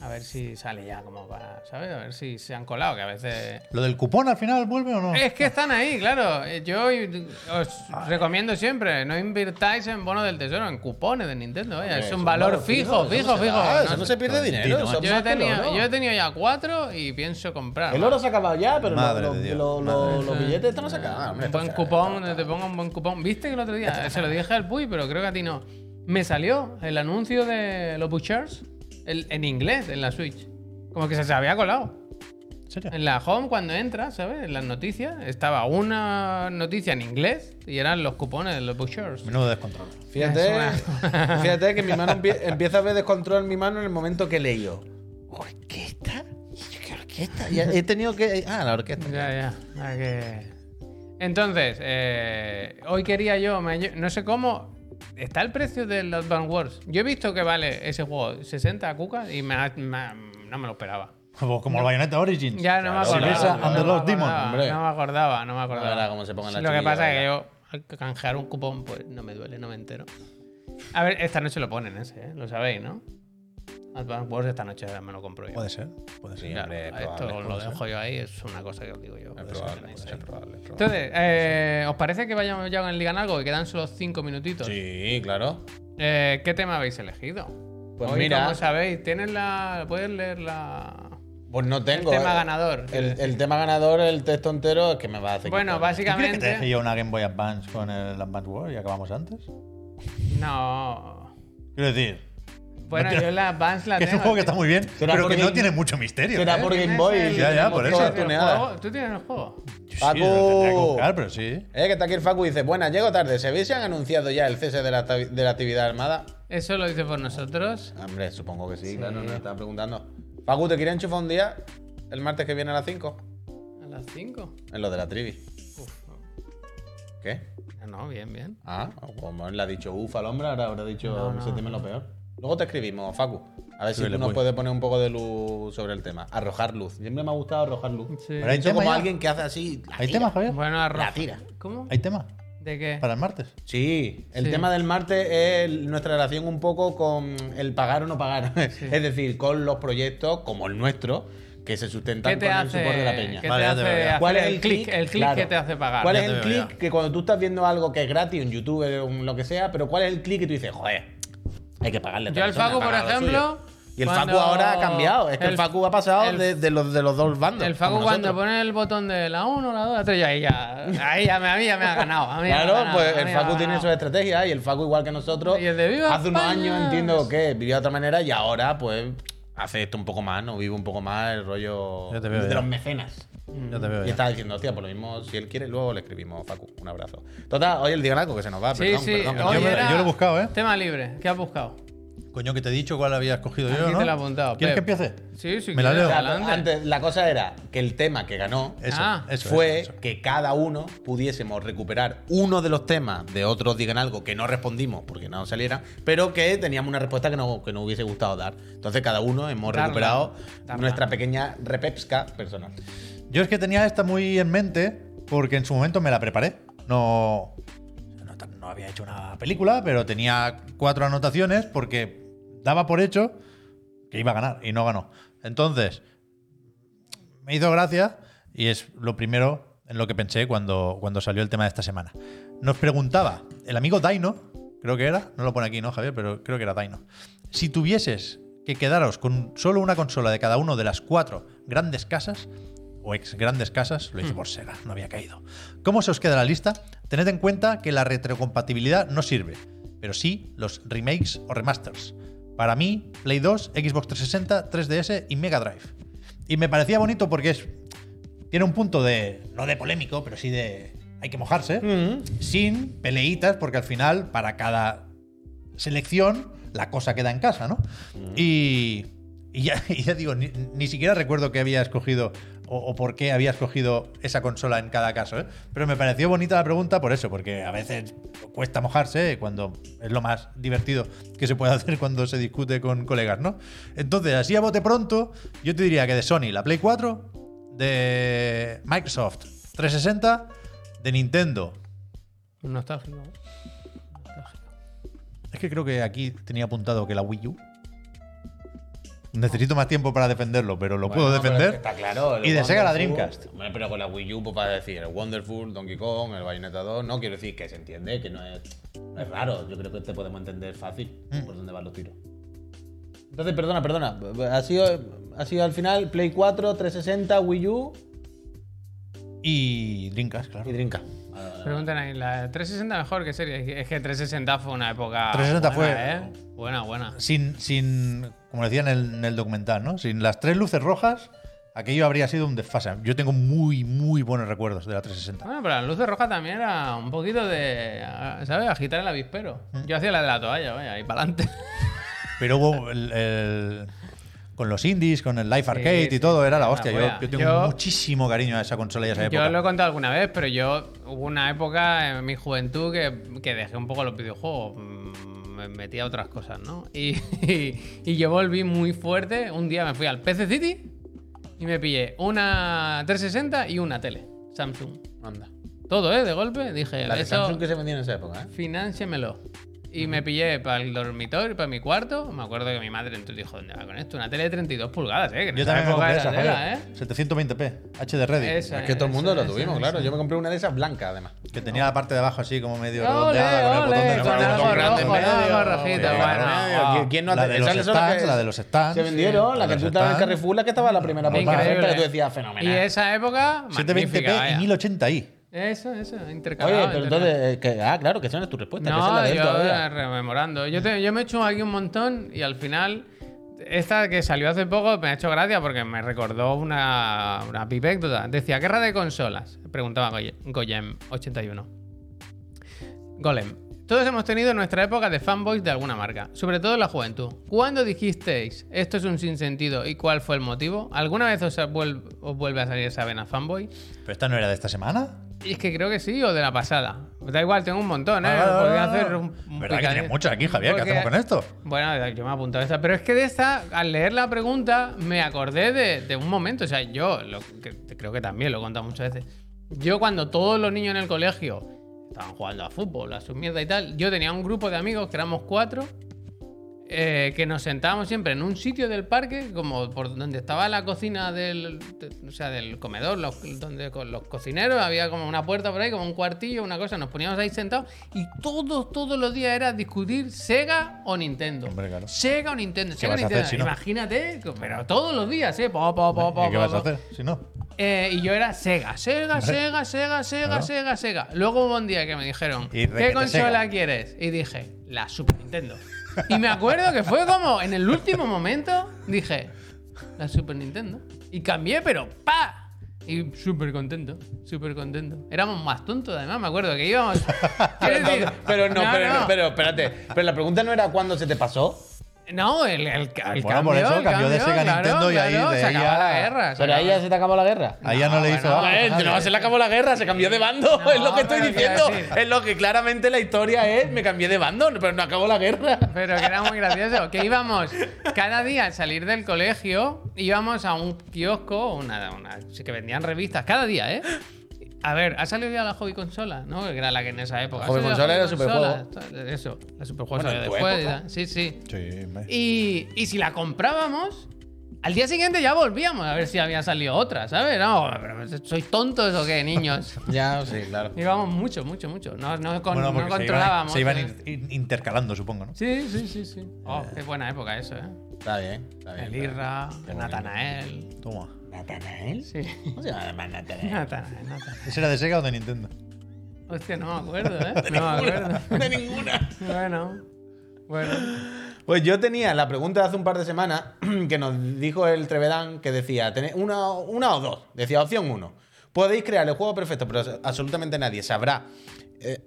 Speaker 3: A ver si sale ya como para, ¿sabes? A ver si se han colado, que a veces...
Speaker 2: ¿Lo del cupón al final vuelve o no?
Speaker 1: Eh,
Speaker 3: Es que están ahí, claro. Eh, Yo y- os recomiendo siempre, no invirtáis en bonos del tesoro, en cupones de Nintendo. vaya, es un valor fijo, fijo, fijo.
Speaker 1: Ah, eso
Speaker 3: No
Speaker 1: no
Speaker 3: sé.
Speaker 1: se pierde dinero.
Speaker 2: Tino,
Speaker 1: eso
Speaker 3: yo, he
Speaker 1: más que el
Speaker 3: tenido,
Speaker 1: oro.
Speaker 3: yo he tenido ya cuatro y pienso comprar.
Speaker 1: El oro se ha acabado ya, pero lo-
Speaker 2: Madre
Speaker 1: lo-
Speaker 2: de Dios,
Speaker 1: lo-
Speaker 2: madre
Speaker 1: lo- los billetes están sacados.
Speaker 3: Un buen cupón, te pongo un buen cupón. ¿Viste que el otro día? Se lo dije al Puy, pero creo que a ti no. Me salió el anuncio de los Butchers el- en inglés, en la Switch. Como que se, se había colado.
Speaker 2: ¿En serio?
Speaker 3: En la home, cuando entras, ¿sabes? En las noticias, estaba una noticia en inglés y eran los cupones de los bookstores.
Speaker 2: Menudo descontrol.
Speaker 1: Fíjate, fíjate que mi mano empie- empieza a ver descontrol en mi mano en el momento que leí yo. ¿Orquesta? ¿Qué orquesta? Y he tenido que. Ah, la orquesta.
Speaker 3: Ya, ya. hay que- Entonces, eh, hoy quería yo, me- no sé cómo. Está el precio del Advance Wars. Yo he visto que vale ese juego 60 cucas y me ha- me ha- no me lo esperaba.
Speaker 2: Como, Pues como el Bayonetta Origins.
Speaker 3: Ya no
Speaker 1: Claro,
Speaker 3: me
Speaker 1: Silvestre
Speaker 3: acordaba.
Speaker 2: and the
Speaker 3: no,
Speaker 2: Lost
Speaker 3: me
Speaker 2: Demon,
Speaker 3: acordaba
Speaker 1: hombre.
Speaker 3: no me acordaba, no me acordaba.
Speaker 1: Ahora, como se pongan las
Speaker 3: Lo que
Speaker 1: chiquillas,
Speaker 3: pasa es que
Speaker 1: vaya.
Speaker 3: yo, al canjear un cupón, pues no me duele, no me entero. A ver, esta noche lo ponen ese, ¿eh? lo sabéis, ¿no? Advance Wars esta noche me lo compro yo.
Speaker 2: Puede ser, puede ser.
Speaker 1: Sí.
Speaker 3: Claro,
Speaker 1: hombre,
Speaker 3: esto
Speaker 1: probable,
Speaker 3: lo
Speaker 1: puede ser.
Speaker 3: dejo yo ahí, es una cosa que os digo yo.
Speaker 1: Es
Speaker 3: puede ser que
Speaker 1: probable,
Speaker 3: tenéis
Speaker 1: es
Speaker 3: ahí.
Speaker 1: probable, es probable.
Speaker 3: Entonces, eh, ¿os parece que vayamos ya con el Ligan algo? Que quedan solo 5 minutitos.
Speaker 1: Sí, claro.
Speaker 3: Eh, ¿Qué tema habéis elegido?
Speaker 1: Pues
Speaker 3: Hoy,
Speaker 1: mira-
Speaker 3: Como sabéis, tienes la. ¿Puedes leer la.
Speaker 1: Pues no tengo.
Speaker 3: el tema
Speaker 1: eh.
Speaker 3: ganador? quiero
Speaker 1: El,
Speaker 3: decir.
Speaker 1: el tema ganador, el texto entero, es que me va a hacer.
Speaker 3: bueno,
Speaker 1: quitar.
Speaker 2: ¿Tú quieres que te deje
Speaker 3: básicamente.
Speaker 2: yo una Game Boy Advance con el Advance World y acabamos antes?
Speaker 3: No.
Speaker 2: Quiero decir,
Speaker 3: Bueno, yo la Advance la
Speaker 2: que es un
Speaker 3: tengo.
Speaker 2: juego que está muy bien,
Speaker 1: Será
Speaker 2: pero que
Speaker 1: porque-
Speaker 2: no tiene mucho misterio.
Speaker 1: será
Speaker 2: ¿eh?
Speaker 1: porque- Game
Speaker 3: Tienes
Speaker 1: Boy,
Speaker 3: el-
Speaker 2: ya, ya, por
Speaker 3: el
Speaker 2: eso.
Speaker 3: juego- Tú tienes el juego.
Speaker 2: Sí,
Speaker 1: Paco.
Speaker 2: lo tendría que buscar, pero sí.
Speaker 1: Eh, que está aquí el Facu y dice: Buenas, llego tarde. ¿Se ve si han anunciado ya el cese de la, acti- de la actividad armada?
Speaker 3: Eso lo dice por nosotros.
Speaker 1: Hombre, supongo que sí, claro, no estaba preguntando. Facu, ¿te quieres enchufar un día? El martes que viene a las 5.
Speaker 3: A las 5.
Speaker 1: En lo de la trivi. ¿Qué?
Speaker 3: No, bien, bien.
Speaker 1: Ah, como él le ha dicho ufa al hombre, ahora habrá dicho
Speaker 3: No, no,
Speaker 1: se teme lo peor. Luego te escribimos, Facu. A ver si
Speaker 2: Sí,
Speaker 1: tú
Speaker 2: le
Speaker 1: nos
Speaker 2: voy.
Speaker 1: puedes poner un poco de luz sobre el tema. Arrojar luz. Siempre me ha gustado arrojar luz.
Speaker 3: Sí.
Speaker 2: Pero hay
Speaker 1: Eso
Speaker 2: tema
Speaker 1: como
Speaker 2: ya?
Speaker 1: alguien que hace así. la
Speaker 2: ¿Hay
Speaker 1: tira.
Speaker 2: tema, Javier?
Speaker 3: Bueno, arroja.
Speaker 1: La tira.
Speaker 3: ¿Cómo?
Speaker 2: ¿Hay tema?
Speaker 3: ¿De qué?
Speaker 2: ¿Para el martes?
Speaker 1: Sí, el
Speaker 3: Sí.
Speaker 1: tema del martes es nuestra relación un poco con el pagar o no pagar. Es decir, con los proyectos como el nuestro, que se sustentan
Speaker 3: ¿Qué te
Speaker 1: con
Speaker 3: hace,
Speaker 1: el soporte de la peña.
Speaker 3: ¿qué
Speaker 2: Vale,
Speaker 3: te
Speaker 2: ya te veo,
Speaker 3: hace
Speaker 2: ya.
Speaker 3: hacer
Speaker 1: ¿Cuál es
Speaker 3: el clic? El click
Speaker 1: Claro.
Speaker 3: que te hace pagar.
Speaker 1: ¿Cuál
Speaker 2: Ya
Speaker 1: es
Speaker 2: te
Speaker 1: el
Speaker 2: veo, ya.
Speaker 1: click que cuando tú estás viendo algo que es gratis en YouTube o en lo que sea, pero cuál es el click que tú dices, joder, hay que pagarle a esta
Speaker 3: Yo al
Speaker 1: persona,
Speaker 3: Facu, por
Speaker 1: pagar lo
Speaker 3: ejemplo,
Speaker 1: suyo"? Y el
Speaker 3: cuando-
Speaker 1: Facu ahora ha cambiado. Es que el,
Speaker 3: el-
Speaker 1: Facu ha pasado
Speaker 3: el-
Speaker 1: de, de los, de los dos bandos.
Speaker 3: El Facu
Speaker 1: como
Speaker 3: cuando
Speaker 1: nosotros.
Speaker 3: pone el botón de la 1, la 2, la 3, yo ahí ya. Ahí ya me, a mí ya me ha ganado. a mí ya me ha
Speaker 1: Claro,
Speaker 3: ganado,
Speaker 1: pues
Speaker 3: a
Speaker 1: el
Speaker 3: mí ya me ha
Speaker 1: Facu tiene
Speaker 3: ganado.
Speaker 1: sus estrategias y el Facu, igual que nosotros,
Speaker 3: Y el de Viva
Speaker 1: hace unos
Speaker 3: España.
Speaker 1: años entiendo que vivía de otra manera y ahora, pues, hace esto un poco más, ¿no? Vive un poco más el rollo
Speaker 2: Ya te veo,
Speaker 1: de
Speaker 2: ya.
Speaker 1: los mecenas.
Speaker 2: Ya te veo.
Speaker 1: Y
Speaker 2: ya.
Speaker 1: estaba diciendo, hostia, por lo mismo, si él quiere, luego le escribimos, Facu. Un abrazo. Total, hoy el día algo que se nos va,
Speaker 3: Sí,
Speaker 1: perdón,
Speaker 3: sí.
Speaker 1: perdón.
Speaker 3: hoy
Speaker 1: perdón.
Speaker 2: me-
Speaker 3: era
Speaker 2: yo lo he buscado, ¿eh?
Speaker 3: Tema libre. ¿Qué has buscado?
Speaker 2: Coño, que te he dicho cuál había escogido
Speaker 3: Aquí
Speaker 2: yo, ¿no?
Speaker 3: te lo he apuntado,
Speaker 2: ¿Quieres
Speaker 3: Pep.
Speaker 2: que empiece?
Speaker 3: Sí, sí.
Speaker 2: Me la
Speaker 3: quieres,
Speaker 2: leo.
Speaker 1: Claro,
Speaker 3: adelante.
Speaker 1: antes, la cosa era que el tema que ganó
Speaker 2: Eso,
Speaker 3: Ah.
Speaker 2: eso,
Speaker 1: fue
Speaker 2: eso, eso.
Speaker 1: que cada uno pudiésemos recuperar uno de los temas de otros digan algo que no respondimos porque no saliera, pero que teníamos una respuesta que no, que nos hubiese gustado dar. Entonces cada uno hemos
Speaker 3: Darla,
Speaker 1: recuperado
Speaker 3: darla.
Speaker 1: nuestra pequeña repepsca personal.
Speaker 2: Yo es que tenía esta muy en mente porque en su momento me la preparé. No, no, tan- no había hecho una película, pero tenía cuatro anotaciones porque daba por hecho que iba a ganar y no ganó. Entonces, me hizo gracia y es lo primero en lo que pensé cuando, cuando salió el tema de esta semana. Nos preguntaba el amigo Daino, creo que era, no lo pone aquí, ¿no, Javier? Pero creo que era Daino. Si tuvieses que quedaros con solo una consola de cada uno de las cuatro grandes casas, o ex grandes casas, lo hice por Sega, no había caído. ¿Cómo se os queda la lista? Tened en cuenta que la retrocompatibilidad no sirve, pero sí los remakes o remasters. Para mí, Play 2, Xbox 360, 3DS y Mega Drive. Y me parecía bonito porque es tiene un punto de, no de polémico, pero sí de, hay que mojarse, sin peleitas, porque al final, para cada selección, la cosa queda en casa, ¿no? Y, y ya, y ya digo, ni, ni siquiera recuerdo que había escogido o, o por qué había escogido esa consola en cada caso, ¿eh? Pero me pareció bonita la pregunta por eso, porque a veces cuesta mojarse ¿eh? cuando es lo más divertido que se puede hacer cuando se discute con colegas, ¿no? Entonces, así a bote pronto, yo te diría que de Sony, la Play 4, de Microsoft 360, de Nintendo
Speaker 3: Un nostálgico.
Speaker 2: es que creo que aquí tenía apuntado que la Wii U. Necesito más tiempo para defenderlo, pero lo puedo
Speaker 1: Bueno, pero es
Speaker 2: defender.
Speaker 1: que Está claro. el
Speaker 2: Y de Sega la
Speaker 1: Wonderful-
Speaker 2: Dreamcast.
Speaker 1: Hombre, pero con la Wii U, pues para decir el Wonderful, Donkey Kong, el Bayonetta 2, no quiero decir que se entiende, que no es, no es raro. Yo creo que te podemos entender fácil
Speaker 2: Mm.
Speaker 1: por dónde van los tiros. Entonces, perdona, perdona. Ha sido, ha sido al final Play 4, 360, Wii U
Speaker 2: Y Dreamcast, claro.
Speaker 1: y Dreamcast.
Speaker 3: Preguntan ahí, ¿la 360 mejor que serie? Es que 360 fue una época.
Speaker 2: 360
Speaker 3: buena,
Speaker 2: fue-
Speaker 3: ¿eh? Buena, buena.
Speaker 2: Sin, sin, como decía en el, en el documental, ¿no? Sin las tres luces rojas, aquello habría sido un desfase. Yo tengo muy, muy buenos recuerdos de la 360.
Speaker 3: Bueno, pero las luces rojas también era un poquito de. ¿Sabes? Agitar el avispero.
Speaker 2: Mm.
Speaker 3: Yo hacía la de la toalla, vaya, y para adelante.
Speaker 2: Pero hubo el- el- con los indies, con el Life Arcade
Speaker 3: sí,
Speaker 2: y todo, era
Speaker 3: era
Speaker 2: la
Speaker 3: una
Speaker 2: hostia. Yo,
Speaker 3: wea.
Speaker 2: yo tengo
Speaker 3: Yo-
Speaker 2: muchísimo cariño a esa consola y a esa época.
Speaker 3: Yo lo he contado alguna vez, pero yo hubo una época en mi juventud que, que dejé un poco los videojuegos. mm, Me metí a otras cosas, ¿no? Y, y, y yo volví muy fuerte. Un día me fui al PC City y me pillé una 360 y una tele. Samsung. Anda. Todo, ¿eh? De golpe. Dije,
Speaker 1: La de
Speaker 3: eso-
Speaker 1: Samsung que se vendió en esa época, ¿eh?
Speaker 3: Finánciamelo. Y me pillé para el dormitorio, para mi cuarto. Me acuerdo que mi madre entró y dijo, ¿dónde va con esto? Una tele de 32 pulgadas, ¿eh? Que en
Speaker 2: Yo
Speaker 3: esa
Speaker 2: también me
Speaker 3: época
Speaker 2: compré esa,
Speaker 3: era tela, ¿eh?
Speaker 2: joder. 720p, HD Ready.
Speaker 3: Esa,
Speaker 1: Es que todo el mundo
Speaker 3: esa,
Speaker 1: lo
Speaker 3: esa,
Speaker 1: tuvimos,
Speaker 3: esa.
Speaker 1: claro. Yo me compré una de esas blanca, además.
Speaker 2: Que tenía la parte de abajo así como medio
Speaker 3: Ole,
Speaker 2: redondeada con el
Speaker 3: ole,
Speaker 2: botón de
Speaker 3: con
Speaker 1: el
Speaker 3: algo
Speaker 1: botón
Speaker 3: rojo,
Speaker 1: grande en
Speaker 3: con
Speaker 1: medio,
Speaker 3: algo rojito.
Speaker 2: hombre,
Speaker 3: Bueno,
Speaker 2: claro.
Speaker 1: Eh,
Speaker 3: wow.
Speaker 1: ¿quién- ¿Quién no
Speaker 2: La
Speaker 1: hace-
Speaker 2: de los
Speaker 1: esas son las
Speaker 2: stands,
Speaker 1: que
Speaker 2: la de los
Speaker 3: Ah,
Speaker 2: stands.
Speaker 1: Se vendieron,
Speaker 2: Sí,
Speaker 1: la
Speaker 2: la
Speaker 1: que
Speaker 2: de
Speaker 1: tú
Speaker 2: los
Speaker 1: estabas en
Speaker 2: stands.
Speaker 1: Carrefour, la que estaba la primera
Speaker 2: Normal.
Speaker 1: portada,
Speaker 3: Increíble.
Speaker 1: esta que tú decías
Speaker 3: Y
Speaker 1: fenomenal.
Speaker 3: esa época, magnífica,
Speaker 2: 720p
Speaker 3: vaya.
Speaker 2: y 1080i.
Speaker 3: Eso, eso, intercalado.
Speaker 1: Oye, pero
Speaker 3: intercalado.
Speaker 1: entonces, que, ah, claro, que esa no es tu respuesta, que esa es
Speaker 3: No,
Speaker 1: la de él
Speaker 3: yo
Speaker 1: todavía.
Speaker 3: rememorando. Yo, te- yo me he hecho aquí un montón y al final, esta que salió hace poco me ha hecho gracia porque me recordó una, una pipécdota. Decía, guerra de consolas. Preguntaba Goye- Goyem81. Golem. Todos hemos tenido nuestra época de fanboys de alguna marca, sobre todo en la juventud. ¿Cuándo dijisteis esto es un sinsentido y cuál fue el motivo? ¿Alguna vez os, vuel- os vuelve a salir esa vena fanboy?
Speaker 2: Pero esta no era de esta semana.
Speaker 3: Y es que creo que sí, o de la pasada. Da igual, tengo un montón, ¿eh?
Speaker 2: Vale, Ah, vale, vale,
Speaker 3: Podría
Speaker 2: vale.
Speaker 3: hacer un, un
Speaker 2: ¿Verdad que
Speaker 3: picadillo.
Speaker 2: tiene mucho aquí, Javier? ¿Qué
Speaker 3: Porque-
Speaker 2: hacemos con esto?
Speaker 3: Bueno, yo me he apuntado a esta, pero es que de esta, al leer la pregunta, me acordé de, de un momento. O sea, yo lo que- creo que también lo he contado muchas veces. Yo, cuando todos los niños en el colegio estaban jugando a fútbol, a sus mierdas y tal, yo tenía un grupo de amigos que éramos cuatro eh, que nos sentábamos siempre en un sitio del parque, como por donde estaba la cocina del, de- o sea, del comedor, los, donde con los cocineros, había como una puerta por ahí, como un cuartillo, una cosa, nos poníamos ahí sentados y todos, todos los días era discutir Sega o Nintendo.
Speaker 2: Hombre, claro.
Speaker 3: Sega o Nintendo, Sega o
Speaker 2: vas a
Speaker 3: Nintendo.
Speaker 2: hacer si no?
Speaker 3: Imagínate, pero todos los días, ¿eh? Po, po, po, po,
Speaker 2: ¿Y qué
Speaker 3: po,
Speaker 2: vas a
Speaker 3: po.
Speaker 2: hacer si no?
Speaker 3: Eh, y yo era Sega, Sega, Sega, Sega, Sega,
Speaker 2: Claro.
Speaker 3: Sega, Sega. Luego hubo un día que me dijeron,
Speaker 2: Y
Speaker 3: ¿qué
Speaker 2: requete
Speaker 3: consola
Speaker 2: Sega".
Speaker 3: quieres? Y dije, la Super Nintendo. Y me acuerdo que fue como en el último momento, dije, la Super Nintendo. Y cambié, pero ¡pa! Y súper contento, súper contento. Éramos más tontos, además, me acuerdo que íbamos. Quiero
Speaker 1: Pero
Speaker 3: decir,
Speaker 1: no, pero, no, pero, no, pero espérate. Pero la pregunta no era cuándo se te pasó.
Speaker 3: No, el, el, el
Speaker 2: Bueno, por
Speaker 3: cambio.
Speaker 2: eso
Speaker 3: el
Speaker 2: cambió de Sega a
Speaker 3: claro,
Speaker 2: Nintendo y ahí-
Speaker 3: claro,
Speaker 2: de
Speaker 3: se
Speaker 2: ahí
Speaker 3: acabó
Speaker 2: a-
Speaker 3: la guerra. se
Speaker 1: Pero ahí
Speaker 3: acabó-
Speaker 1: ya se te acabó la guerra.
Speaker 2: Ahí ya no, le hizo.
Speaker 3: bueno,
Speaker 2: abajo,
Speaker 1: Joder,
Speaker 2: Javier.
Speaker 1: no, se le acabó la guerra, se cambió de bando.
Speaker 3: No,
Speaker 1: es lo que estoy
Speaker 3: pero quiero
Speaker 1: diciendo.
Speaker 3: decir-
Speaker 1: Es lo que claramente la historia es. Me cambié de bando, pero no acabó la guerra.
Speaker 3: Pero que era muy gracioso. Que íbamos cada día al salir del colegio, íbamos a un kiosco, una, una que vendían revistas, cada día, ¿eh? A ver, ha salido ya la hobby consola, ¿no? Que era la que en esa época.
Speaker 1: La hobby
Speaker 3: ¿Ha salido
Speaker 1: consola era
Speaker 3: hobby
Speaker 1: superjuego.
Speaker 3: consola? Eso, la superjuego
Speaker 1: Bueno,
Speaker 3: salió
Speaker 1: en tu
Speaker 3: después.
Speaker 1: época.
Speaker 3: ya. Sí, sí.
Speaker 2: Sí, me-
Speaker 3: Y, y si la comprábamos, al día siguiente ya volvíamos a ver si había salido otra, ¿sabes? No, pero ¿sois tontos o qué, niños?
Speaker 1: Ya, sí, claro.
Speaker 3: Íbamos mucho, mucho, mucho. No, no, con-
Speaker 2: Bueno,
Speaker 3: no
Speaker 2: porque se iban-
Speaker 3: controlábamos.
Speaker 2: Se iban,
Speaker 3: ¿eh?
Speaker 2: in- in- intercalando, supongo, ¿no?
Speaker 3: Sí, sí, sí, sí. Oh, qué buena época eso, ¿eh?
Speaker 1: Está bien, está bien.
Speaker 3: El Irra, Natanael.
Speaker 2: Toma.
Speaker 1: ¿Natanael?
Speaker 3: Sí.
Speaker 1: ¿Cómo se llama además Natanael?
Speaker 3: Natanael, Natanael.
Speaker 2: ¿Ese era de Sega o de Nintendo?
Speaker 3: Hostia, no me acuerdo, ¿eh? No me acuerdo.
Speaker 1: De ninguna.
Speaker 3: Bueno. Bueno.
Speaker 1: Pues yo tenía la pregunta de hace un par de semanas que nos dijo el Trevedán que decía, "Tenéis una, una o dos. Decía, opción uno. Podéis crear el juego perfecto, pero absolutamente nadie sabrá, eh,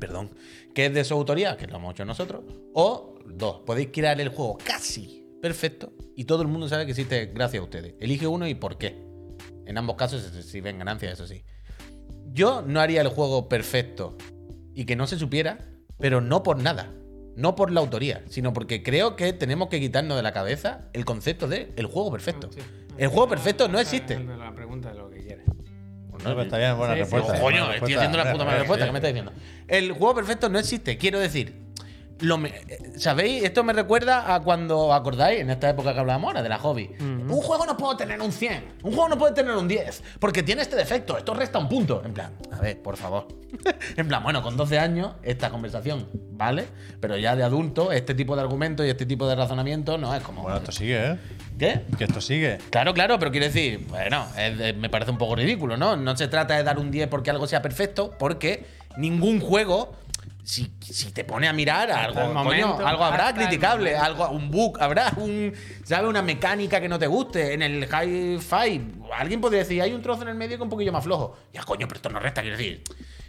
Speaker 1: perdón, que es de su autoría, que lo hemos hecho nosotros. O dos, podéis crear el juego casi perfecto y todo el mundo sabe que existe gracias a ustedes. Elige uno y por qué. En ambos casos se reciben ganancias, eso sí. Yo no haría el juego perfecto y que no se supiera, pero no por nada. No por la autoría, sino porque creo que tenemos que quitarnos de la cabeza el concepto de el juego perfecto.
Speaker 3: Sí. Ah,
Speaker 1: El juego perfecto no existe.
Speaker 3: La pregunta de lo que quieres.
Speaker 2: No, pero está bien, buena
Speaker 3: Sí, sí,
Speaker 2: respuesta.
Speaker 3: sí.
Speaker 2: buena
Speaker 1: Coño, estoy
Speaker 2: respuesta. Eh,
Speaker 1: haciendo la puta mala
Speaker 2: Sí,
Speaker 1: respuesta
Speaker 2: sí.
Speaker 1: que me está diciendo. El juego perfecto no existe, quiero decir. lo me- eh, ¿Sabéis? Esto me recuerda a cuando acordáis, en esta época que hablábamos ahora, de la hobby.
Speaker 2: Mm.
Speaker 1: Un juego no puede tener un 100, un juego no puede tener un 10, porque tiene este defecto, esto resta un punto. En plan, a ver, por favor. en plan, bueno, con 12 años, esta conversación, ¿vale? Pero ya de adulto, este tipo de argumentos y este tipo de razonamiento no es como.
Speaker 2: Bueno, esto sigue, ¿eh?
Speaker 1: ¿Qué?
Speaker 2: Que esto sigue.
Speaker 1: Claro, claro, pero quiero decir, bueno, es de- me parece un poco ridículo, ¿no? No se trata de dar un 10 porque algo sea perfecto, porque ningún juego si, si te pone a mirar algo,
Speaker 3: el
Speaker 1: coño,
Speaker 3: momento,
Speaker 1: algo habrá
Speaker 3: hasta el
Speaker 1: criticable,
Speaker 3: momento.
Speaker 1: algo, un bug, habrá un, ¿sabes? Una mecánica que no te guste. En el hi-fi, alguien podría decir, hay un trozo en el medio que un poquillo más flojo. Ya, coño, pero esto no resta, quiero decir.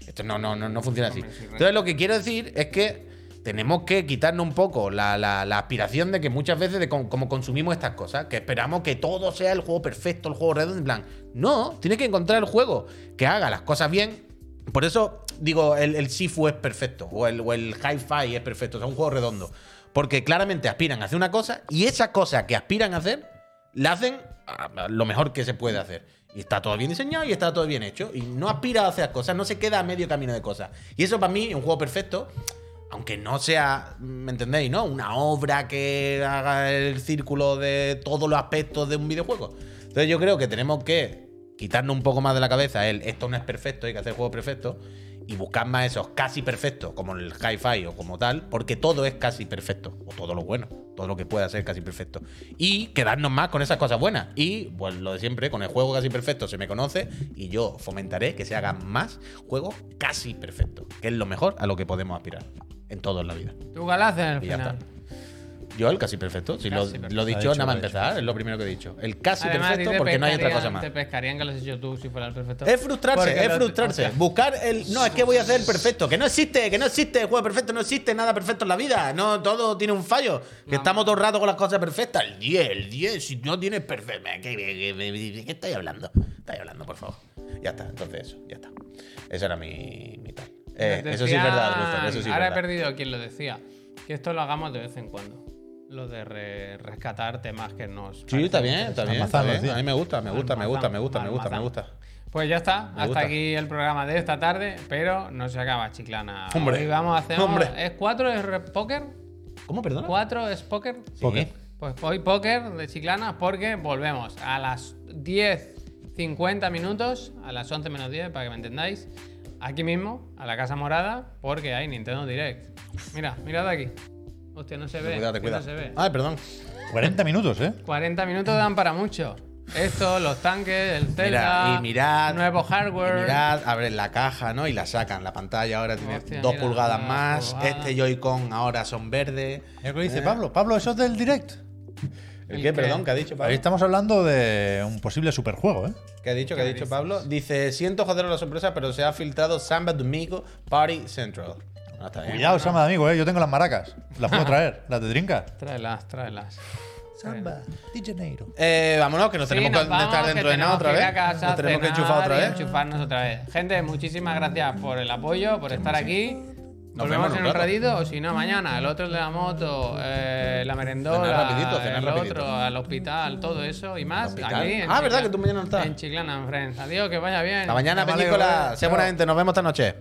Speaker 1: Esto no, no, no, no funciona así. Entonces, lo que quiero decir es que tenemos que quitarnos un poco la, la- la aspiración de que muchas veces, de con- como consumimos estas cosas, que esperamos que todo sea el juego perfecto, el juego redondo, en plan. No, tienes que encontrar el juego que haga las cosas bien. Por eso digo, el, el Sifu es perfecto, o el, o el Hi-Fi es perfecto, o sea, un juego redondo. Porque claramente aspiran a hacer una cosa y esa cosa que aspiran a hacer, la hacen a- a lo mejor que se puede hacer. Y está todo bien diseñado y está todo bien hecho. Y no aspira a hacer cosas, no se queda a medio camino de cosas. Y eso para mí es un juego perfecto aunque no sea, ¿me entendéis? ¿No? Una obra que haga el círculo de todos los aspectos de un videojuego. Entonces yo creo que tenemos que quitarnos un poco más de la cabeza el esto no es perfecto, hay que hacer juegos perfectos y buscar más esos casi perfectos, como el hi-fi o como tal, porque todo es casi perfecto, o todo lo bueno, todo lo que pueda ser casi perfecto. Y quedarnos más con esas cosas buenas. Y, pues lo de siempre, con el juego casi perfecto se me conoce y yo fomentaré que se hagan más juegos casi perfectos, que es lo mejor a lo que podemos aspirar en todo en la vida.
Speaker 3: Tú galaces en el
Speaker 1: Y ya
Speaker 3: final.
Speaker 1: Yo el casi perfecto, si lo-
Speaker 3: Casi
Speaker 1: lo,
Speaker 3: perfecto.
Speaker 1: he dicho
Speaker 2: Ha dicho,
Speaker 1: nada más
Speaker 2: ha dicho.
Speaker 1: empezar, es lo primero que he dicho. El casi
Speaker 3: Además, a ti
Speaker 1: perfecto
Speaker 3: te
Speaker 1: porque no hay otra cosa
Speaker 3: pescarían-
Speaker 1: más.
Speaker 3: Te pescarían que lo has hecho tú si fuera el perfecto.
Speaker 1: Es frustrarse,
Speaker 3: Porque
Speaker 1: es
Speaker 3: lo-
Speaker 1: frustrarse.
Speaker 3: hostia.
Speaker 1: Buscar el. No, es que voy a hacer el perfecto. Que no existe, que no existe el juego perfecto, no existe nada perfecto en la vida. No, todo tiene un fallo. Que
Speaker 3: No.
Speaker 1: estamos todo el rato con las cosas perfectas. El 10, el 10, si no tienes perfecto. ¿Qué, qué, qué- qué- qué estáis hablando? Estáis hablando, por favor. Ya está, entonces eso, ya está. Eso era mi, mi tal. Eh,
Speaker 3: Nos
Speaker 1: eso sí es verdad,
Speaker 3: decían-
Speaker 1: Rufus, eso sí es
Speaker 3: Ahora
Speaker 1: verdad.
Speaker 3: he perdido quien lo decía. Que esto lo hagamos de vez en cuando. Lo de re- rescatar temas que nos.
Speaker 1: Sí,
Speaker 3: parecen
Speaker 1: está bien, está bien. está bien.
Speaker 2: Almazán, sí.
Speaker 1: A mí me gusta, me gusta, me gusta, me gusta, me gusta, me
Speaker 3: Almazán.
Speaker 1: gusta.
Speaker 3: Pues ya está, hasta
Speaker 1: gusta.
Speaker 3: aquí el programa de esta tarde, pero no se acaba Chiclana.
Speaker 1: Hombre,
Speaker 3: Hoy vamos a hacer.
Speaker 1: hombre.
Speaker 3: ¿Es cuatro es re- póker?
Speaker 1: ¿Cómo, perdona?
Speaker 3: ¿Cuatro es póker?
Speaker 1: Sí.
Speaker 2: Póker.
Speaker 3: Pues hoy póker de Chiclana porque volvemos a las 10.50 minutos, a las 11 menos 10 para que me entendáis, aquí mismo, a la Casa Morada, porque hay Nintendo Direct. Mira, mirad aquí. Hostia, no se ve.
Speaker 1: Cuidado, te
Speaker 3: que no
Speaker 1: cuidado.
Speaker 3: se ve.
Speaker 1: Ay, perdón.
Speaker 2: 40 minutos, ¿eh?
Speaker 3: 40 minutos dan para mucho. Esto, los tanques, el Zelda,
Speaker 1: Mira, y mirad.
Speaker 3: nuevo
Speaker 1: Y
Speaker 3: hardware.
Speaker 1: mirad, abren la caja, ¿no? Y la sacan. La pantalla ahora tiene
Speaker 3: Hostia,
Speaker 1: dos
Speaker 3: mira, Ah,
Speaker 1: pulgadas
Speaker 3: una
Speaker 1: más.
Speaker 3: pulgada.
Speaker 1: Este Joy-Con ahora son verdes.
Speaker 2: Mira lo que
Speaker 3: Eh.
Speaker 2: dice Pablo. Pablo, eso es del direct.
Speaker 1: ¿El,
Speaker 3: ¿El
Speaker 1: qué?
Speaker 3: qué?
Speaker 1: Perdón, ¿qué ha dicho
Speaker 2: Ahí
Speaker 1: Pablo?
Speaker 2: estamos hablando de un posible superjuego, ¿eh?
Speaker 1: ¿Qué ha dicho? ¿Qué ha
Speaker 3: ¿Qué
Speaker 1: dicho
Speaker 3: dices?
Speaker 1: Pablo? Dice, siento joder la sorpresa, pero se ha filtrado Samba Domingo Party Central. Ah, está bien.
Speaker 2: Cuidado, Sama, amigo, ¿eh? Yo tengo las maracas. Las puedo traer, las de Drinka.
Speaker 3: Tráelas, tráelas.
Speaker 2: Samba, de Janeiro.
Speaker 1: Eh, vámonos, que nos
Speaker 3: Sí,
Speaker 1: tenemos
Speaker 3: nos
Speaker 1: que
Speaker 3: vamos,
Speaker 1: estar dentro
Speaker 3: que
Speaker 1: de nada
Speaker 3: tenemos
Speaker 1: otra
Speaker 3: que ir
Speaker 1: vez.
Speaker 3: a casa,
Speaker 1: nos tenemos que
Speaker 3: cenar
Speaker 1: enchufar otra
Speaker 3: y
Speaker 1: vez.
Speaker 3: enchufarnos otra vez. Gente, muchísimas gracias por el apoyo, por estar aquí.
Speaker 1: vemos
Speaker 3: Nos
Speaker 1: en
Speaker 3: vemos
Speaker 1: un
Speaker 3: en un
Speaker 1: rato.
Speaker 3: ratito, o si no, mañana. El otro el de la moto, eh, la merendola,
Speaker 1: Cenar rapidito, cenar
Speaker 3: el
Speaker 1: rapidito.
Speaker 3: otro al hospital, todo eso y más.
Speaker 1: ¿Hospital?
Speaker 3: Aquí, en
Speaker 1: Ah, ¿verdad
Speaker 3: Chiclana-
Speaker 1: que tú mañana no estás?
Speaker 3: En Chiclana, en Friends. Adiós, que vaya bien.
Speaker 1: Hasta mañana,
Speaker 2: Vale,
Speaker 1: película.
Speaker 2: vale,
Speaker 1: Sea buena
Speaker 2: chao.
Speaker 1: gente, nos vemos esta noche.